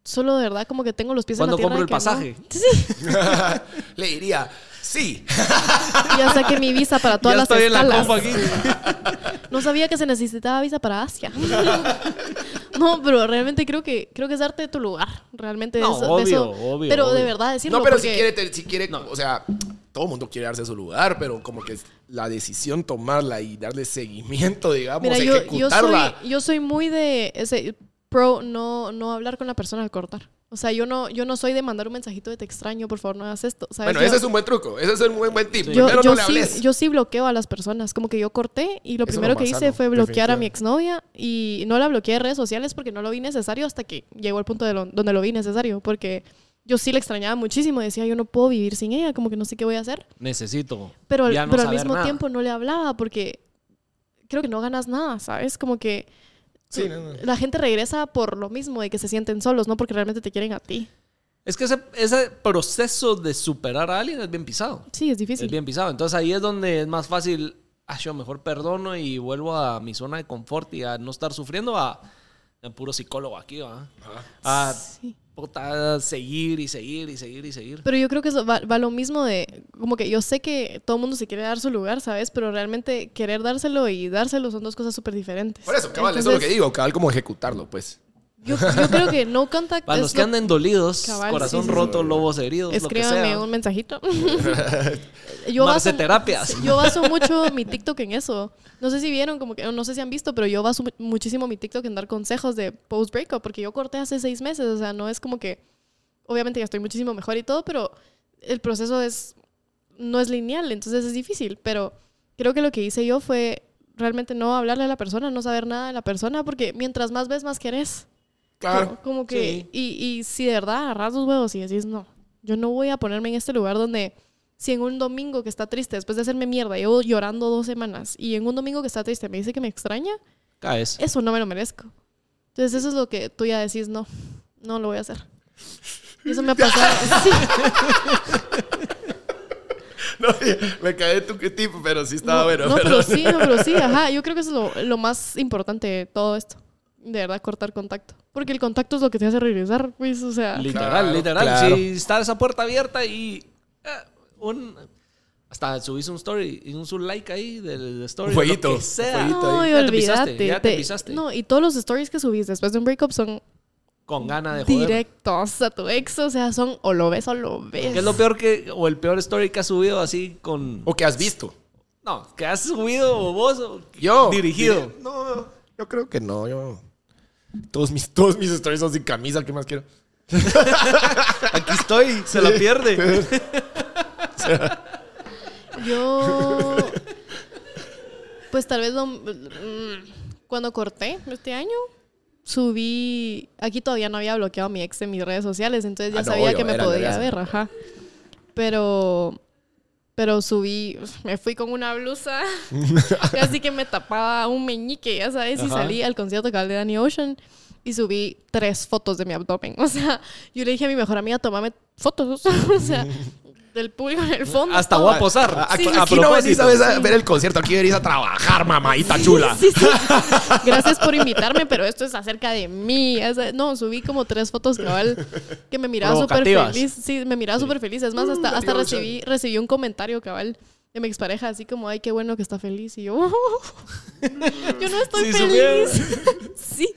Speaker 3: solo de verdad como que tengo los pies
Speaker 2: Cuando
Speaker 3: en la tierra.
Speaker 2: compro
Speaker 3: de
Speaker 2: el
Speaker 3: que no.
Speaker 2: pasaje.
Speaker 3: Sí,
Speaker 1: Le diría, sí.
Speaker 3: y ya saqué mi visa para todas
Speaker 2: ya
Speaker 3: las
Speaker 2: estoy en la
Speaker 3: escalas.
Speaker 2: compa aquí.
Speaker 3: No sabía que se necesitaba visa para Asia. no, pero realmente creo que creo que es darte tu lugar. Realmente
Speaker 2: No,
Speaker 3: es- de eso.
Speaker 2: obvio, obvio,
Speaker 3: pero de
Speaker 2: obvio.
Speaker 3: verdad decirlo.
Speaker 1: No, pero si
Speaker 3: porque-
Speaker 1: quiere, te- si quiere o sea, todo el mundo quiere darse su lugar, pero como que la decisión tomarla y darle seguimiento, digamos,
Speaker 3: Mira, yo, yo, soy,
Speaker 1: ejecutarla.
Speaker 3: yo soy muy de ese pro no, no hablar con la persona al cortar. O sea, yo no, yo no soy de mandar un mensajito de te extraño, por favor, no hagas esto. ¿sabes?
Speaker 1: Bueno,
Speaker 3: yo,
Speaker 1: ese es un buen truco, ese es un buen, buen tip.
Speaker 2: Sí.
Speaker 3: yo,
Speaker 1: Primero
Speaker 3: yo
Speaker 1: no le hables.
Speaker 3: sí, yo sí bloqueo a las personas. Como que yo corté y lo
Speaker 1: Eso
Speaker 3: primero
Speaker 1: no
Speaker 3: que
Speaker 1: pasa,
Speaker 3: hice
Speaker 1: no,
Speaker 3: fue bloquear a mi exnovia y no la bloqueé de redes sociales porque no lo vi necesario hasta que llegó el punto de lo- donde lo vi necesario. Porque yo sí la extrañaba muchísimo. Decía, yo no puedo vivir sin ella, como que no sé qué voy a hacer.
Speaker 2: Necesito.
Speaker 3: Pero, al-
Speaker 2: ya no
Speaker 3: pero al
Speaker 2: saber
Speaker 3: mismo
Speaker 2: nada.
Speaker 3: tiempo no le hablaba porque creo que no ganas nada, ¿sabes? Como que
Speaker 1: Sí, no, no.
Speaker 3: la gente regresa por lo mismo de que se sienten solos, no porque realmente te quieren a ti.
Speaker 2: Es que ese, ese proceso de superar a alguien es bien pisado.
Speaker 3: Sí, es difícil.
Speaker 2: Es bien pisado. Entonces ahí es donde es más fácil. Ah, yo mejor perdono y vuelvo a mi zona de confort y a no estar sufriendo a, a puro psicólogo aquí, ¿va? A
Speaker 3: Sí.
Speaker 2: puta, seguir y seguir y seguir y seguir.
Speaker 3: Pero yo creo que eso va, va lo mismo de, como que yo sé que todo el mundo se quiere dar su lugar, ¿sabes? Pero realmente querer dárselo y dárselo son dos cosas súper diferentes.
Speaker 1: Por eso, cabal, eso es lo que
Speaker 3: Entonces,
Speaker 1: digo, cabal, como ejecutarlo, pues.
Speaker 3: Yo, yo creo que no contact
Speaker 2: Para
Speaker 3: es
Speaker 2: los que
Speaker 3: lo-
Speaker 2: anden dolidos,
Speaker 3: Cabal,
Speaker 2: corazón
Speaker 3: sí, sí, sí.
Speaker 2: roto, lobos heridos, lo que
Speaker 3: Escríbanme
Speaker 2: sea.
Speaker 3: un mensajito. yo
Speaker 2: Marce
Speaker 3: baso,
Speaker 2: terapias.
Speaker 3: Yo baso mucho mi TikTok en eso. No sé si vieron, como que no sé si han visto, pero yo baso mu- muchísimo mi TikTok en dar consejos de post breakup porque yo corté hace seis meses. O sea, no es como que. Obviamente ya estoy muchísimo mejor y todo, pero el proceso es no es lineal, entonces es difícil. Pero creo que lo que hice yo fue realmente no hablarle a la persona, no saber nada de la persona, porque mientras más ves, más querés.
Speaker 1: Claro.
Speaker 3: Como, como que, y, y si de verdad agarras los huevos y decís, no, yo no voy a ponerme en este lugar donde, si en un domingo que está triste, después de hacerme mierda, llevo llorando dos semanas, y en un domingo que está triste me dice que me extraña,
Speaker 2: Caes.
Speaker 3: eso no me lo merezco. Entonces eso es lo que tú ya decís, no, no lo voy a hacer. Y Eso me ha pasado. Sí.
Speaker 1: No, me caí de tu tip, pero sí estaba
Speaker 3: No,
Speaker 1: bueno.
Speaker 3: no,
Speaker 1: pero-
Speaker 3: pero sí, no, pero sí, ajá. Yo creo que eso es lo, lo más importante de todo esto. De verdad, cortar contacto. Porque el contacto es lo que te hace regresar, pues, o sea.
Speaker 2: Literal,
Speaker 1: Claro,
Speaker 2: literal.
Speaker 1: claro.
Speaker 2: Si está esa puerta abierta y eh, un hasta subís un story y un sub like ahí del story.
Speaker 1: Un fueguito,
Speaker 2: lo que
Speaker 1: un
Speaker 2: sea.
Speaker 1: fueguito
Speaker 3: No,
Speaker 1: ahí.
Speaker 3: y
Speaker 2: Ya te pisaste,
Speaker 3: olvídate.
Speaker 2: ya te
Speaker 3: Te-
Speaker 2: pisaste.
Speaker 3: No, y todos los stories que subís después de un breakup son
Speaker 2: Con ganas de joder.
Speaker 3: directos a tu ex. O sea, son o lo ves o lo ves.
Speaker 2: ¿Qué es lo peor que, o el peor story que has subido así con.
Speaker 1: O que has visto.
Speaker 2: No, que has subido vos o
Speaker 1: Yo.
Speaker 2: dirigido.
Speaker 1: Dir- No, yo creo que no. Yo... Todos, mis, todos mis stories son sin camisa, ¿qué más quiero?
Speaker 2: Aquí estoy, se la pierde.
Speaker 3: Yo. Pues tal vez lo- mm, cuando corté este año, subí. Aquí todavía no había bloqueado a mi ex en mis redes sociales, entonces ya
Speaker 1: Ah, no,
Speaker 3: sabía
Speaker 1: obvio,
Speaker 3: que me
Speaker 1: era,
Speaker 3: podía
Speaker 1: era.
Speaker 3: ver, ajá. Pero. Pero subí, me fui con una blusa, así que me tapaba un meñique, ya sabes, y
Speaker 2: Ajá.
Speaker 3: salí al concierto cabal de Danny Ocean y subí tres fotos de mi abdomen. O sea, yo le dije a mi mejor amiga, tomame fotos, o sea, del público en el fondo.
Speaker 2: Hasta
Speaker 3: todo.
Speaker 2: voy a posar.
Speaker 1: A- Ah, Aquí,
Speaker 3: Sí,
Speaker 1: aquí no venís a ver, a ver el concierto, aquí venís a trabajar, mamadita chula.
Speaker 3: Sí, sí. Gracias por invitarme, pero esto es acerca de mí. O sea, no, subí como tres fotos cabal que me miraba súper
Speaker 2: Provocativas.
Speaker 3: feliz. Sí, me miraba súper feliz. Es más, hasta, hasta
Speaker 1: Danny Ocean.
Speaker 3: recibí, recibí un comentario cabal de mi expareja, así como, ay, qué bueno que está feliz. Y yo, yo no estoy
Speaker 2: Sí,
Speaker 3: feliz. sí,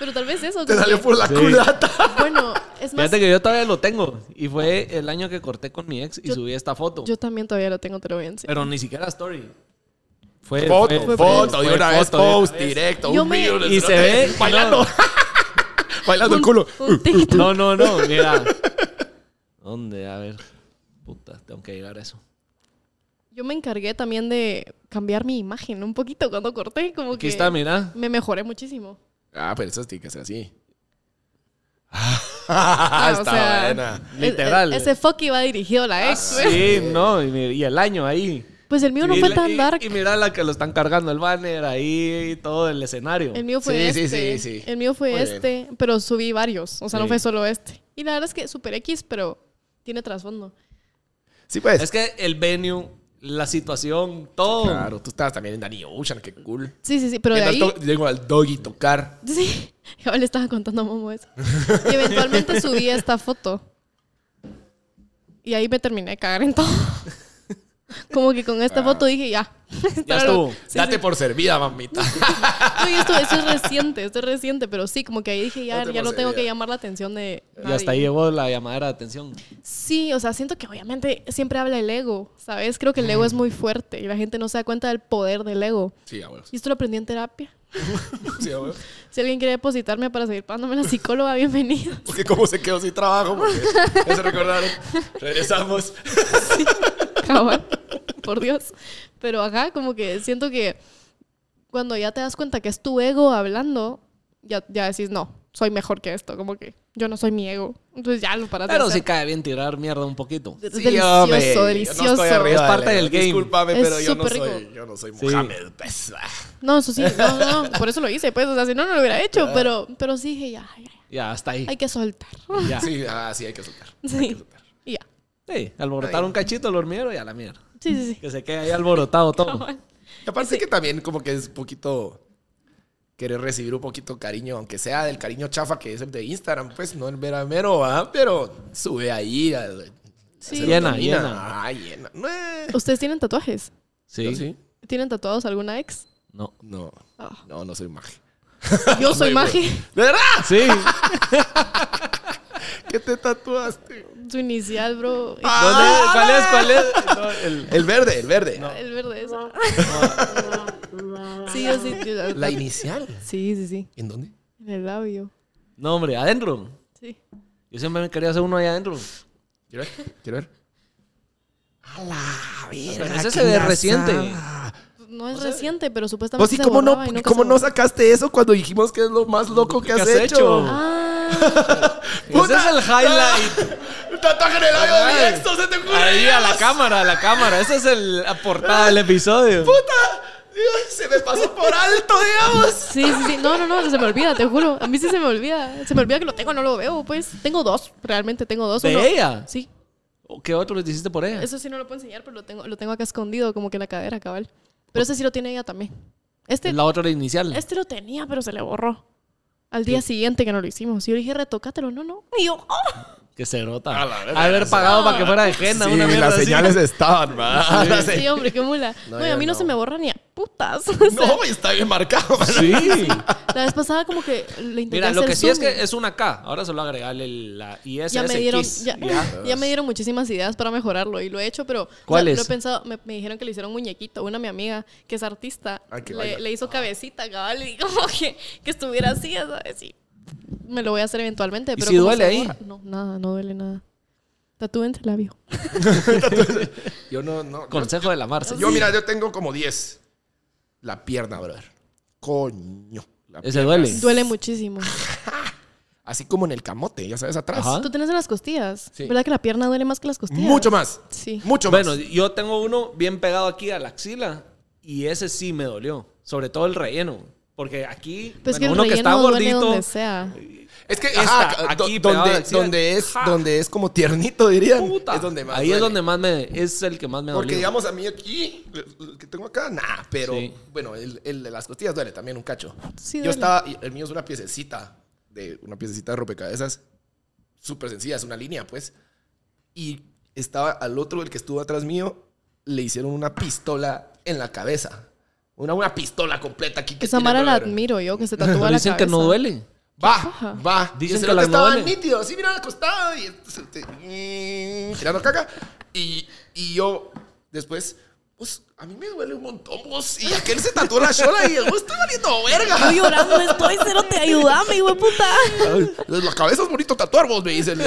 Speaker 3: pero tal vez eso.
Speaker 1: Te
Speaker 3: como
Speaker 1: salió
Speaker 3: que-
Speaker 1: por la
Speaker 2: Sí.
Speaker 1: culata.
Speaker 3: Bueno, es más,
Speaker 2: Fíjate que yo todavía lo tengo. Y fue el año que corté con mi ex y
Speaker 3: Yo-
Speaker 2: subí esta foto.
Speaker 3: yo también todavía lo tengo, te lo voy a enseñar.
Speaker 2: Pero ni siquiera story. Fue
Speaker 1: Foto,
Speaker 2: fue-
Speaker 1: foto,
Speaker 2: fue
Speaker 1: de una vez
Speaker 2: foto, de una
Speaker 1: post,
Speaker 2: vez.
Speaker 1: directo,
Speaker 3: Yo
Speaker 1: un
Speaker 3: me-
Speaker 1: reel,
Speaker 2: Y
Speaker 1: el
Speaker 2: se
Speaker 1: cerote,
Speaker 2: ve, y
Speaker 1: bailando. bailando el culo.
Speaker 3: Un TikTok.
Speaker 2: No, no, no, mira. ¿Dónde? A ver. Puta, tengo que llegar a eso.
Speaker 3: Yo me encargué también de cambiar mi imagen un poquito cuando corté, como
Speaker 2: Aquí
Speaker 3: que
Speaker 2: está, mira.
Speaker 3: me mejoré muchísimo.
Speaker 1: Ah, pero eso tiene que ser así.
Speaker 3: Ah, o
Speaker 1: está
Speaker 3: sea,
Speaker 1: buena.
Speaker 3: E- e-
Speaker 2: Literal.
Speaker 3: ese fuck iba dirigido a la ex. güey.
Speaker 2: Sí, no, y, mi- y el año ahí.
Speaker 3: Pues el mío no
Speaker 2: Y
Speaker 3: fue
Speaker 2: la-
Speaker 3: tan
Speaker 2: y-
Speaker 3: dark.
Speaker 2: Y mira la que lo están cargando el banner ahí, y todo el escenario.
Speaker 3: El mío fue
Speaker 1: Sí, sí,
Speaker 3: este.
Speaker 1: sí, sí.
Speaker 3: El mío fue
Speaker 1: Muy bien.
Speaker 3: este, pero subí varios. O sea, no
Speaker 2: Sí.
Speaker 3: fue solo este. Y la verdad es que super X, pero tiene trasfondo.
Speaker 1: Sí, pues.
Speaker 2: Es que el venue, la situación, todo.
Speaker 1: Claro, tú estabas también en Danny Ocean, qué cool.
Speaker 3: Sí, sí, sí, pero de
Speaker 1: Mientras
Speaker 3: ahí.
Speaker 1: to- Llego al doggy tocar.
Speaker 3: Sí, yo le estaba contando a Momo eso. Y eventualmente subí esta foto. Y ahí me terminé de cagar en todo. Como que con esta foto dije, ya.
Speaker 2: Ya estuvo.
Speaker 3: Sí,
Speaker 1: Date
Speaker 3: sí.
Speaker 1: por servida, mamita.
Speaker 3: No, y esto, eso es reciente, esto es reciente, pero sí, como que ahí dije, ya
Speaker 1: Date
Speaker 3: no,
Speaker 1: por
Speaker 3: ya no tengo
Speaker 1: servida.
Speaker 3: que llamar la atención de.
Speaker 2: Y hasta ahí
Speaker 3: nadie.
Speaker 2: llegó la llamadera de atención.
Speaker 3: Sí, o sea, siento que obviamente siempre habla el ego, ¿sabes? Creo que el ego
Speaker 2: Mm.
Speaker 3: es muy fuerte y la gente no se da cuenta del poder del ego.
Speaker 1: Sí, abuelos.
Speaker 3: Y esto lo aprendí en terapia.
Speaker 1: Sí, abuelos.
Speaker 3: Si alguien quiere depositarme para seguir pagándome la psicóloga, bienvenida.
Speaker 1: Porque como se quedó sin trabajo, porque ya se recordaron. Regresamos.
Speaker 3: Cabal, por Dios. Pero acá como que siento que cuando ya te das cuenta que es tu ego hablando, ya, ya decís, no, soy mejor que esto, como que yo no soy mi ego. Entonces ya lo paras de
Speaker 2: Pero
Speaker 3: hacer.
Speaker 2: sí cae bien tirar mierda un poquito.
Speaker 3: Es
Speaker 1: Sí,
Speaker 3: delicioso,
Speaker 1: hombre, yo no
Speaker 3: delicioso.
Speaker 1: estoy arriba
Speaker 2: Es
Speaker 1: del
Speaker 2: parte
Speaker 1: ego.
Speaker 2: del game.
Speaker 1: Discúlpame,
Speaker 3: Es
Speaker 1: pero yo no,
Speaker 3: súper
Speaker 1: soy,
Speaker 3: rico.
Speaker 1: yo no soy
Speaker 2: Sí.
Speaker 1: Mohamed. pues, ah.
Speaker 3: No, eso sí, no, no, no, por eso lo hice, pues, o sea, si no, no lo hubiera hecho, pero, pero sí dije, ya, ya,
Speaker 2: Ya, hasta ahí.
Speaker 3: hay que soltar.
Speaker 2: Ya. Sí.
Speaker 1: Sí, ah, sí, hay que soltar. Hay que
Speaker 3: Sí,
Speaker 1: soltar.
Speaker 3: y ya.
Speaker 2: alborotar un cachito el hormiguero y a la mierda.
Speaker 3: Sí, sí, sí.
Speaker 2: Que se quede ahí alborotado todo.
Speaker 3: Cabal.
Speaker 1: Y aparte que también como que es un poquito querer recibir un poquito cariño, aunque sea del cariño chafa que es el de Instagram, pues no el mero mero, ¿ah? pero sube ahí. a-
Speaker 3: Sí.
Speaker 2: Llena,
Speaker 1: serotonina.
Speaker 2: llena.
Speaker 1: Ah, llena. No, eh.
Speaker 3: ¿Ustedes tienen tatuajes?
Speaker 1: Yo
Speaker 2: Sí.
Speaker 1: sí.
Speaker 3: ¿Tienen tatuados alguna ex?
Speaker 2: No.
Speaker 1: No,
Speaker 3: Ah.
Speaker 1: no, no soy magia.
Speaker 3: Yo soy
Speaker 1: Soy
Speaker 3: magia.
Speaker 1: ¿De verdad?
Speaker 2: Sí.
Speaker 1: ¿Qué te tatuaste?
Speaker 3: Su inicial, bro.
Speaker 2: ¿Dónde? ¿Cuál es? ¿Cuál es? No, el-
Speaker 1: El verde, el verde.
Speaker 3: El verde es. Sí, yo sí. yo-
Speaker 1: La inicial.
Speaker 3: Sí, sí, sí.
Speaker 1: ¿En dónde?
Speaker 3: En el labio.
Speaker 2: no, hombre, adentro.
Speaker 3: Sí.
Speaker 2: Yo siempre me quería hacer uno allá adentro.
Speaker 1: Quiero ver, quiero ver. A la verga.
Speaker 2: Pero ese
Speaker 1: qué
Speaker 2: se ve
Speaker 1: engrasada.
Speaker 2: reciente.
Speaker 3: No es reciente, pero
Speaker 1: Vos
Speaker 3: supuestamente.
Speaker 1: Pues sí,
Speaker 3: se
Speaker 1: ¿cómo no,
Speaker 3: borraba y nunca
Speaker 1: cómo
Speaker 3: se
Speaker 1: no
Speaker 3: borró.
Speaker 1: sacaste eso cuando dijimos que es lo más loco que,
Speaker 2: ¿Qué
Speaker 1: has,
Speaker 2: has
Speaker 1: hecho?
Speaker 2: hecho?
Speaker 3: Ah,
Speaker 2: Ese es el highlight.
Speaker 1: Un Tatuaje en el labio de mi
Speaker 2: Ay.
Speaker 1: ex, ¿no se te ocurre?
Speaker 2: Ahí a la cámara, a la cámara. Esa es el- la portada del episodio.
Speaker 1: puta. Dios, se me pasó por alto, digamos.
Speaker 3: sí, sí, sí. No, no, no. Se me olvida, te juro. A mí sí se me olvida. Se me olvida que lo tengo, no lo veo, pues. Tengo dos. Realmente tengo dos.
Speaker 2: ¿De
Speaker 3: uno-
Speaker 2: ella?
Speaker 3: Sí.
Speaker 2: ¿O ¿Qué otro les hiciste por ella?
Speaker 3: Eso sí no lo puedo enseñar, pero lo tengo, lo tengo acá escondido, como que en la cadera, cabal. Pero ese sí lo tiene ella también. Este,
Speaker 2: La otra inicial.
Speaker 3: este lo tenía, pero se le borró. Al día siguiente que no lo hicimos. Y yo le dije, retócatelo. No, no. Y yo, "Ah".
Speaker 2: Que se rota.
Speaker 1: A la verga,
Speaker 2: Haber
Speaker 1: sí.
Speaker 2: pagado para que fuera de henna. una mierda así.
Speaker 1: estaban, man. Las
Speaker 3: Sí,
Speaker 1: se-
Speaker 3: hombre, qué mula.
Speaker 1: No,
Speaker 3: No, y a
Speaker 1: yo
Speaker 3: mí no.
Speaker 1: no.
Speaker 3: se me borra ni a putas. O sea,
Speaker 1: No, está bien marcado, man.
Speaker 2: Sí.
Speaker 3: La vez pasada como que le intenté
Speaker 2: Mira, lo
Speaker 3: hacer
Speaker 2: que sí es
Speaker 3: zoom.
Speaker 2: que es una K. Ahora solo agregarle el- la ISS.
Speaker 3: ya me dieron
Speaker 2: Kiss.
Speaker 3: ya,
Speaker 2: Ya.
Speaker 3: ya me dieron muchísimas ideas para mejorarlo y lo he hecho, pero o sea,
Speaker 2: ¿Cuál es?
Speaker 3: lo he pensado, me, me dijeron que le hicieron muñequito, una mi amiga que es artista,
Speaker 1: Ah, que baila.
Speaker 3: le, le hizo cabecita, cabal, y como que, que estuviera así, ya ¿sabes? Y me lo voy a hacer eventualmente, pero
Speaker 2: si
Speaker 3: como
Speaker 2: duele
Speaker 3: se
Speaker 2: ahí?
Speaker 3: borra- No, nada, no duele nada. Tatúense el labio.
Speaker 1: Yo no, no.
Speaker 2: Consejo de la Marce.
Speaker 1: Yo, mira, yo tengo como 10. La pierna, brother. Coño. La
Speaker 2: Ese duele.
Speaker 3: Duele muchísimo.
Speaker 1: Así como en el camote, ya sabes, atrás.
Speaker 2: Ajá.
Speaker 3: Tú tienes en las costillas,
Speaker 1: Sí.
Speaker 3: ¿verdad que la pierna duele más que las costillas?
Speaker 1: Mucho más.
Speaker 3: Sí.
Speaker 1: Mucho
Speaker 2: Bueno,
Speaker 1: más.
Speaker 2: yo tengo uno bien pegado aquí a la axila. Y ese sí me dolió. Sobre todo el relleno. Porque aquí, bueno,
Speaker 3: Pues que el
Speaker 2: uno que está
Speaker 3: relleno duele
Speaker 2: gordito.
Speaker 3: donde sea.
Speaker 1: Es que
Speaker 2: Esta,
Speaker 1: ajá,
Speaker 2: aquí,
Speaker 1: do-
Speaker 2: pegado a la
Speaker 1: donde,
Speaker 2: axila.
Speaker 1: donde es,
Speaker 2: Ja.
Speaker 1: donde es como tiernito, dirían.
Speaker 2: puta,
Speaker 1: Es donde más
Speaker 2: Ahí es
Speaker 1: duele.
Speaker 2: donde más me. Es el que más me
Speaker 1: Porque
Speaker 2: dolió.
Speaker 1: digamos a mí aquí, el que tengo acá, nah, pero
Speaker 2: Sí.
Speaker 1: bueno, el, el de las costillas duele también un cacho.
Speaker 3: Sí,
Speaker 1: Yo
Speaker 3: duele.
Speaker 1: estaba, y el mío es una piececita, de una piececita de rompecabezas, súper sencilla, es una línea, pues. Y estaba al otro, el que estuvo atrás mío, le hicieron una pistola en la cabeza. Una, una pistola completa aquí. que
Speaker 3: Esa
Speaker 1: tiene,
Speaker 3: Mara la
Speaker 1: brother.
Speaker 3: admiro yo, que se tatúa
Speaker 2: Pero
Speaker 3: la
Speaker 2: dicen que
Speaker 3: cabeza.
Speaker 2: no duele.
Speaker 3: paja.
Speaker 1: Va, va.
Speaker 2: Dicen
Speaker 1: Dicen
Speaker 2: que
Speaker 1: que
Speaker 2: las
Speaker 1: estaba
Speaker 2: novelas.
Speaker 1: nítido, así mira acostado y este, este, mm, tirando caca. Y, y yo después, pues a mí me duele un montón, vos. Y aquel se tatuó la chola y yo estoy valiendo verga.
Speaker 4: Estoy llorando, estoy cero, te ayudame, güey, puta.
Speaker 1: La cabeza es bonito tatuar, vos, me dicen.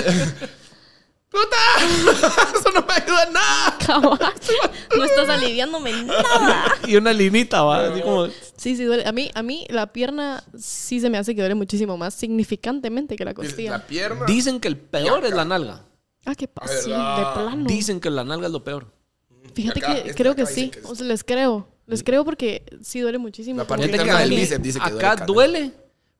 Speaker 1: ¡Puta! Eso no me ayuda en nada.
Speaker 3: Cabal.
Speaker 4: No estás aliviándome nada.
Speaker 2: Y una linita, va. Así como.
Speaker 3: Sí, sí duele. A mí, a mí la pierna sí se me hace que duele muchísimo más significantemente que la costilla.
Speaker 1: La pierna.
Speaker 2: Dicen que el peor es la nalga.
Speaker 3: Ah, qué pasa, sí, de
Speaker 1: ¿Verdad?
Speaker 3: plano.
Speaker 2: Dicen que la nalga es lo peor.
Speaker 3: Fíjate
Speaker 1: Acá,
Speaker 3: que
Speaker 1: este
Speaker 3: creo
Speaker 1: acá
Speaker 3: que
Speaker 1: dice
Speaker 3: sí.
Speaker 1: que es- Mm.
Speaker 3: O sea, les creo. Les creo porque sí duele muchísimo.
Speaker 1: La parte
Speaker 3: Como
Speaker 2: Fíjate
Speaker 3: que-
Speaker 2: que
Speaker 1: interna
Speaker 2: a
Speaker 1: del
Speaker 2: mí
Speaker 1: bíceps dice que duele
Speaker 2: acá
Speaker 1: cana.
Speaker 2: duele,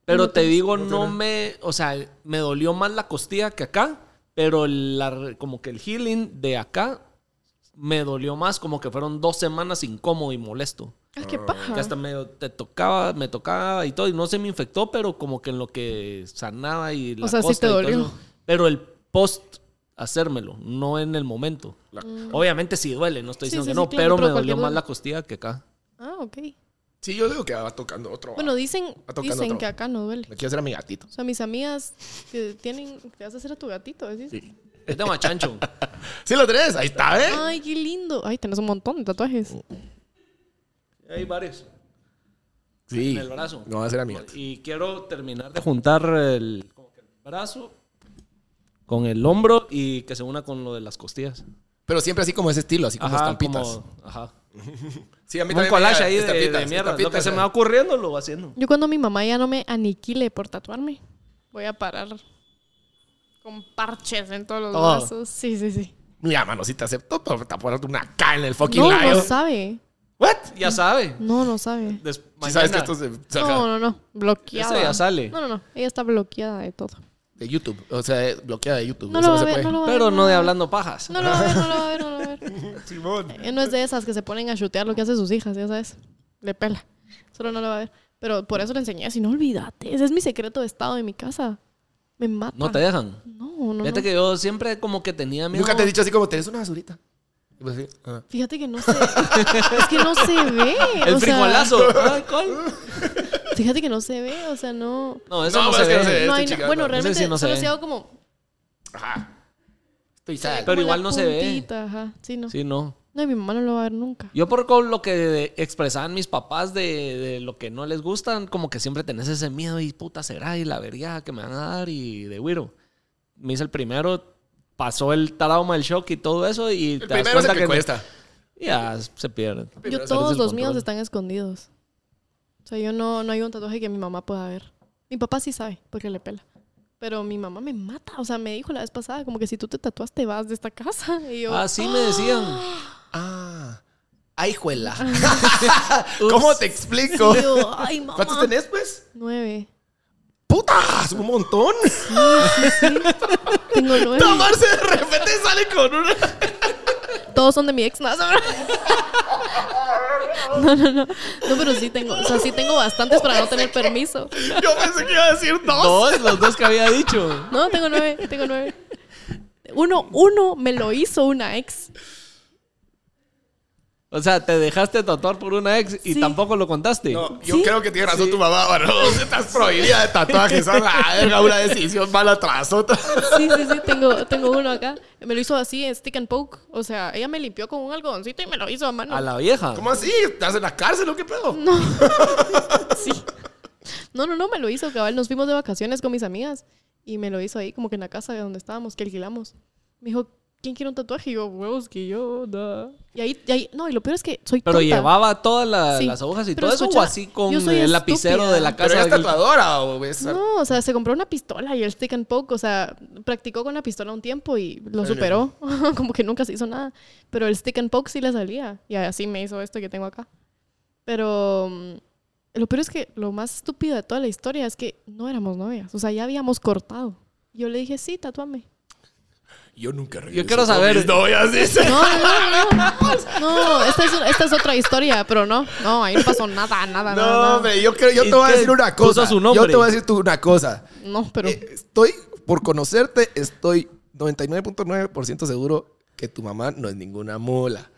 Speaker 2: pero
Speaker 3: No
Speaker 2: te
Speaker 3: te-
Speaker 2: digo, no me, o sea, me dolió más la costilla que acá, pero la, re- como que el healing de acá me dolió más, como que fueron dos semanas incómodo y molesto.
Speaker 3: Ah,
Speaker 1: Mm,
Speaker 3: qué paja.
Speaker 2: Que hasta me te tocaba, me tocaba y todo, y no se me infectó, pero como que en lo que sanaba y la
Speaker 3: O sea, sí
Speaker 2: costa
Speaker 3: te
Speaker 2: y todo
Speaker 3: dolió.
Speaker 2: eso. pero el post hacérmelo, no en el momento. Obviamente sí duele, no estoy
Speaker 3: Sí,
Speaker 2: diciendo
Speaker 3: sí,
Speaker 2: que
Speaker 3: sí,
Speaker 2: no, pero,
Speaker 3: claro,
Speaker 2: me
Speaker 3: pero
Speaker 2: dolió
Speaker 3: cualquier
Speaker 2: más
Speaker 3: dolor.
Speaker 2: la costilla que acá.
Speaker 3: Ah, ok.
Speaker 1: Sí, yo digo que va tocando otro.
Speaker 3: Bueno, dicen,
Speaker 1: Oh, Va tocando
Speaker 3: dicen
Speaker 1: otro.
Speaker 3: que acá no duele.
Speaker 1: me quiero hacer a mi gatito.
Speaker 3: O sea, mis amigas que tienen... Te vas a hacer a tu gatito, ¿sí?
Speaker 2: Es de machancho.
Speaker 1: Sí, lo tenés. Ahí está, ¿eh?
Speaker 3: Ay, qué lindo. Ay, tenés un montón de tatuajes.
Speaker 1: Oh.
Speaker 2: Hay varios.
Speaker 1: Sí.
Speaker 2: En el brazo.
Speaker 1: No va a ser a mi gatito.
Speaker 2: Y quiero terminar de juntar el, como que el brazo con el hombro y que se una con lo de las costillas.
Speaker 1: Pero siempre así como ese estilo, así como estampitas.
Speaker 2: como- ajá.
Speaker 1: Sí, a mí también
Speaker 2: Un
Speaker 1: me
Speaker 2: collage
Speaker 1: llega
Speaker 2: ahí de,
Speaker 1: estampitas,
Speaker 2: de mierda. Lo
Speaker 1: estampitas,
Speaker 2: que se me
Speaker 1: ¿eh?
Speaker 2: va ocurriendo lo va haciendo.
Speaker 3: Yo cuando mi mamá ya no me aniquile por tatuarme, voy a parar con parches en todos los
Speaker 2: Todo.
Speaker 3: brazos. Sí, sí, sí.
Speaker 1: Mira, mano, si te acepto, pero te pones una K en el fucking
Speaker 3: No,
Speaker 1: layo.
Speaker 3: no sabe.
Speaker 1: ¿What?
Speaker 2: Ya sabe.
Speaker 3: No, no sabe.
Speaker 2: Des-
Speaker 1: Si sabes
Speaker 2: mañana
Speaker 1: que esto es de,
Speaker 3: No, no, no. Bloqueada.
Speaker 2: Esa ya sale. Pues
Speaker 3: No, no, no. Ella está bloqueada de todo.
Speaker 1: de YouTube. O sea, es bloqueada de YouTube.
Speaker 3: No
Speaker 1: eso
Speaker 3: lo va
Speaker 1: se
Speaker 3: a ver,
Speaker 1: puede.
Speaker 3: no lo va a ver.
Speaker 2: Pero no de
Speaker 3: hablar.
Speaker 2: hablando pajas.
Speaker 3: No lo va a ver, no lo va a ver, no lo va a ver. Ella no es de esas que se ponen a chutear lo que hacen sus hijas, ya sabes. Le pela. Solo no lo va a ver. Pero por eso le enseñé así, no olvídate. Ese es mi secreto de estado en mi casa. Me mata.
Speaker 2: No te dejan.
Speaker 3: No, no,
Speaker 2: Fíjate
Speaker 3: no.
Speaker 2: que yo siempre como que tenía miedo.
Speaker 1: Nunca te he dicho así como, tenés una basurita. Y pues, sí, ah.
Speaker 3: Fíjate que no se... es que no se ve.
Speaker 2: El
Speaker 3: o sea,
Speaker 2: frijolazo. Ay, ¿cuál?
Speaker 3: fíjate que no se ve, o sea, no...
Speaker 2: No, eso
Speaker 1: No,
Speaker 2: no,
Speaker 1: pero es
Speaker 2: se
Speaker 1: que
Speaker 2: ve.
Speaker 1: no se ve.
Speaker 3: No
Speaker 1: estoy
Speaker 3: hay na-
Speaker 1: chingando.
Speaker 3: Bueno,
Speaker 1: Ese
Speaker 2: sí
Speaker 3: realmente
Speaker 2: Este no se
Speaker 3: solo
Speaker 2: ve.
Speaker 3: se hago como...
Speaker 1: Ajá. Estoy
Speaker 3: se ve
Speaker 1: sad.
Speaker 2: Pero
Speaker 3: como
Speaker 2: igual
Speaker 3: la
Speaker 2: no se ve.
Speaker 3: puntita, ajá. Sí, no.
Speaker 2: Sí, no.
Speaker 3: No, y mi mamá no lo va a ver nunca.
Speaker 2: Yo por con lo que expresaban mis papás de, de lo que no les gustan, como que siempre tenés ese miedo y puta será y la vería que me van a dar y de güiro. Me hice el primero, pasó el trauma, el shock y todo eso y
Speaker 1: El primero es el que, cuesta.
Speaker 2: Ya, se pierden.
Speaker 1: Primero
Speaker 3: Yo
Speaker 1: es el-
Speaker 2: perdes
Speaker 3: todos
Speaker 2: el
Speaker 3: los míos
Speaker 2: control.
Speaker 3: están escondidos. O sea, yo no, no hay un tatuaje que mi mamá pueda ver. Mi papá sí sabe, porque le pela. Pero mi mamá me mata. O sea, me dijo la vez pasada, como que si tú te tatuas, te vas de esta casa. Y yo,
Speaker 2: Así me decían.
Speaker 1: Ah. Ay, juela. ¿Cómo te explico?
Speaker 3: y yo, ay, mamá.
Speaker 1: ¿Cuántos tenés, pues?
Speaker 3: Nueve.
Speaker 1: ¡Putas! ¡Un montón!
Speaker 3: Tengo nueve.
Speaker 1: Tomarse de repente sale con una.
Speaker 3: Todos son de mi ex. No, no, no. No, no. No, pero sí tengo. O sea, sí tengo bastantes para no tener permiso.
Speaker 1: Yo pensé que iba a decir dos.
Speaker 2: Dos, los dos que había dicho.
Speaker 3: No, tengo nueve. Tengo nueve. Uno, uno me lo hizo una ex.
Speaker 2: O sea, te dejaste tatuar por una ex y
Speaker 3: Sí.
Speaker 2: tampoco lo contaste.
Speaker 1: No, yo
Speaker 3: ¿Sí?
Speaker 1: creo que tiene razón tu mamá, mano. Estás prohibida de tatuajes. A la verga, una decisión mala tras otra.
Speaker 3: Sí, sí, sí, tengo, tengo uno acá. Me lo hizo así, en stick and poke. O sea, ella me limpió con un algodoncito y me lo hizo a mano.
Speaker 2: A la vieja.
Speaker 1: ¿Cómo así? ¿Estás en la cárcel o qué pedo?
Speaker 2: Mm.
Speaker 3: Sí. No, no, no, me lo hizo, cabal. Nos fuimos de vacaciones con mis amigas y me lo hizo ahí, como que en la casa de donde estábamos, que alquilamos. Me dijo, ¿quién quiere un tatuaje? Y yo, huevos, que yo, da. Y ahí, y ahí- no, y lo peor es que soy
Speaker 2: Pero
Speaker 3: tonta.
Speaker 2: llevaba todas la-
Speaker 3: Sí.
Speaker 2: las agujas y
Speaker 3: Pero
Speaker 2: todo eso, o
Speaker 3: escucha,
Speaker 2: así con
Speaker 3: yo soy
Speaker 2: el lapicero
Speaker 3: estúpida.
Speaker 2: de la
Speaker 1: Pero
Speaker 2: casa.
Speaker 1: eres
Speaker 2: del-
Speaker 1: tatuadora o es
Speaker 3: No, o sea, se compró una pistola y el stick and poke, o sea, practicó con la pistola un tiempo y lo superó, como que nunca se hizo nada, pero el stick and poke sí le salía y así me hizo esto que tengo acá. Pero mm, lo peor es que lo más estúpido de toda la historia es que no éramos novias, o sea, ya habíamos cortado. Yo le dije, sí, tatúame.
Speaker 1: Yo nunca regreso.
Speaker 2: Yo quiero saber-
Speaker 1: No voy a
Speaker 3: No, no, no, no. No, esta es, esta es otra historia, pero no, no, ahí no pasó nada, nada, nada,
Speaker 1: No,
Speaker 3: nada.
Speaker 1: hombre, yo, creo, yo
Speaker 2: Es
Speaker 1: te voy a
Speaker 2: que
Speaker 1: decir una
Speaker 2: puso
Speaker 1: cosa.
Speaker 2: su nombre.
Speaker 1: Yo te voy a decir tú una cosa.
Speaker 3: No, pero...
Speaker 1: Eh, Estoy, por conocerte, estoy 99.9% seguro que tu mamá no es ninguna mula.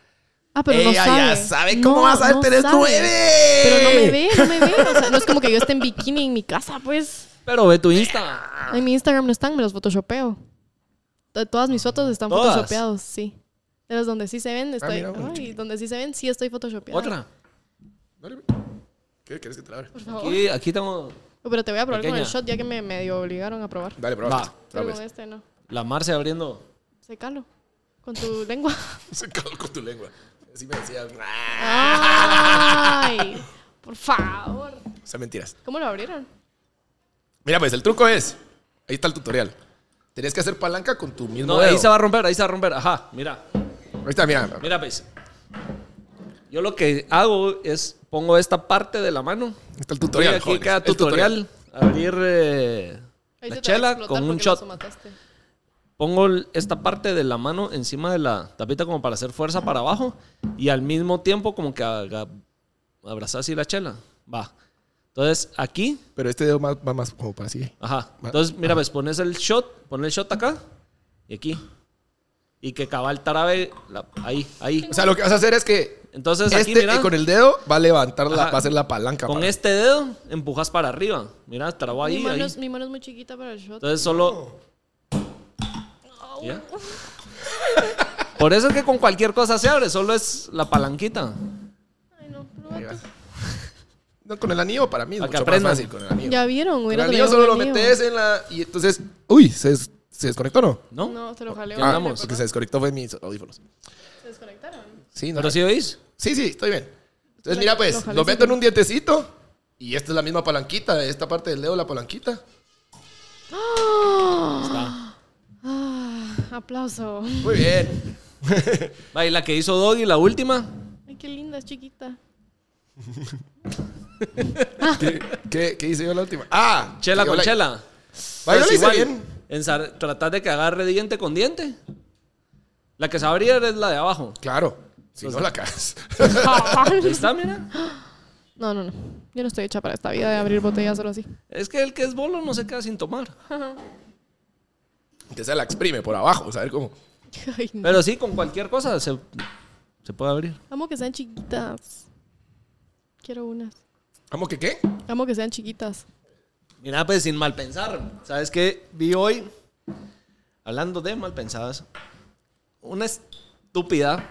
Speaker 3: Ah, pero no
Speaker 1: Ella
Speaker 3: sabe.
Speaker 1: ya sabe cómo vas a tener
Speaker 3: sabe.
Speaker 1: nueve.
Speaker 3: Pero no me ve, no me ve. O sea, no es como que yo esté en bikini en mi casa, pues.
Speaker 2: Pero ve tu Insta.
Speaker 3: En mi Instagram no están, me los photoshopeo. To- Todas mis fotos están
Speaker 2: ¿Todas? Ah,
Speaker 3: photoshopeados, sí. De los donde sí se ven, estoy.
Speaker 1: mira, bueno.
Speaker 3: ay, donde sí se ven, sí estoy photoshopeada.
Speaker 2: Otra.
Speaker 1: No le- ¿Qué quieres que te la abra?
Speaker 3: Por favor.
Speaker 2: Aquí, aquí tengo.
Speaker 3: Pero te voy a probar con
Speaker 2: Pequeña. Ah, pues.
Speaker 3: el shot ya que me medio obligaron a probar.
Speaker 1: Dale, pues.
Speaker 2: Va.
Speaker 1: prueba.
Speaker 3: Pero con este no.
Speaker 2: La Marce abriendo.
Speaker 3: Se calo. Con tu lengua.
Speaker 1: Se cagó con tu lengua. Así me decían.
Speaker 3: Ay, por favor.
Speaker 1: O sea, mentiras.
Speaker 3: ¿Cómo lo abrieron?
Speaker 1: Mira, pues el truco es. Ahí está el tutorial. Tenías que hacer palanca con tu mismo
Speaker 2: No,
Speaker 1: dedo.
Speaker 2: ahí se va a romper, ahí se va a romper. Ajá, mira.
Speaker 1: Ahí está, mira.
Speaker 2: Mira, pues. Yo lo que hago es pongo esta parte de la mano.
Speaker 1: Ahí está el tutorial.
Speaker 2: Y aquí
Speaker 1: jóvenes.
Speaker 2: cada
Speaker 1: El
Speaker 2: tutorial. Abrir eh,
Speaker 3: Ahí
Speaker 2: la
Speaker 3: se te va a
Speaker 2: chela
Speaker 3: explotar
Speaker 2: con un
Speaker 3: porque lo
Speaker 2: shot.
Speaker 3: somataste.
Speaker 2: Pongo el- esta parte de la mano encima de la tapita como para hacer fuerza para abajo y al mismo tiempo como que haga- abrazar así la chela. Va. Entonces aquí,
Speaker 1: Pero este dedo más- va más como para así.
Speaker 2: ajá.
Speaker 1: Va.
Speaker 2: Entonces mira, ves, pones el shot, pones el shot acá y aquí. Y que cabal tarabe la- ahí, ahí.
Speaker 1: O sea, lo que vas a hacer es que
Speaker 2: Entonces aquí,
Speaker 1: este
Speaker 2: mira,
Speaker 1: eh, con
Speaker 2: con,
Speaker 1: el dedo va a levantar la,
Speaker 2: Ajá.
Speaker 1: va a hacer la palanca. para-
Speaker 2: este dedo empujas para arriba. Mira, trabó
Speaker 3: mi,
Speaker 2: ahí,
Speaker 3: mano
Speaker 2: ahí.
Speaker 3: Es, mi mano es muy chiquita para el shot.
Speaker 2: Entonces solo. ¿Ya? Por eso es que con cualquier cosa se abre, solo es la palanquita.
Speaker 3: Ay, no,
Speaker 1: Ahí
Speaker 3: prueba
Speaker 1: va.
Speaker 3: tú.
Speaker 1: No, con el anillo para mí es
Speaker 2: Para que
Speaker 1: mucho más
Speaker 2: aprendan.
Speaker 1: fácil con el anillo.
Speaker 3: Ya vieron,
Speaker 1: Con
Speaker 3: güey.
Speaker 1: el anillo solo lo metes en la... Y entonces... Uy, ¿se, des- se desconectó o no?
Speaker 2: ¿No?
Speaker 3: No, te lo jaleo.
Speaker 2: Ah, Andamos.
Speaker 1: porque se desconectó fue mis audífonos.
Speaker 3: Se desconectaron.
Speaker 1: Sí, no,
Speaker 2: ¿Pero sí oís?
Speaker 1: Sí, sí, estoy bien. Entonces,
Speaker 3: Lo-
Speaker 1: mira, pues,
Speaker 3: lo
Speaker 1: lo meto
Speaker 3: jalecito.
Speaker 1: en un dientecito y esta es la misma palanquita, esta parte del dedo la palanquita.
Speaker 2: Está.
Speaker 3: Ah, aplauso.
Speaker 1: Muy bien.
Speaker 2: Va, y la que hizo Doggy, la última.
Speaker 3: Ay, qué linda, es chiquita.
Speaker 1: ¿Qué, qué, qué hice yo la última? Ah,
Speaker 2: Chela
Speaker 1: yo
Speaker 2: con
Speaker 1: la-
Speaker 2: chela.
Speaker 1: Va, yo
Speaker 2: Pues
Speaker 1: la hice
Speaker 2: igual,
Speaker 1: bien.
Speaker 2: ensar- tratar de que agarre diente con diente. La que se va a abrir es la de abajo.
Speaker 1: Claro, si no la cagas.
Speaker 2: Ahí está, mira.
Speaker 3: No, no, no. Yo no estoy hecha para esta vida de abrir botellas solo así.
Speaker 2: Es que el que es bolo no se queda sin tomar.
Speaker 1: Que se la exprime por abajo, a ver cómo.
Speaker 3: Ay, no.
Speaker 2: Pero sí, con cualquier cosa se, se puede abrir.
Speaker 3: Amo que sean chiquitas. Quiero unas.
Speaker 1: ¿Cómo que qué?
Speaker 3: Amo que sean chiquitas.
Speaker 2: Mira, pues sin mal pensar. ¿Sabes qué? Vi hoy, hablando de mal pensadas, una estúpida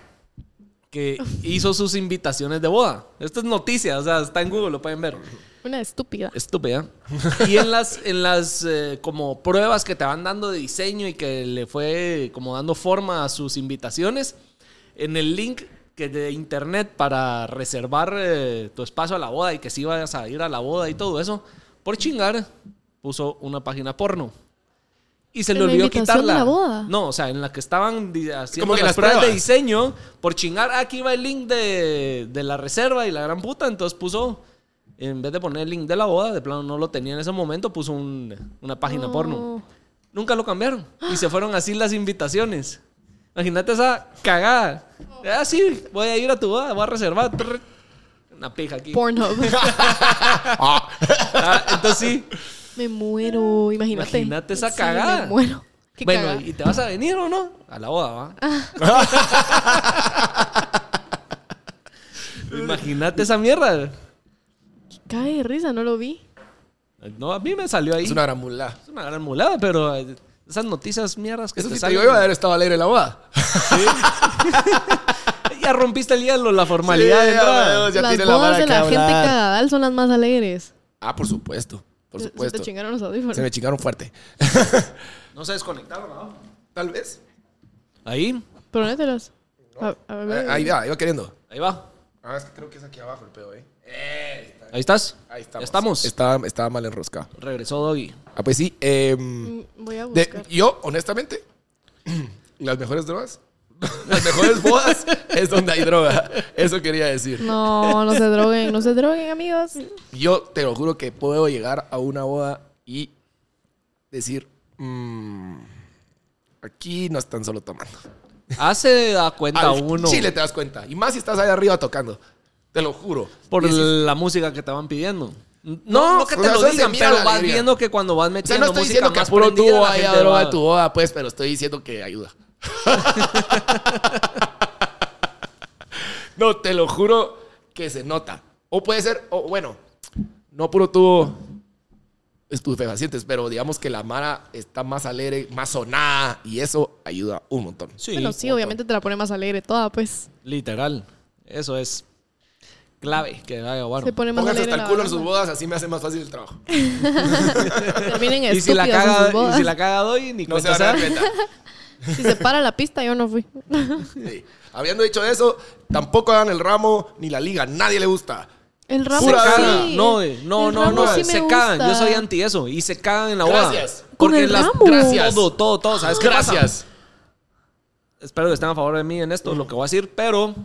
Speaker 2: que hizo sus invitaciones de boda. Esto es noticia, o sea, está en Google, lo pueden ver.
Speaker 3: Una estúpida.
Speaker 2: Estúpida. Y en las, en las eh, como pruebas que te van dando de diseño y que le fue como dando forma a sus invitaciones, en el link que de internet para reservar eh, tu espacio a la boda y que si ibas a ir a la boda y todo eso, por chingar, puso una página porno. Y se
Speaker 3: ¿En
Speaker 2: le
Speaker 3: la
Speaker 2: olvidó
Speaker 3: invitación de
Speaker 2: quitarla.
Speaker 3: la boda?
Speaker 2: No, o sea, en la que estaban di- haciendo
Speaker 1: Como que
Speaker 2: las,
Speaker 1: las
Speaker 2: pruebas, de
Speaker 1: pruebas.
Speaker 2: diseño, por chingar, "Ah, aquí va el link de, de la reserva y la gran puta, entonces puso, en vez de poner el link de la boda, de plano no lo tenía en ese momento, puso un- una página
Speaker 3: No.
Speaker 2: porno. Nunca lo cambiaron. Y se fueron así las invitaciones. Imagínate esa cagada. Ah, sí, voy a ir a tu boda, voy a reservar. Trrr. Una pija aquí.
Speaker 3: Pornhub.
Speaker 2: Ah, entonces sí.
Speaker 3: me muero, imagínate.
Speaker 2: Imagínate esa
Speaker 3: Sí,
Speaker 2: cagada.
Speaker 3: me muero. Qué
Speaker 2: bueno,
Speaker 3: cagada. Ah.
Speaker 2: ¿y te vas a venir o no? A la boda, ¿va? Imagínate esa mierda.
Speaker 3: Cae de risa, no lo vi.
Speaker 2: No, a mí me salió ahí.
Speaker 1: Es una gramula.
Speaker 2: Es una gran mulada, pero eh, esas noticias mierdas que
Speaker 1: Eso
Speaker 2: te
Speaker 1: sí te
Speaker 2: salen.
Speaker 1: digo, iba a haber estado alegre la boda.
Speaker 2: ya rompiste el hielo, la formalidad
Speaker 1: Sí,
Speaker 2: de entrada.
Speaker 1: ya, ya
Speaker 3: las
Speaker 1: tiene
Speaker 3: bodas
Speaker 1: vara
Speaker 3: de
Speaker 1: que
Speaker 3: la gente
Speaker 1: hablar.
Speaker 3: cagadal son las más alegres.
Speaker 1: Ah, por supuesto, por
Speaker 3: Se- Se
Speaker 1: supuesto.
Speaker 3: te chingaron los audífonos.
Speaker 1: Se me chingaron fuerte.
Speaker 2: No se desconectaron, ¿no?
Speaker 1: Tal vez.
Speaker 2: Ahí,
Speaker 3: Pronételos. A- a ver,
Speaker 1: Ah, Ahí va, iba queriendo.
Speaker 2: ahí va.
Speaker 1: Ah, es que creo que es aquí abajo el pedo, eh.
Speaker 2: Ahí estás.
Speaker 1: Ahí
Speaker 2: Ya estamos.
Speaker 1: Estaba, estaba mal enroscado.
Speaker 2: Regresó Doggy.
Speaker 1: Ah, pues sí. eh,
Speaker 3: mm, Voy a
Speaker 1: de-
Speaker 3: buscar.
Speaker 1: yo, honestamente, las mejores drogas, las mejores bodas es donde hay droga. Eso quería decir.
Speaker 3: No, no se droguen, no se droguen, amigos.
Speaker 1: Yo te lo juro que puedo llegar a una boda y decir, "Mm, aquí no están solo tomando.
Speaker 2: Hace da cuenta
Speaker 1: Al
Speaker 2: uno
Speaker 1: Chile te das cuenta. Y más si estás allá arriba tocando. Te lo juro.
Speaker 2: por
Speaker 1: Dices,
Speaker 2: la música que te van pidiendo. No, no que te
Speaker 1: o sea,
Speaker 2: lo
Speaker 1: eso se
Speaker 2: digan,
Speaker 1: mira
Speaker 2: pero
Speaker 1: la
Speaker 2: vas
Speaker 1: alegría.
Speaker 2: viendo que cuando vas
Speaker 1: o sea,
Speaker 2: metiendo
Speaker 1: no estoy
Speaker 2: música
Speaker 1: diciendo que a
Speaker 2: más
Speaker 1: puro
Speaker 2: prendida,
Speaker 1: tubo
Speaker 2: la
Speaker 1: haya
Speaker 2: gente
Speaker 1: droga
Speaker 2: va-
Speaker 1: a tu boda, pues, pero estoy diciendo que ayuda. No, te lo juro que se nota. O puede ser, o bueno, no puro tuvo estupefacientes, pero digamos que la Mara está más alegre, más sonada y eso ayuda un montón.
Speaker 2: Sí,
Speaker 3: bueno, sí, obviamente te la pone más alegre toda, pues.
Speaker 2: literal. Eso es clave que vaya guaro.
Speaker 3: Se pone más
Speaker 1: Pónganse
Speaker 3: alegre.
Speaker 1: hasta el
Speaker 3: la
Speaker 1: culo en sus
Speaker 3: banda.
Speaker 1: bodas, así me hace más fácil el trabajo.
Speaker 3: Terminen
Speaker 2: Y si, la
Speaker 3: estúpidos en
Speaker 2: caga,
Speaker 3: sus bodas.
Speaker 2: y si la caga doy, ni
Speaker 1: No se
Speaker 2: cuenta
Speaker 3: ah?
Speaker 1: van a dar
Speaker 2: se da.
Speaker 1: cuenta.
Speaker 3: Si se para la pista, yo no fui.
Speaker 1: Sí. Habiendo dicho eso, tampoco hagan el ramo ni la liga, nadie le gusta.
Speaker 3: El ramo
Speaker 1: Pura
Speaker 3: sí.
Speaker 1: gana.
Speaker 2: No, de- no,
Speaker 3: El
Speaker 2: no,
Speaker 3: ramo
Speaker 2: no,
Speaker 3: sí me
Speaker 2: se cagan. Yo
Speaker 3: gusta.
Speaker 2: soy anti eso. Y se cagan en la boda.
Speaker 1: Gracias.
Speaker 3: Con
Speaker 2: Porque
Speaker 3: el
Speaker 2: las
Speaker 3: ramo.
Speaker 1: Gracias.
Speaker 2: Todo, todo, todo. ¿Sabes qué pasa?
Speaker 1: Gracias.
Speaker 2: Espero que estén a favor de mí en esto, lo que voy a decir, pero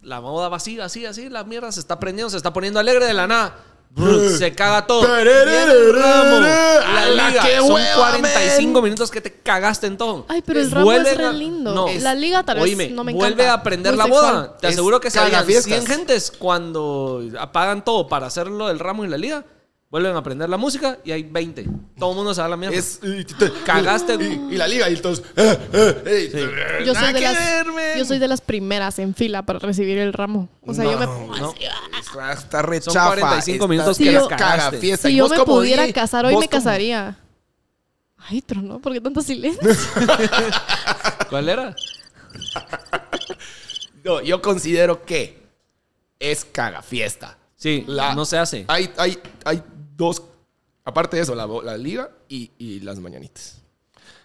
Speaker 2: la moda va así, así, así. La mierda se está prendiendo, se está poniendo alegre de la nada. Brr, se caga todo. Viene el ramo,
Speaker 1: ¡A la
Speaker 2: La liga.
Speaker 1: que
Speaker 2: Son
Speaker 1: hueva,
Speaker 2: 45
Speaker 1: men!
Speaker 2: minutos que te cagaste en todo.
Speaker 3: Ay, pero el ramo
Speaker 2: Vuelven
Speaker 3: es re
Speaker 2: a-
Speaker 3: lindo. La liga tal vez no me
Speaker 2: Vuelve
Speaker 3: encanta.
Speaker 2: a prender
Speaker 3: Muy
Speaker 2: la
Speaker 3: sexual.
Speaker 2: boda. Te
Speaker 1: Es
Speaker 2: aseguro que se vayan
Speaker 1: cagafiestas.
Speaker 2: 100 gentes cuando apagan todo para hacerlo el ramo y la liga. Vuelven a prender la música y hay 20. Todo el mundo se va a la mierda.
Speaker 1: Es,
Speaker 2: Cagaste.
Speaker 1: Y, y la liga, y entonces. eh, eh, eh, eh,
Speaker 3: Yo
Speaker 1: nada
Speaker 3: soy, de
Speaker 1: que
Speaker 3: las,
Speaker 1: ver, men.
Speaker 3: yo soy de las primeras en fila para recibir el ramo. O sea, yo me.
Speaker 1: No, no. Está, está re
Speaker 2: Son
Speaker 1: chafa,
Speaker 2: 45
Speaker 1: está-
Speaker 2: minutos
Speaker 3: que
Speaker 1: sí,
Speaker 3: las
Speaker 2: cagaste.
Speaker 1: caga fiesta.
Speaker 3: Si
Speaker 1: Y
Speaker 3: yo
Speaker 1: vos
Speaker 3: me
Speaker 1: como
Speaker 3: pudiera
Speaker 1: di,
Speaker 3: casar hoy,
Speaker 1: vos
Speaker 3: me
Speaker 1: como-
Speaker 3: casaría. Ay, tronó, ¿por qué tanto silencio?
Speaker 2: ¿Cuál era?
Speaker 1: No, yo considero que es caga fiesta.
Speaker 2: Sí,
Speaker 1: La-
Speaker 2: no se hace.
Speaker 1: Hay, hay, hay dos. Aparte de eso, la, bo- la liga y, y las mañanitas.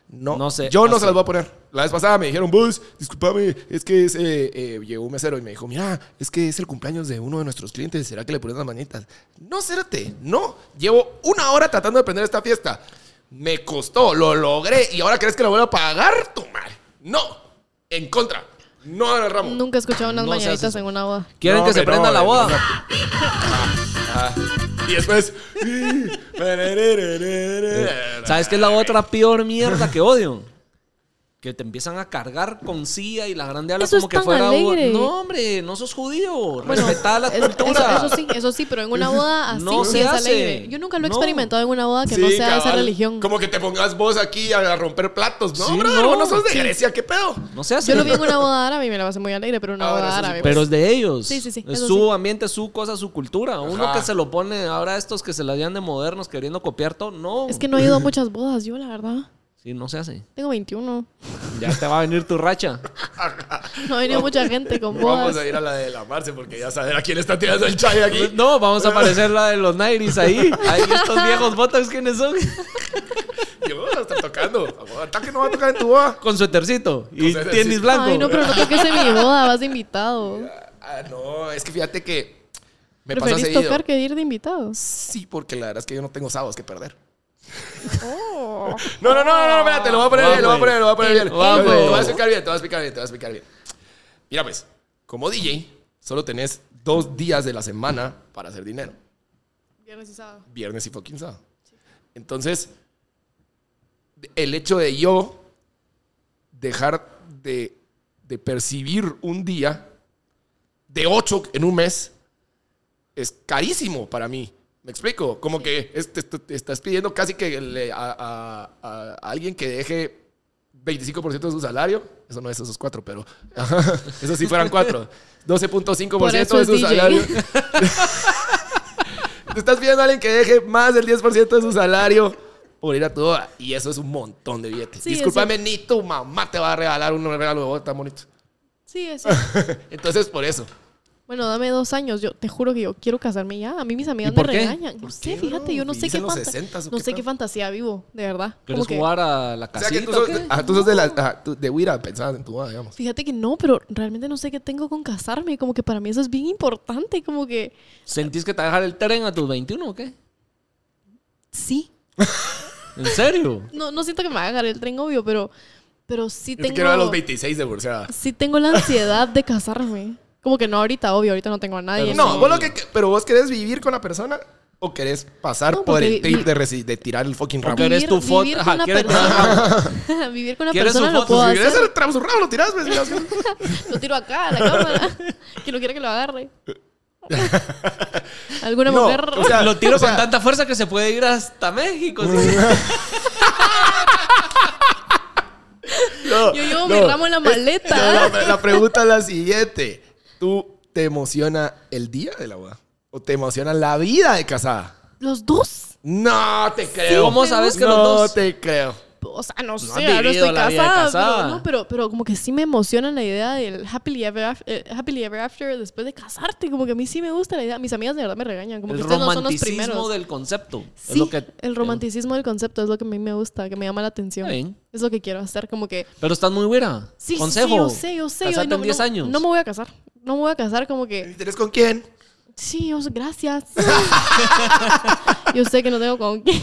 Speaker 1: No,
Speaker 2: No sé,
Speaker 1: Yo no
Speaker 2: así.
Speaker 1: se las voy a poner. La vez pasada me dijeron, Bus, discúlpame, es que es, eh, eh", llegó un mesero y me dijo, mira, es que es el cumpleaños de uno de nuestros clientes, ¿será que le pones las mañanitas? No, cérate, no. Llevo una hora tratando de prender esta fiesta. Me costó, lo logré y ahora crees que la voy a pagar, tu madre. No, en contra. No al ramo.
Speaker 3: Nunca he escuchado unas
Speaker 2: No se hace
Speaker 3: mañanitas
Speaker 2: eso.
Speaker 3: en una boda.
Speaker 2: ¿Quieren
Speaker 1: No,
Speaker 2: que se
Speaker 1: que no,
Speaker 2: prenda la
Speaker 1: eh,
Speaker 2: boda?
Speaker 1: no. ah. Y después.
Speaker 2: ¿Sabes qué es la otra peor mierda que odio? Que te empiezan a cargar con silla y la grande habla
Speaker 3: Eso
Speaker 2: como
Speaker 3: es
Speaker 2: que
Speaker 3: tan
Speaker 2: fuera.
Speaker 3: alegre.
Speaker 2: No, hombre, no sos judío.
Speaker 3: Bueno,
Speaker 2: Respetá la
Speaker 3: es- eso,
Speaker 2: cultura.
Speaker 3: eso sí, eso sí, pero en una boda así
Speaker 2: No
Speaker 3: sí
Speaker 2: se
Speaker 3: es
Speaker 2: hace.
Speaker 3: alegre. Yo nunca lo he
Speaker 2: No.
Speaker 3: experimentado en una boda que no
Speaker 1: Sí,
Speaker 3: sea de esa
Speaker 1: cabal.
Speaker 3: religión.
Speaker 1: Como que te pongas vos aquí a romper platos. No,
Speaker 2: Sí,
Speaker 1: brother,
Speaker 2: no,
Speaker 1: vos no sos de
Speaker 2: sí.
Speaker 1: Grecia, ¿qué pedo?
Speaker 2: No se hace.
Speaker 3: Yo lo vi en una boda árabe y me la pasé muy alegre, pero una
Speaker 1: Ahora
Speaker 3: boda
Speaker 1: Ah, eso sí,
Speaker 3: árabe.
Speaker 2: Pero
Speaker 3: pues.
Speaker 2: es de ellos.
Speaker 3: Sí, sí, sí,
Speaker 2: Es
Speaker 3: eso
Speaker 2: su
Speaker 3: sí.
Speaker 2: ambiente, su cosa, su cultura. Uno
Speaker 1: Ajá.
Speaker 2: que se lo pone ahora estos que se la dan de modernos queriendo copiar todo. No.
Speaker 3: Es que no he ido a muchas bodas, yo la verdad.
Speaker 2: Sí, no se hace.
Speaker 3: Tengo 21.
Speaker 2: Ya te va a venir tu racha.
Speaker 3: No ha venido mucha gente con
Speaker 1: Vamos
Speaker 3: bodas.
Speaker 1: a ir a la de la Marce porque ya saber a quién le está tirando el chai aquí.
Speaker 2: No, vamos a aparecer la de los Nairis ahí. Ahí estos viejos botox, ¿quiénes son?
Speaker 1: Yo voy a estar tocando. Hasta que no va a tocar en tu boda.
Speaker 2: Con suetercito y
Speaker 1: suétercito.
Speaker 2: tenis blanco.
Speaker 3: Ay, no, pero no toques en mi boda, vas de invitado.
Speaker 1: Ah, no, es que fíjate que me pasa
Speaker 3: Preferís
Speaker 1: seguido.
Speaker 3: tocar que ir de invitado.
Speaker 1: Sí, porque la verdad es que yo no tengo sábados que perder.
Speaker 3: Oh.
Speaker 1: No, no, no, no, no, espérate, lo voy a poner
Speaker 2: Vamos.
Speaker 1: bien, lo voy a poner, lo voy a poner bien.
Speaker 2: Vamos.
Speaker 1: Te voy a explicar bien, te voy a explicar bien, te voy a explicar bien. Mira, pues, como DJ, solo tenés dos días de la semana para hacer dinero.
Speaker 3: Viernes y sábado.
Speaker 1: Viernes y fucking sábado. Entonces, el hecho de yo dejar de, de percibir un día de ocho en un mes es carísimo para mí. ¿Me explico? Como que es- te, te- te estás pidiendo casi que le- a, a- a alguien que deje 25% de su salario. Eso no es esos cuatro, pero eso sí fueran cuatro. 12.5%
Speaker 3: Por
Speaker 1: de
Speaker 3: eso
Speaker 1: su
Speaker 3: es DJ.
Speaker 1: salario. Te estás pidiendo a alguien que deje más del 10% de su salario por ir a tu boda. Y eso es un montón de billetes.
Speaker 3: Sí,
Speaker 1: Discúlpame, ni tu mamá te va a regalar un regalo de boda tan bonito.
Speaker 3: Sí, es
Speaker 1: Entonces, por eso.
Speaker 3: Bueno, dame dos años. Yo te juro que yo quiero casarme ya. A mí mis amigas
Speaker 2: ¿Y
Speaker 3: me
Speaker 2: por qué?
Speaker 3: regañan. No sé,
Speaker 1: qué,
Speaker 3: fíjate,
Speaker 1: bro?
Speaker 3: yo no sé
Speaker 1: ¿Vivís
Speaker 3: qué
Speaker 1: en los
Speaker 3: fantasía.
Speaker 1: 60s o
Speaker 3: No
Speaker 1: qué
Speaker 3: sé qué
Speaker 1: pedo?
Speaker 3: fantasía vivo, de verdad.
Speaker 2: ¿Quieres
Speaker 3: Como que-
Speaker 2: jugar a la
Speaker 1: O sea,
Speaker 2: casita?
Speaker 1: que tú Ah. sos,
Speaker 2: o qué?
Speaker 1: ajá, tú sos de, la, ajá, tú- de Huira, pensabas en tu boda, digamos.
Speaker 3: Fíjate que no, pero realmente no sé qué tengo con casarme. Como que para mí eso es bien importante. Como que
Speaker 2: ¿Sentís que te va a dejar el tren a tus 21 o qué?
Speaker 3: sí.
Speaker 2: ¿En serio?
Speaker 3: No, no siento que me va a agarrar el tren, obvio, pero, pero sí
Speaker 1: Yo te
Speaker 3: tengo.
Speaker 1: quiero a los 26 de Bursa.
Speaker 3: Sí tengo la ansiedad de casarme. Como que no ahorita, obvio, ahorita no tengo a nadie.
Speaker 2: Pero
Speaker 1: No,
Speaker 2: Sí.
Speaker 1: vos lo que, pero vos querés vivir con la persona o querés pasar
Speaker 3: No,
Speaker 1: por el
Speaker 3: porque-
Speaker 1: trip de, reci- de tirar el fucking ramo.
Speaker 2: Porque eres tu foto.
Speaker 3: Vivir
Speaker 2: Ajá,
Speaker 3: con una
Speaker 2: ¿quieres-
Speaker 3: persona, vivir con una
Speaker 2: ¿Quieres
Speaker 3: persona
Speaker 2: su
Speaker 3: lo
Speaker 2: foto?
Speaker 3: puedo
Speaker 1: Si
Speaker 3: hacer.
Speaker 1: querés el tramo su ramo, lo tirás, pues, miras.
Speaker 3: Lo tiro acá a la cámara. que no quiera que lo agarre. Alguna
Speaker 1: No,
Speaker 3: mujer.
Speaker 1: o sea,
Speaker 2: lo tiro
Speaker 1: o sea-
Speaker 2: con tanta fuerza que se puede ir hasta México. ¿sí?
Speaker 1: No,
Speaker 3: Yo llevo
Speaker 1: no.
Speaker 3: mi ramo en la maleta.
Speaker 1: No, la, la pregunta es la siguiente. ¿Tú te emociona el día de la boda? ¿O te emociona la vida de casada?
Speaker 3: Los dos.
Speaker 1: No te creo.
Speaker 2: ¿Cómo sabes que
Speaker 1: no
Speaker 2: los dos?
Speaker 1: te creo.
Speaker 3: O sea, no, sé,
Speaker 2: han
Speaker 3: ahora
Speaker 2: vivido
Speaker 3: estoy
Speaker 2: la vida de
Speaker 3: casada,
Speaker 2: casada.
Speaker 3: Pero, no, pero, pero como que sí me emociona la idea del happily ever, af- eh, happily ever after después de casarte. Como que a mí sí me gusta la idea. Mis amigas de verdad me regañan. Como
Speaker 2: El
Speaker 3: que ustedes no son los
Speaker 2: romanticismo
Speaker 3: primeros.
Speaker 2: del concepto.
Speaker 3: Sí,
Speaker 2: es lo que,
Speaker 3: el romanticismo del concepto es lo que a mí me gusta, que me llama la atención.
Speaker 2: Está bien.
Speaker 3: Es lo que quiero hacer, como que...
Speaker 2: Pero estás muy güera.
Speaker 3: Sí, sí,
Speaker 2: Consejo.
Speaker 3: yo sé, yo sé. yo
Speaker 2: Casate
Speaker 3: no,
Speaker 2: en 10
Speaker 3: no-
Speaker 2: años.
Speaker 3: No me voy a casar. No me voy a casar como que...
Speaker 1: ¿Tienes con quién?
Speaker 3: Sí, yo sé, gracias. yo sé que no tengo con qué.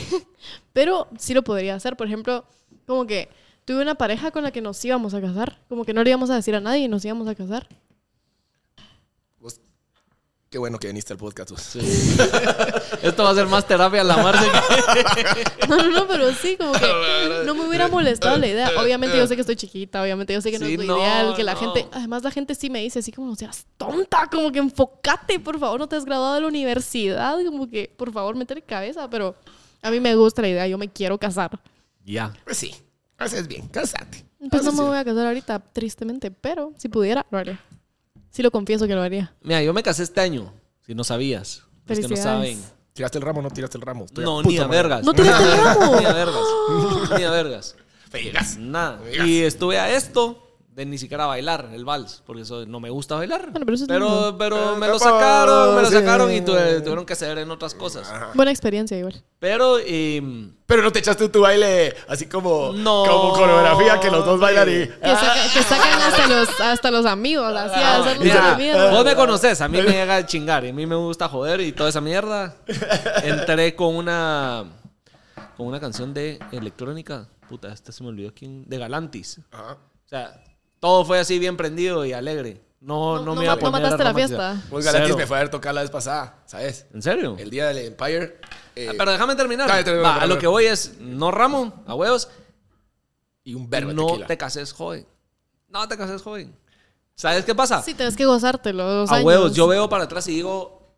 Speaker 3: Pero sí lo podría hacer. Por ejemplo, como que tuve una pareja con la que nos íbamos a casar. Como que no le íbamos a decir a nadie y nos íbamos a casar.
Speaker 1: Vos- Qué bueno que viniste al podcast. vos.
Speaker 2: Sí. Esto va a ser más terapia a la Marce que-
Speaker 3: No, no, no, pero sí, como que no me hubiera molestado la idea. Obviamente yo sé que estoy chiquita, obviamente yo sé que no
Speaker 2: Sí,
Speaker 3: es lo
Speaker 2: no,
Speaker 3: ideal, que la
Speaker 2: no.
Speaker 3: gente, además la gente sí me dice así como, no seas tonta, como que enfócate, por favor, no te has graduado de la universidad, como que, por favor, métele cabeza, pero a mí me gusta la idea, yo me quiero casar.
Speaker 2: Ya.
Speaker 1: Pues sí, haces bien, cásate.
Speaker 3: Pues no
Speaker 1: Haces
Speaker 3: me
Speaker 1: bien.
Speaker 3: voy a casar ahorita, tristemente, pero si pudiera, lo haría. Sí lo confieso que lo haría.
Speaker 2: Mira, yo me casé este año. Si no sabías. Los que no
Speaker 3: Felicidades.
Speaker 2: saben.
Speaker 1: ¿Tiraste el ramo o no tiraste el ramo? Estoy a
Speaker 2: No,
Speaker 1: punto
Speaker 2: ni a
Speaker 1: de morir.
Speaker 2: vergas.
Speaker 3: ¿No tiraste el ramo?
Speaker 2: Ni a vergas. Ni a vergas.
Speaker 1: Vergas.
Speaker 2: Nada.
Speaker 1: Vergas.
Speaker 2: Y estuve a esto de ni siquiera bailar el vals, porque eso no me gusta bailar.
Speaker 3: Bueno, pero eso es
Speaker 2: pero,
Speaker 3: lindo.
Speaker 2: pero me
Speaker 1: Eh, tampoco,
Speaker 2: lo sacaron, me lo
Speaker 1: sí.
Speaker 2: sacaron y tuve- tuvieron que ceder en otras cosas.
Speaker 3: Buena experiencia igual.
Speaker 2: Pero em,
Speaker 1: Pero no te echaste tu baile así como,
Speaker 2: No,
Speaker 1: como coreografía que los dos bailan y.
Speaker 3: Que, saca- que sacan hasta los, hasta los amigos, así
Speaker 2: Ah,
Speaker 3: a hacer
Speaker 1: mira,
Speaker 3: la
Speaker 2: Mira,
Speaker 3: mierda.
Speaker 2: vos me conoces, a mí me llega a chingar, y a mí me gusta joder y toda esa mierda. Entré con una con una canción de electrónica, puta, esta se me olvidó quién, de Galantis.
Speaker 1: Ajá.
Speaker 2: O sea, todo fue así bien prendido y alegre. No, no,
Speaker 3: No- no
Speaker 2: me iba a
Speaker 3: ma- no
Speaker 2: poner a
Speaker 3: mataste la
Speaker 2: romantizar.
Speaker 3: fiesta.
Speaker 1: Vos pues Galantis
Speaker 2: Cero.
Speaker 1: me fue a ver tocar la vez pasada, ¿sabes?
Speaker 2: ¿En serio?
Speaker 1: El día del Empire. eh,
Speaker 2: Ah, Pero déjame terminar.
Speaker 1: Dale, termina,
Speaker 2: Va,
Speaker 1: termina.
Speaker 2: a lo que voy es, no ramo, a huevos,
Speaker 1: y un verbo de
Speaker 2: no
Speaker 1: tequila.
Speaker 2: te cases joven. No te cases joven. ¿Sabes qué pasa?
Speaker 3: Sí, tenés que gozártelo. dos
Speaker 2: Ah. a
Speaker 3: años.
Speaker 2: huevos, yo veo para atrás y digo,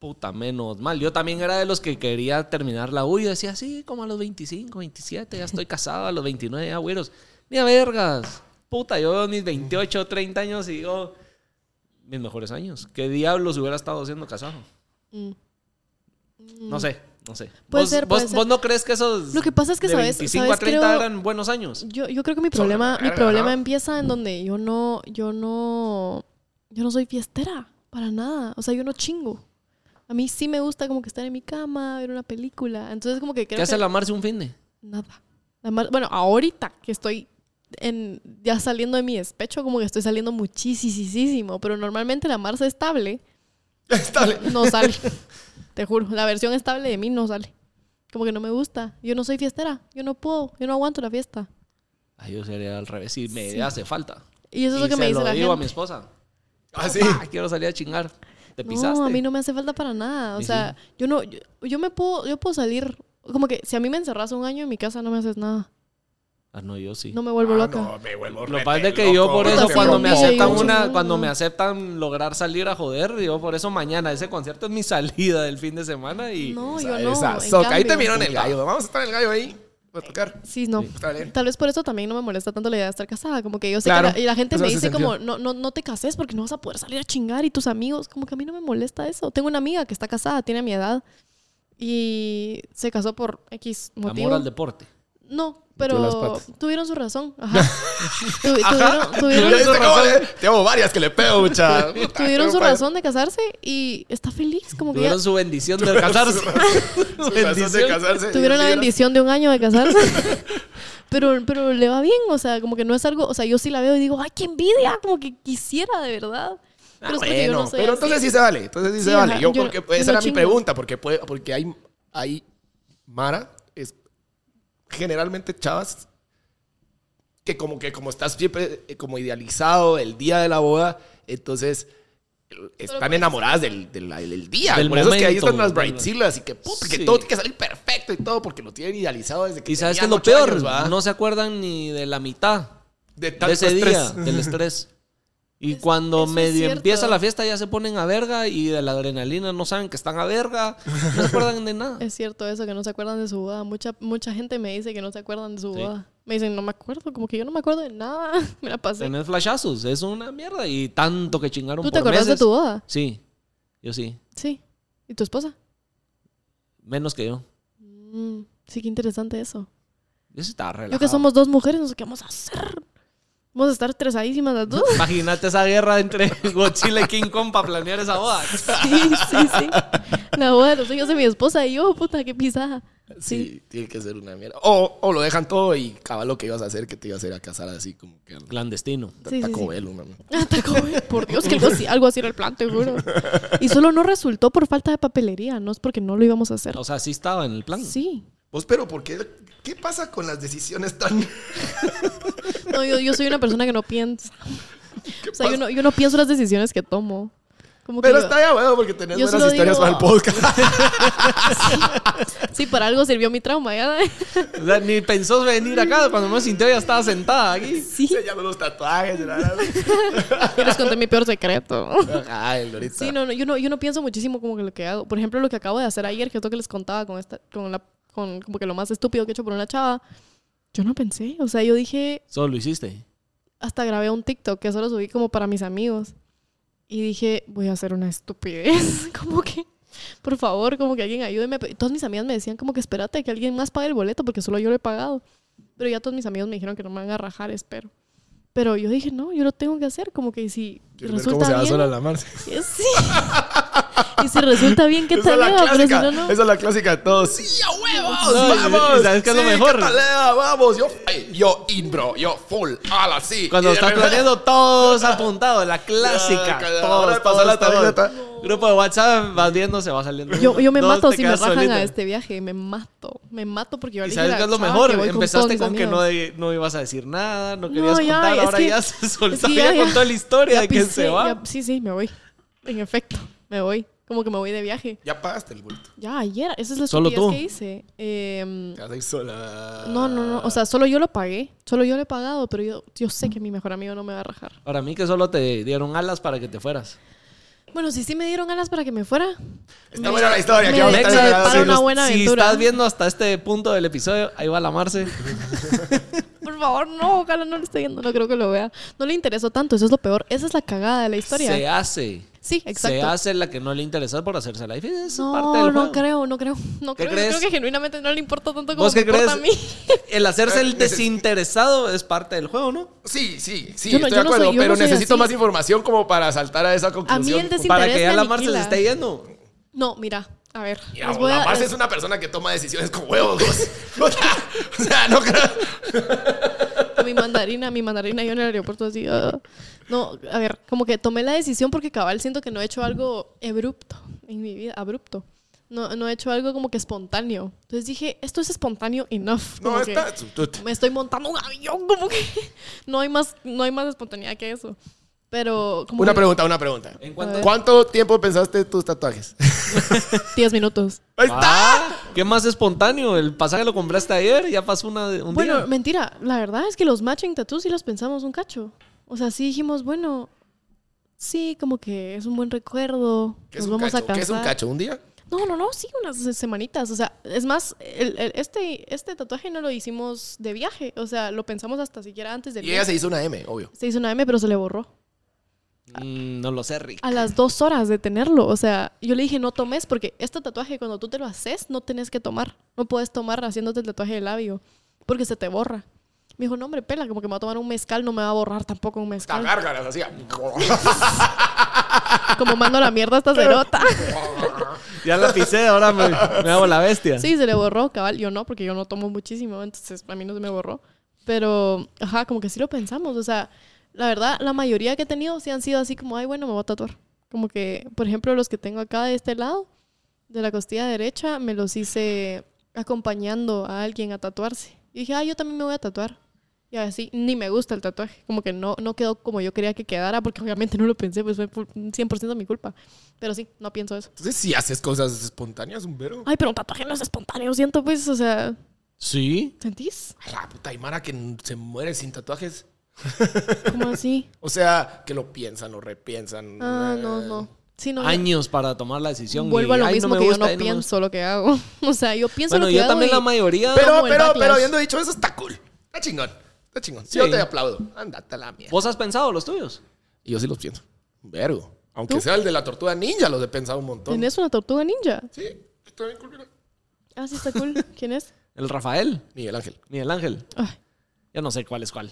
Speaker 2: puta, menos mal. Yo también era de los que quería terminar la U. Yo decía, sí, como a los 25, 27, ya estoy casado, a los 29, ya, güeros. Ni a vergas. Puta, yo veo mis 28, 30 años y digo, mis mejores años. ¿Qué diablos hubiera estado siendo casado?
Speaker 3: Mm.
Speaker 2: No sé, no sé.
Speaker 3: Puede
Speaker 2: ¿Vos,
Speaker 3: ser,
Speaker 2: vos-
Speaker 3: puede ser.
Speaker 2: vos no crees que esos.
Speaker 3: Lo que pasa es que,
Speaker 2: de
Speaker 3: ¿sabes?
Speaker 2: 25
Speaker 3: ¿sabes?
Speaker 2: a 30
Speaker 3: Creo-
Speaker 2: eran buenos años.
Speaker 3: Yo, yo creo que mi
Speaker 1: Sobre la
Speaker 3: problema, mi
Speaker 1: verga,
Speaker 3: problema
Speaker 1: ajá.
Speaker 3: empieza en donde yo no, yo no, yo no soy fiestera para nada. O sea, yo no chingo. A mí sí me gusta como que estar en mi cama, ver una película. Entonces como que creo
Speaker 2: ¿Qué hace
Speaker 3: que
Speaker 2: la Marce un fin de?
Speaker 3: nada. La mar- Bueno, ahorita que estoy en, ya saliendo de mi despecho, como que estoy saliendo muchísimo, pero normalmente la Marce estable
Speaker 1: Estable.
Speaker 3: no sale. Te juro, la versión estable de mí no sale. Como que no me gusta. Yo no soy fiestera. Yo no puedo. Yo no aguanto la fiesta.
Speaker 2: Ay, yo sería al revés y me hace falta.
Speaker 3: Y eso es lo
Speaker 2: Y
Speaker 3: que me
Speaker 2: se
Speaker 3: dice
Speaker 2: lo
Speaker 3: la
Speaker 2: digo a mi
Speaker 3: gente.
Speaker 2: esposa.
Speaker 1: Ah, sí.
Speaker 2: Ah, quiero salir a chingar. Te pisaste.
Speaker 3: No, a mí no me hace falta para nada. O
Speaker 2: Y
Speaker 3: sea, yo no, yo, yo me puedo, yo puedo salir. Como que si a mí me encerras un año en mi casa, no me haces nada.
Speaker 2: Ah, no, yo sí.
Speaker 3: No me vuelvo
Speaker 1: Ah,
Speaker 3: loca.
Speaker 1: no, me vuelvo
Speaker 2: Lo que
Speaker 1: rete
Speaker 2: pasa es que yo
Speaker 1: loco,
Speaker 2: por
Speaker 1: me
Speaker 2: eso
Speaker 1: vuelvo
Speaker 2: cuando
Speaker 1: loco.
Speaker 2: me
Speaker 3: loco.
Speaker 2: aceptan
Speaker 3: Sí,
Speaker 2: una,
Speaker 3: no,
Speaker 2: cuando
Speaker 3: no.
Speaker 2: me aceptan lograr salir a joder, yo por eso mañana ese concierto es mi salida del fin de semana y
Speaker 3: No,
Speaker 1: Esa-
Speaker 3: yo no.
Speaker 1: esa
Speaker 3: en
Speaker 1: soca. Ahí
Speaker 3: cambio.
Speaker 1: te miraron el gallo. Vamos a estar en el gallo ahí. Voy a tocar.
Speaker 3: Sí, no.
Speaker 1: Está bien.
Speaker 3: Tal vez por eso también no me molesta tanto la idea de estar casada. Como que yo sé
Speaker 1: Claro,
Speaker 3: que la, y la gente
Speaker 1: eso
Speaker 3: me
Speaker 1: hace
Speaker 3: dice
Speaker 1: sentido.
Speaker 3: como, no, no, no te cases porque no vas a poder salir a chingar y tus amigos. Como que a mí no me molesta eso. Tengo una amiga que está casada, tiene mi edad y se casó por X motivo.
Speaker 2: amor al deporte.
Speaker 1: las
Speaker 3: No, pero
Speaker 1: patas.
Speaker 3: tuvieron su razón. Ajá. Tu- tuvieron- tuvieron,
Speaker 1: Ya viste
Speaker 2: su
Speaker 1: cómo
Speaker 2: razón.
Speaker 1: le- Tengo varias que le pego, mucha. Puta,
Speaker 3: tuvieron
Speaker 1: tengo
Speaker 3: su
Speaker 1: varias.
Speaker 3: razón de casarse y está feliz. Como que ya
Speaker 2: Tuvieron su bendición de casarse.
Speaker 1: Su razón de casarse.
Speaker 3: tuvieron la
Speaker 1: Sí, ¿verdad?
Speaker 3: bendición de un año de casarse. pero, pero le va bien, o sea, como que no es algo, o sea, yo sí la veo y digo, ay, qué envidia, como que quisiera de verdad. Pero es porque yo no
Speaker 1: Bueno,
Speaker 3: soy
Speaker 1: pero
Speaker 3: así.
Speaker 1: entonces sí se vale. Entonces sí,
Speaker 3: Sí,
Speaker 1: se vale.
Speaker 3: ajá,
Speaker 1: Yo,
Speaker 3: yo
Speaker 1: porque
Speaker 3: no-
Speaker 1: esa
Speaker 3: no
Speaker 1: era mi
Speaker 3: chingo.
Speaker 1: pregunta, porque puede, porque hay, hay Mara, es generalmente chavas que como que como estás siempre eh, como idealizado el día de la boda, entonces eh, están enamoradas del, del- del día.
Speaker 2: Del
Speaker 1: Por eso es que ahí
Speaker 2: momento,
Speaker 1: están las
Speaker 2: ¿verdad?
Speaker 1: brightzillas y que puta, que
Speaker 2: Sí.
Speaker 1: todo tiene que salir perfecto y todo porque lo tienen idealizado desde que
Speaker 2: Y sabes que
Speaker 1: tenían
Speaker 2: lo
Speaker 1: ocho
Speaker 2: peor,
Speaker 1: años, ¿va?
Speaker 2: no se acuerdan ni de la mitad
Speaker 1: de,
Speaker 2: de
Speaker 1: tanto
Speaker 2: ese día,
Speaker 1: estrés.
Speaker 2: del estrés. Y
Speaker 3: Es-
Speaker 2: cuando
Speaker 3: eso es
Speaker 2: medio
Speaker 3: cierto.
Speaker 2: empieza la fiesta ya se ponen a verga y de la adrenalina no saben que están a verga, no se acuerdan de nada.
Speaker 3: Es cierto eso, que no se acuerdan de su boda. Mucha, mucha gente me dice que no se acuerdan de su
Speaker 2: Sí.
Speaker 3: boda. Me dicen, no me acuerdo, como que yo no me acuerdo de nada. Me la pasé.
Speaker 2: Tener flashazos, es una mierda. Y tanto que chingaron
Speaker 3: ¿Tú te
Speaker 2: por
Speaker 3: acordás de
Speaker 2: meses.
Speaker 3: tu boda?
Speaker 2: Sí, yo sí.
Speaker 3: Sí. ¿Y tu esposa?
Speaker 2: Menos que yo.
Speaker 3: Mm, sí, qué interesante eso.
Speaker 2: Yo sí estaba relajado.
Speaker 3: Yo que somos dos mujeres, no sé qué vamos a hacer. Vamos a estar estresadísimas las dos.
Speaker 2: Imagínate esa guerra entre Godzilla y King Kong para planear esa boda.
Speaker 3: Sí, sí, sí. La boda de los sueños de mi esposa y yo, puta, qué pisada. Sí.
Speaker 1: Sí, tiene que ser una mierda. O, o lo dejan todo y cabal lo que ibas a hacer, que te ibas a ir a casar así como que al
Speaker 2: Clandestino.
Speaker 3: Sí, sí,
Speaker 1: Taco
Speaker 3: sí.
Speaker 1: Bell, una mierda.
Speaker 3: Ah, Taco Bell, por Dios, que algo así, algo así era el plan, te juro. Y solo no resultó por falta de papelería, no es porque no lo íbamos a hacer.
Speaker 2: O sea, sí estaba en el plan.
Speaker 3: Sí.
Speaker 1: Vos, Pues, pero ¿por qué? ¿Qué pasa con las decisiones tan...?
Speaker 3: No, yo, yo soy una persona que no piensa. O sea,
Speaker 1: pasa?
Speaker 3: yo no, yo no pienso las decisiones que tomo. Como que
Speaker 1: Pero
Speaker 3: yo-
Speaker 1: está ya, bueno, porque tenés
Speaker 3: yo
Speaker 1: buenas
Speaker 3: solo
Speaker 1: historias
Speaker 3: digo-
Speaker 1: para el podcast.
Speaker 3: Sí, para algo sirvió mi trauma, ya.
Speaker 2: O sea, ni pensó venir acá. Cuando me sintió ya estaba sentada aquí.
Speaker 1: Sí. Ya los tatuajes. la, la, la.
Speaker 3: Yo les conté mi peor secreto.
Speaker 1: Ay, Lorita.
Speaker 3: Sí, no, no, yo no, yo no pienso muchísimo como que lo que hago. Por ejemplo, lo que acabo de hacer ayer, que es lo que les contaba con esta, con la, con como que lo más estúpido que he hecho por una chava. Yo no pensé. O sea, yo dije,
Speaker 2: Solo lo hiciste.
Speaker 3: hasta grabé un TikTok que solo subí como para mis amigos. Y dije, voy a hacer una estupidez. como que, por favor, como que alguien ayúdeme. Pero Todas mis amigas me decían como que espérate que alguien más pague el boleto porque solo yo lo he pagado. Pero ya todos mis amigos me dijeron que no me van a rajar, espero. Pero yo dije, no, yo lo tengo que hacer. Como que si
Speaker 1: Quiero ver
Speaker 3: resulta
Speaker 1: ¿Cómo se va
Speaker 3: bien,
Speaker 1: sola la Marce?
Speaker 3: Sí. y si resulta bien, ¿qué
Speaker 1: Esa es
Speaker 3: tal?
Speaker 1: la
Speaker 3: Eva? Pero si
Speaker 1: clásica.
Speaker 3: no, no.
Speaker 1: Esa es la clásica de todos. ¡Sí, a huevos!
Speaker 2: No, y- y
Speaker 1: ¡Vamos!
Speaker 2: ¿sabes qué es lo
Speaker 1: Sí,
Speaker 2: mejor?
Speaker 1: catalea, ¡Vamos! Yo, ay, yo in, bro. Yo full. ¡Hala, sí!
Speaker 2: Cuando
Speaker 1: Y de
Speaker 2: estás
Speaker 1: repente-
Speaker 2: planeando todos apuntados, la clásica.
Speaker 1: Ah, cada hora de pasar
Speaker 2: Todos, todos,
Speaker 1: la
Speaker 2: todos.
Speaker 1: tableta.
Speaker 2: Grupo de WhatsApp, vas viendo, se va saliendo.
Speaker 3: Yo, yo me
Speaker 2: Dos,
Speaker 3: mato
Speaker 2: te
Speaker 3: si me
Speaker 2: quedas
Speaker 3: rajan
Speaker 2: solita.
Speaker 3: a este viaje. Me mato. Me mato porque yo le
Speaker 2: ¿Y
Speaker 3: dije
Speaker 2: sabes
Speaker 3: a la
Speaker 2: qué es lo
Speaker 3: chava
Speaker 2: mejor?
Speaker 3: que voy
Speaker 2: Empezaste
Speaker 3: todos
Speaker 2: con
Speaker 3: mis
Speaker 2: que no,
Speaker 3: amigos.
Speaker 2: no ibas a decir nada, no
Speaker 3: No,
Speaker 2: querías
Speaker 3: ya,
Speaker 2: contar,
Speaker 3: es
Speaker 2: ahora
Speaker 3: que-
Speaker 2: ya se soltó,
Speaker 3: que
Speaker 2: ya,
Speaker 3: ya-
Speaker 2: contó la historia
Speaker 3: Ya
Speaker 2: de que
Speaker 3: pisé,
Speaker 2: se va.
Speaker 3: ya- sí, sí, me voy. En efecto, me voy. Como que me voy de viaje.
Speaker 1: Ya pagaste el bulto.
Speaker 3: Ya, ayer. Esa es la
Speaker 2: Solo
Speaker 3: estupidez
Speaker 2: tú.
Speaker 3: que hice. Em,
Speaker 1: Te vas a ir sola.
Speaker 3: no, no, no. O sea, solo yo lo pagué. Solo yo lo he pagado, pero yo, yo sé que mi mejor amigo no me va a rajar.
Speaker 2: Para mí que solo te dieron alas para que te fueras.
Speaker 3: Bueno, si sí me dieron ganas para que me fuera.
Speaker 1: Está
Speaker 3: me-
Speaker 1: buena la historia.
Speaker 3: me-
Speaker 1: que vamos a
Speaker 3: me-
Speaker 1: estar
Speaker 3: me-
Speaker 1: esperando.
Speaker 3: para
Speaker 1: Sí,
Speaker 3: una
Speaker 1: los-
Speaker 3: buena
Speaker 2: si
Speaker 3: aventura.
Speaker 2: estás viendo hasta este punto del episodio, ahí va la Marce.
Speaker 3: Por favor, no, ojalá no lo esté viendo, no creo que lo vea. No le interesó tanto, eso es lo peor. Esa es la cagada de la historia.
Speaker 2: Se hace.
Speaker 3: sí, exacto.
Speaker 2: Se hace la que no le interesa por hacerse la difícil. Es
Speaker 3: no,
Speaker 2: parte del
Speaker 3: no
Speaker 2: juego.
Speaker 3: creo, no creo. No
Speaker 2: ¿Qué
Speaker 3: creo,
Speaker 2: crees?
Speaker 3: Yo creo que genuinamente no le importa tanto como
Speaker 2: ¿Vos
Speaker 3: me
Speaker 2: qué
Speaker 3: importa
Speaker 2: crees?
Speaker 3: a mí.
Speaker 2: El hacerse el
Speaker 1: Neces-
Speaker 2: desinteresado es parte del juego, ¿no?
Speaker 1: Sí, sí, sí.
Speaker 3: Yo no-
Speaker 1: estoy
Speaker 3: yo
Speaker 1: de
Speaker 3: no soy-
Speaker 1: acuerdo.
Speaker 3: yo no
Speaker 1: pero
Speaker 3: soy
Speaker 1: necesito
Speaker 3: así.
Speaker 1: más información como para saltar a esa conclusión.
Speaker 3: el desinterés-
Speaker 2: Para que
Speaker 3: interés
Speaker 2: ya
Speaker 3: me
Speaker 2: la Marce se
Speaker 3: aniquila.
Speaker 2: esté yendo.
Speaker 3: No, mira, a ver.
Speaker 1: Ya,
Speaker 3: les voy a- eh.
Speaker 1: la Marce es una persona que toma decisiones con huevos. o, sea, o sea, no creo.
Speaker 3: mi mandarina, mi mandarina yo en el aeropuerto así. ah. No, a ver, como que tomé la decisión porque cabal siento que no he hecho algo abrupto en mi vida, abrupto. No, no he hecho algo como que espontáneo. Entonces dije, esto es espontáneo enough.
Speaker 1: No,
Speaker 3: como que-
Speaker 1: está. tú-
Speaker 3: me estoy montando un avión, como que no hay más, no hay más espontaneidad que eso. Pero como
Speaker 1: Una
Speaker 3: que
Speaker 1: pregunta, una pregunta.
Speaker 2: ¿En cuanto
Speaker 1: ¿Cuánto tiempo pensaste tus tatuajes?
Speaker 3: 10 minutos.
Speaker 1: Ahí está.
Speaker 2: ¿Qué más espontáneo? El pasaje lo compraste ayer, ya pasó una, un
Speaker 3: bueno,
Speaker 2: día.
Speaker 3: mentira, la verdad es que los matching tattoos sí los pensamos un cacho. O sea, sí dijimos, bueno, sí, como que es un buen recuerdo,
Speaker 1: ¿Qué es
Speaker 3: nos
Speaker 1: un
Speaker 3: vamos a
Speaker 1: cacho?
Speaker 3: casar.
Speaker 1: ¿Qué es un cacho? ¿Un día?
Speaker 3: No, no, no, sí, unas se- semanitas. O sea, es más, el- el- este, este tatuaje no lo hicimos de viaje. O sea, lo pensamos hasta siquiera antes del
Speaker 1: Y ella
Speaker 3: viaje.
Speaker 1: se hizo una M, obvio.
Speaker 3: Se hizo una M, pero se le borró.
Speaker 2: Mm, no lo sé, Rick.
Speaker 3: a las dos horas de tenerlo. O sea, yo le dije, no tomes, porque este tatuaje, cuando tú te lo haces, no tenés que tomar. No puedes tomar haciéndote el tatuaje de labio, porque se te borra. Me dijo, no, hombre, pela, como que me va a tomar un mezcal, no me va a borrar tampoco un
Speaker 1: Las
Speaker 3: mezcal.
Speaker 1: gárgaras hacía.
Speaker 3: Como mando la mierda a esta cerota.
Speaker 2: Ya la pisé, ahora me, me hago la bestia.
Speaker 3: Sí, se le borró, cabal. Yo no, porque yo no tomo muchísimo, entonces a mí no se me borró. Pero, ajá, como que sí lo pensamos. O sea, la verdad, la mayoría que he tenido sí han sido así como, ay, bueno, me voy a tatuar. Como que, por ejemplo, los que tengo acá de este lado, de la costilla derecha, me los hice acompañando a alguien a tatuarse. Y dije, ah, yo también me voy a tatuar. Y así, ni me gusta el tatuaje. Como que no, no quedó como yo quería que quedara, porque obviamente no lo pensé, pues fue por- 100% mi culpa. Pero sí, no pienso eso.
Speaker 1: Entonces, si haces cosas espontáneas, un vero.
Speaker 3: Ay, pero un tatuaje no es espontáneo, siento, pues, o sea,
Speaker 2: Sí.
Speaker 3: ¿sentís?
Speaker 1: A la puta Aymara que se muere sin tatuajes.
Speaker 3: ¿Cómo así?
Speaker 1: O sea, que lo piensan, lo repiensan.
Speaker 3: Ah, no, no. Sí, no. yo-
Speaker 2: Años para tomar la decisión.
Speaker 3: vuelvo a
Speaker 2: y,
Speaker 3: lo
Speaker 2: "Ay,
Speaker 3: mismo
Speaker 2: me
Speaker 3: que
Speaker 2: gusta,
Speaker 3: yo
Speaker 2: ay,
Speaker 3: no
Speaker 2: me gusta".
Speaker 3: pienso lo que hago. O sea, yo pienso
Speaker 2: Bueno,
Speaker 3: lo que
Speaker 2: yo
Speaker 3: hago.
Speaker 2: también
Speaker 3: y-
Speaker 2: la mayoría.
Speaker 3: Pero-
Speaker 1: Pero,
Speaker 3: como el
Speaker 1: pero,
Speaker 3: backlash.
Speaker 1: pero habiendo dicho eso, está cool. Está chingón. Está chingón.
Speaker 2: Sí.
Speaker 1: Yo te aplaudo. Ándate a la mierda.
Speaker 2: ¿Vos has pensado los tuyos?
Speaker 1: Y yo sí los pienso. Vergo. Aunque
Speaker 3: ¿Tú?
Speaker 1: sea el de la tortuga ninja, los he pensado un montón.
Speaker 3: ¿Tenés una tortuga ninja?
Speaker 1: Sí, está bien cool, mira.
Speaker 3: Ah, sí, está cool. ¿Quién es?
Speaker 2: El Rafael,
Speaker 1: Miguel Ángel.
Speaker 2: Miguel Ángel.
Speaker 3: Ay,
Speaker 2: Ya no sé cuál es cuál.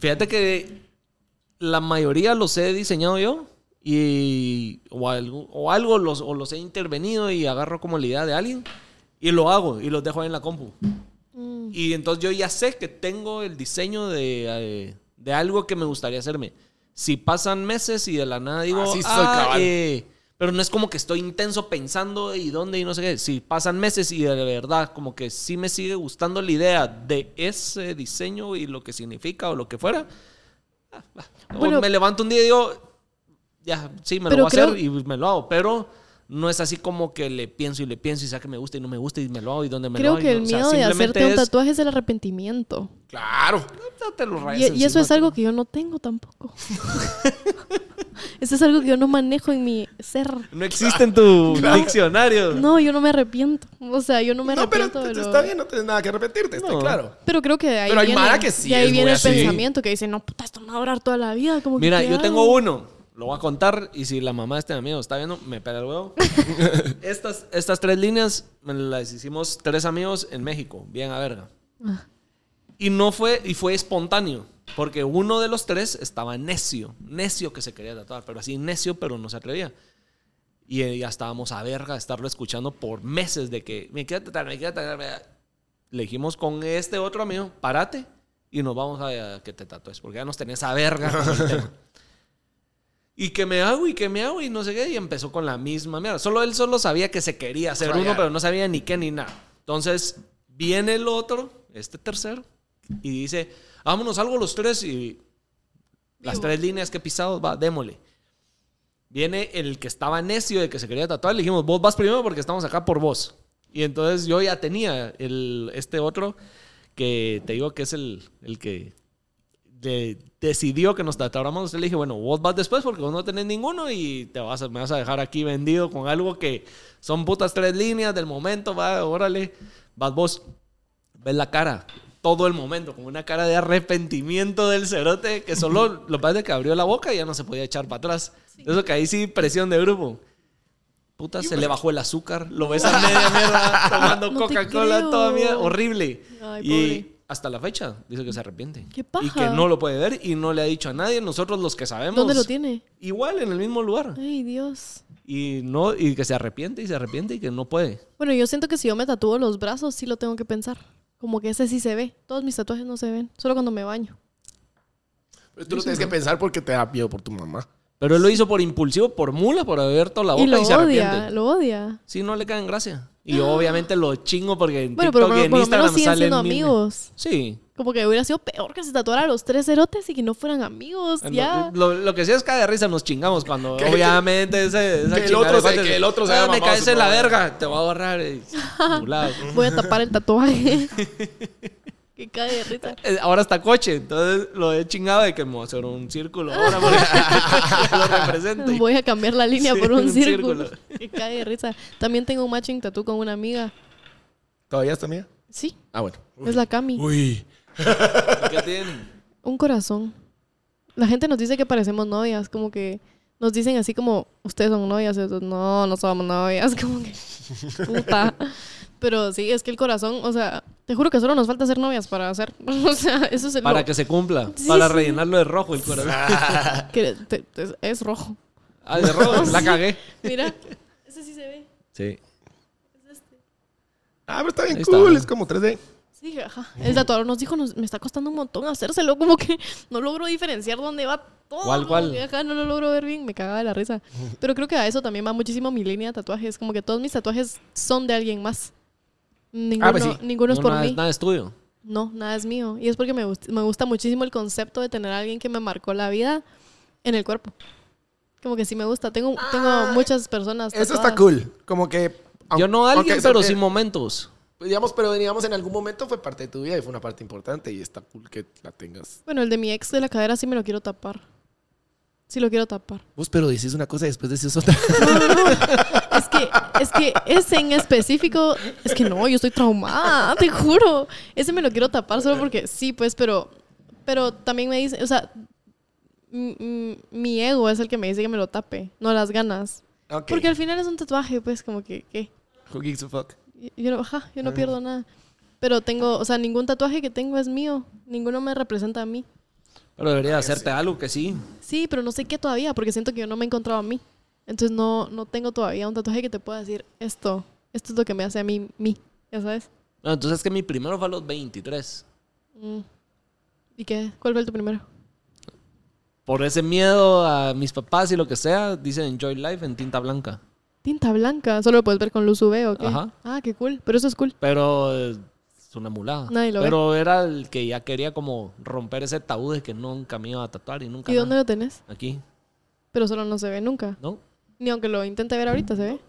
Speaker 2: Fíjate que la mayoría los he diseñado yo y o algo, o algo los, o los he intervenido y agarro como la idea de alguien y lo hago y los dejo ahí en la compu. Y entonces yo ya sé que tengo el diseño de, eh, de algo que me gustaría hacerme. Si pasan meses y de la nada digo,
Speaker 1: Así soy,
Speaker 2: "Ah,
Speaker 1: cabal".
Speaker 2: eh, pero no es como que estoy intenso pensando y dónde y no sé qué. Si pasan meses y de verdad como que sí me sigue gustando la idea de ese diseño y lo que significa o lo que fuera, ah, va. O
Speaker 3: Bueno.
Speaker 2: me levanto un día y digo, ya, sí, me lo
Speaker 3: Pero
Speaker 2: voy a
Speaker 3: creo-
Speaker 2: hacer y me lo hago, pero... No es así como que le pienso y le pienso y sea que me gusta y no me gusta y me lo hago y dónde me lo
Speaker 3: creo
Speaker 2: hago. y
Speaker 3: que
Speaker 2: no-
Speaker 3: el
Speaker 2: o sea,
Speaker 3: miedo de
Speaker 2: simplemente
Speaker 3: hacerte un
Speaker 2: es-
Speaker 3: tatuaje es el arrepentimiento.
Speaker 1: Claro.
Speaker 2: no te lo rayes
Speaker 3: Y, y eso
Speaker 2: encima,
Speaker 3: es algo que yo no tengo tampoco. eso es algo que yo no manejo en mi ser.
Speaker 2: No existe en tu diccionario.
Speaker 3: No, yo no me arrepiento. O sea, yo no me
Speaker 1: No, pero
Speaker 3: arrepiento de
Speaker 1: te-
Speaker 3: lo-
Speaker 1: está bien, no tienes nada que arrepentirte,
Speaker 2: No.
Speaker 1: está claro.
Speaker 3: Pero creo que de ahí
Speaker 1: Pero hay
Speaker 3: viene,
Speaker 1: mara que sí
Speaker 3: de ahí
Speaker 1: es
Speaker 3: viene
Speaker 1: muy
Speaker 3: el
Speaker 1: así.
Speaker 3: pensamiento que dice, no, puta, esto me va a durar toda la vida. Como
Speaker 2: Mira,
Speaker 3: que, ¿qué
Speaker 2: yo
Speaker 3: hago?
Speaker 2: tengo uno. Lo voy a contar y si la mamá de este amigo está viendo, me pega el huevo. estas, estas tres líneas me las hicimos tres amigos en México, bien a verga.
Speaker 3: Ah.
Speaker 2: Y no fue, y fue espontáneo, porque uno de los tres estaba necio, necio que se quería tatuar, pero así necio, pero no se atrevía. Y eh, ya estábamos a verga de estarlo escuchando por meses de que me quiero tatuar, me quiero tatuar. me- Le dijimos con este otro amigo, párate y nos vamos a, a que te tatúes, porque ya nos tenés a verga con el tema. Y que me hago y que me hago y no sé qué. Y empezó con la misma mierda. Solo él solo sabía que se quería hacer
Speaker 1: Rayar.
Speaker 2: uno, pero no sabía ni qué ni nada. Entonces viene el otro, este tercero, y dice, vámonos algo los tres y las tres líneas que he pisado, va, démosle. Viene el que estaba necio de que se quería tatuar. Le dijimos, vos vas primero porque estamos acá por vos. Y entonces yo ya tenía el, este otro que te digo que es el, el que de- decidió que nos tratáramos, usted le dije, bueno, vos vas después porque vos no tenés ninguno y te vas a- me vas a dejar aquí vendido con algo que son putas tres líneas del momento, va, órale, vas vos, ves la cara, todo el momento, con una cara de arrepentimiento del cerote, que solo lo que pasa es que abrió la boca y ya no se podía echar para atrás. Eso que ahí sí, presión de grupo. Puta, se le bajó el azúcar, lo ves a media mierda tomando
Speaker 3: No te
Speaker 2: Coca-Cola,
Speaker 3: creo.
Speaker 2: toda mierda, horrible.
Speaker 3: Ay,
Speaker 2: y
Speaker 3: pobre.
Speaker 2: hasta la fecha dice que se arrepiente.
Speaker 3: Qué
Speaker 2: Y que
Speaker 3: paja.
Speaker 2: no lo puede ver y no le ha dicho a nadie, nosotros los que sabemos.
Speaker 3: ¿Dónde lo tiene?
Speaker 2: Igual, en el mismo lugar.
Speaker 3: Ay, Dios.
Speaker 2: Y, no, y que se arrepiente y se arrepiente y que no puede.
Speaker 3: Bueno, yo siento que si yo me tatúo los brazos, sí lo tengo que pensar. Como que ese sí se ve. Todos mis tatuajes no se ven. Solo cuando me baño.
Speaker 1: Pero tú lo tienes que pensar porque te da miedo por tu mamá.
Speaker 2: Pero él lo hizo por impulsivo, por mula, por haber toda la boca
Speaker 3: Y
Speaker 2: y,
Speaker 3: lo
Speaker 2: se
Speaker 3: odia,
Speaker 2: arrepiente.
Speaker 3: lo odia.
Speaker 2: Sí, no le cae en gracia. Y yo, obviamente lo chingo porque en
Speaker 3: Bueno, pero
Speaker 2: TikTok
Speaker 3: por,
Speaker 2: y en
Speaker 3: por lo menos
Speaker 2: Instagram
Speaker 3: siguen
Speaker 2: salen
Speaker 3: siendo
Speaker 2: mil-
Speaker 3: amigos.
Speaker 2: Sí.
Speaker 3: Como que hubiera sido peor que se tatuara a los tres erotes y que no fueran amigos.
Speaker 2: Ah,
Speaker 3: ya.
Speaker 2: Lo, lo que sí es cae de risa, nos chingamos cuando
Speaker 1: Que-
Speaker 2: obviamente ese, esa
Speaker 1: que el
Speaker 2: chingada
Speaker 1: otro
Speaker 2: de
Speaker 1: se-
Speaker 2: cuates,
Speaker 1: que el otro se
Speaker 2: "Ah,
Speaker 1: haya
Speaker 2: me
Speaker 1: mamado
Speaker 2: caes
Speaker 1: su
Speaker 2: en la
Speaker 1: mamá".
Speaker 2: verga, te voy a borrar. eh". y- Mulado.
Speaker 3: Voy a tapar el tatuaje. que cae de risa.
Speaker 2: Eh, Ahora está coche, entonces lo he chingado de que me voy a hacer un círculo ahora porque lo represente.
Speaker 3: Voy a cambiar la línea
Speaker 2: Sí,
Speaker 3: por un,
Speaker 2: un
Speaker 3: círculo.
Speaker 2: círculo.
Speaker 3: Que cae de risa. También tengo un matching tatú con una amiga.
Speaker 1: ¿Todavía está mía?
Speaker 3: Sí,
Speaker 1: Ah, bueno.
Speaker 3: es la Cami.
Speaker 1: Uy.
Speaker 2: ¿Qué tienen?
Speaker 3: Un corazón. La gente nos dice que parecemos novias, como que nos dicen así como, ustedes son novias, y nosotros, no, no somos novias, como que, puta. Pero sí, es que el corazón, o sea, te juro que solo nos falta ser novias para hacer, o sea, eso es el...
Speaker 2: Para
Speaker 3: lo-
Speaker 2: que se cumpla,
Speaker 3: Sí,
Speaker 2: para
Speaker 3: sí.
Speaker 2: rellenarlo de rojo el corazón.
Speaker 1: Ah.
Speaker 3: que te- te- es- es rojo.
Speaker 2: Ah, de rojo, la cagué.
Speaker 3: Mira, ese sí se ve.
Speaker 2: Sí.
Speaker 1: Ah, pero está bien
Speaker 2: Ahí está.
Speaker 1: cool, es como 3D.
Speaker 3: Sí, ajá. El tatuador nos dijo, nos- me está costando un montón hacérselo, como que no logro diferenciar dónde va todo.
Speaker 2: ¿Cuál,
Speaker 3: como
Speaker 2: cuál?
Speaker 3: que, Ajá, no lo logro ver bien, me cagaba de la risa. Pero creo que a eso también va muchísimo mi línea de tatuajes, como que todos mis tatuajes son de alguien más. Ninguno,
Speaker 1: pues sí.
Speaker 3: ninguno es
Speaker 2: Ah, No,
Speaker 3: por
Speaker 2: nada,
Speaker 3: mí.
Speaker 2: nada es tuyo.
Speaker 3: No, nada es mío. Y es porque me, gust- me gusta muchísimo el concepto de tener a alguien que me marcó la vida en el cuerpo. Como que sí me gusta. Tengo, tengo muchas personas.
Speaker 1: Eso está
Speaker 3: tatuadas.
Speaker 1: cool. Como que.
Speaker 2: Yo no
Speaker 1: aunque-
Speaker 2: alguien,
Speaker 1: aunque-
Speaker 2: pero sí momentos.
Speaker 1: Pues, Digamos, pero digamos, en algún momento fue parte de tu vida y fue una parte importante y está cool que la tengas.
Speaker 3: Bueno, el de mi ex de la cadera sí me lo quiero tapar. Sí lo quiero tapar.
Speaker 1: Vos, pero decís una cosa y después decís otra.
Speaker 3: Es que Es que ese en específico, es que no, yo estoy traumada, te juro. Ese me lo quiero tapar solo porque sí, pues, pero, pero también me dice, o sea, m- m- mi ego es el que me dice que me lo tape, no las ganas.
Speaker 1: Ok.
Speaker 3: Porque al final es un tatuaje, pues, como que, ¿qué?
Speaker 1: Who gives a fuck?
Speaker 3: Yo no, ajá, yo no pierdo nada. Pero tengo, o sea, ningún tatuaje que tengo es mío, ninguno me representa a mí.
Speaker 2: Pero
Speaker 1: Ah,
Speaker 2: debería hacerte algo que sí.
Speaker 3: Sí, pero no sé qué todavía, porque siento que yo no me he encontrado a mí. Entonces no, no tengo todavía un tatuaje que te pueda decir esto, esto es lo que me hace a mí, mí, ya sabes.
Speaker 2: No, entonces es que mi primero fue a los 23.
Speaker 3: Mm. ¿Y qué? ¿Cuál fue el tu primero?
Speaker 2: Por ese miedo a mis papás y lo que sea, dicen Enjoy Life en tinta blanca.
Speaker 3: Tinta blanca, solo lo puedes ver con luz UV o qué.
Speaker 2: Ajá.
Speaker 3: Ah, qué cool, pero eso es cool.
Speaker 2: Pero eh, es una mulada.
Speaker 3: Nadie lo ve.
Speaker 2: Pero era el que ya quería como romper ese tabú de que nunca me iba a tatuar y nunca.
Speaker 3: ¿Y dónde
Speaker 2: nada.
Speaker 3: lo tenés?
Speaker 2: Aquí,
Speaker 3: Pero solo no se ve nunca.
Speaker 2: ¿no?
Speaker 3: Ni aunque lo intente ver ahorita se ve.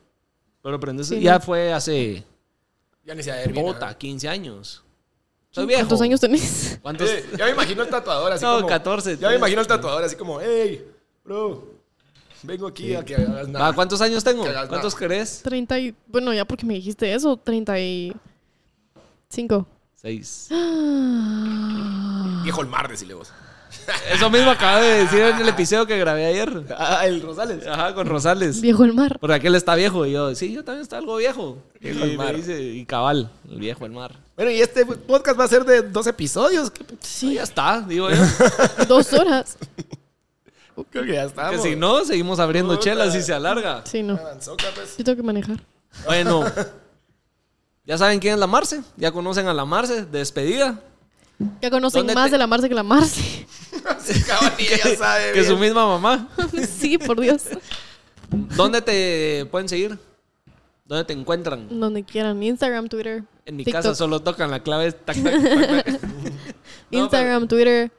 Speaker 2: Pero aprendes.
Speaker 3: Sí,
Speaker 2: ya
Speaker 3: no.
Speaker 2: fue hace.
Speaker 1: Ya ni se va a ver bien,
Speaker 2: Puta,
Speaker 1: ajá.
Speaker 2: 15 años. Soy viejo.
Speaker 3: ¿Cuántos años tenés?
Speaker 2: ¿Cuántos?
Speaker 1: Eh, ya me imagino el tatuador así
Speaker 2: No,
Speaker 1: como...
Speaker 2: 14,
Speaker 1: Ya me
Speaker 2: tres.
Speaker 1: imagino el tatuador así como, hey, bro, vengo aquí a que hagas
Speaker 2: Va,
Speaker 1: nada.
Speaker 2: ¿Cuántos años tengo?
Speaker 1: Que hagas
Speaker 2: ¿Cuántos querés?
Speaker 3: 30 y... Bueno, ya porque me dijiste eso, 35.
Speaker 2: Seis.
Speaker 1: Viejo el mar, decile vos.
Speaker 2: Eso mismo acabo de decir en el episodio que grabé ayer.
Speaker 1: Ah, el Rosales.
Speaker 2: Ajá, con Rosales.
Speaker 3: Viejo el mar.
Speaker 2: Porque aquel está viejo. Y yo, sí, yo también está algo viejo.
Speaker 1: Viejo
Speaker 2: y
Speaker 1: al
Speaker 2: me
Speaker 1: mar.
Speaker 2: dice, y cabal, el viejo al mar.
Speaker 1: Bueno, y este podcast va a ser de dos episodios. ¿Qué pe-
Speaker 2: Sí, ya está, digo yo.
Speaker 3: Dos horas.
Speaker 1: Creo que ya estamos.
Speaker 2: que si no, seguimos abriendo
Speaker 1: Puta.
Speaker 2: chelas y se alarga.
Speaker 3: Sí, no.
Speaker 1: Avanzó, capaz.
Speaker 3: Yo tengo que manejar.
Speaker 2: Bueno, ya saben quién es la Marce. Ya conocen a la Marce. Despedida.
Speaker 3: Ya conocen
Speaker 2: ¿Dónde
Speaker 3: más
Speaker 2: te-
Speaker 3: de la Marce que la Marce.
Speaker 1: Sí, cabrón, y ella sabe
Speaker 2: Que
Speaker 1: bien.
Speaker 2: es su misma mamá.
Speaker 3: sí, por Dios.
Speaker 2: ¿Dónde te pueden seguir? ¿Dónde te encuentran?
Speaker 3: Donde quieran. Instagram, Twitter.
Speaker 2: En mi
Speaker 3: TikTok.
Speaker 2: casa solo tocan la clave. es tac, tac, tac, tac. No,
Speaker 3: Instagram, Twitter.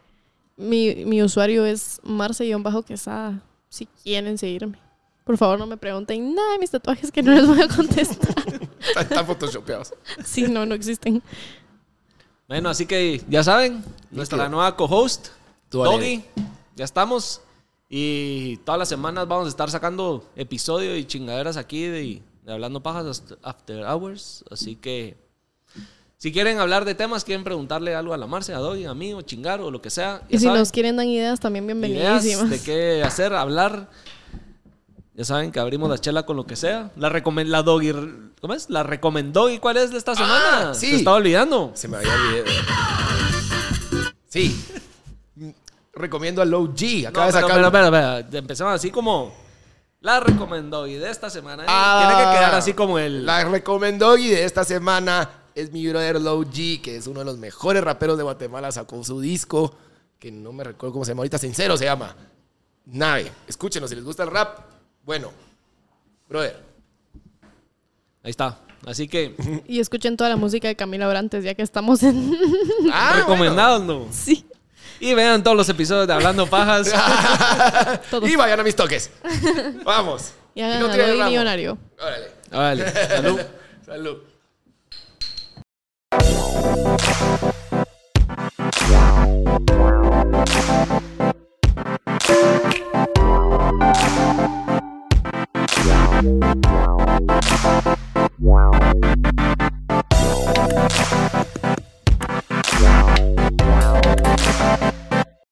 Speaker 3: Mi, mi usuario es marce-quesada. Si quieren seguirme. Por favor, no me pregunten nada de mis tatuajes que no les voy a contestar.
Speaker 1: Están, están photoshopeados.
Speaker 3: sí, no, no existen.
Speaker 2: Bueno, así que ya saben, nuestra nueva co-host,
Speaker 1: Tú, Ale.
Speaker 2: Doggy, ya estamos. Y todas las semanas vamos a estar sacando episodios y chingaderas aquí de, de Hablando Pajas hasta- After Hours. Así que si quieren hablar de temas, quieren preguntarle algo a la Marce, a Doggy, a mí, o chingar, o lo que sea.
Speaker 3: Y
Speaker 2: ya
Speaker 3: si
Speaker 2: saben,
Speaker 3: nos quieren dar ideas, también
Speaker 2: ideas
Speaker 3: bienvenidísimas.
Speaker 2: de qué hacer, hablar. Ya saben que abrimos la chela con lo que sea. La, recomen- la Doggy, ¿cómo es? La recomendó y cuál es de esta semana.
Speaker 1: sí.
Speaker 2: Se estaba olvidando.
Speaker 1: Se me había olvidado. Sí. Mm, Recomiendo a Low G. Acaba de
Speaker 2: No, pero,
Speaker 1: sacar.
Speaker 2: pero, pero, pero, empezamos así como la recomendó y de esta semana eh,
Speaker 1: Ah,
Speaker 2: tiene que quedar así como el
Speaker 1: La recomendó y de esta semana es mi brother Low G, que es uno de los mejores raperos de Guatemala. Sacó su disco, que no me recuerdo cómo se llama ahorita, Sincero se llama. Nave. Escúchenlo, si les gusta el rap. Bueno, brother.
Speaker 2: ahí está así que
Speaker 3: Y escuchen toda la música de Camila Orantes, ya que estamos en.
Speaker 1: Ah,
Speaker 2: recomendando
Speaker 3: sí,
Speaker 2: y vean todos los episodios de hablando pajas
Speaker 1: bueno. Y vayan a mis toques. Vamos.
Speaker 3: y hagan
Speaker 1: no
Speaker 3: a
Speaker 1: tiene
Speaker 3: Doggy
Speaker 1: ramo.
Speaker 3: millonario.
Speaker 1: Órale.
Speaker 2: Órale, salud
Speaker 1: Salud.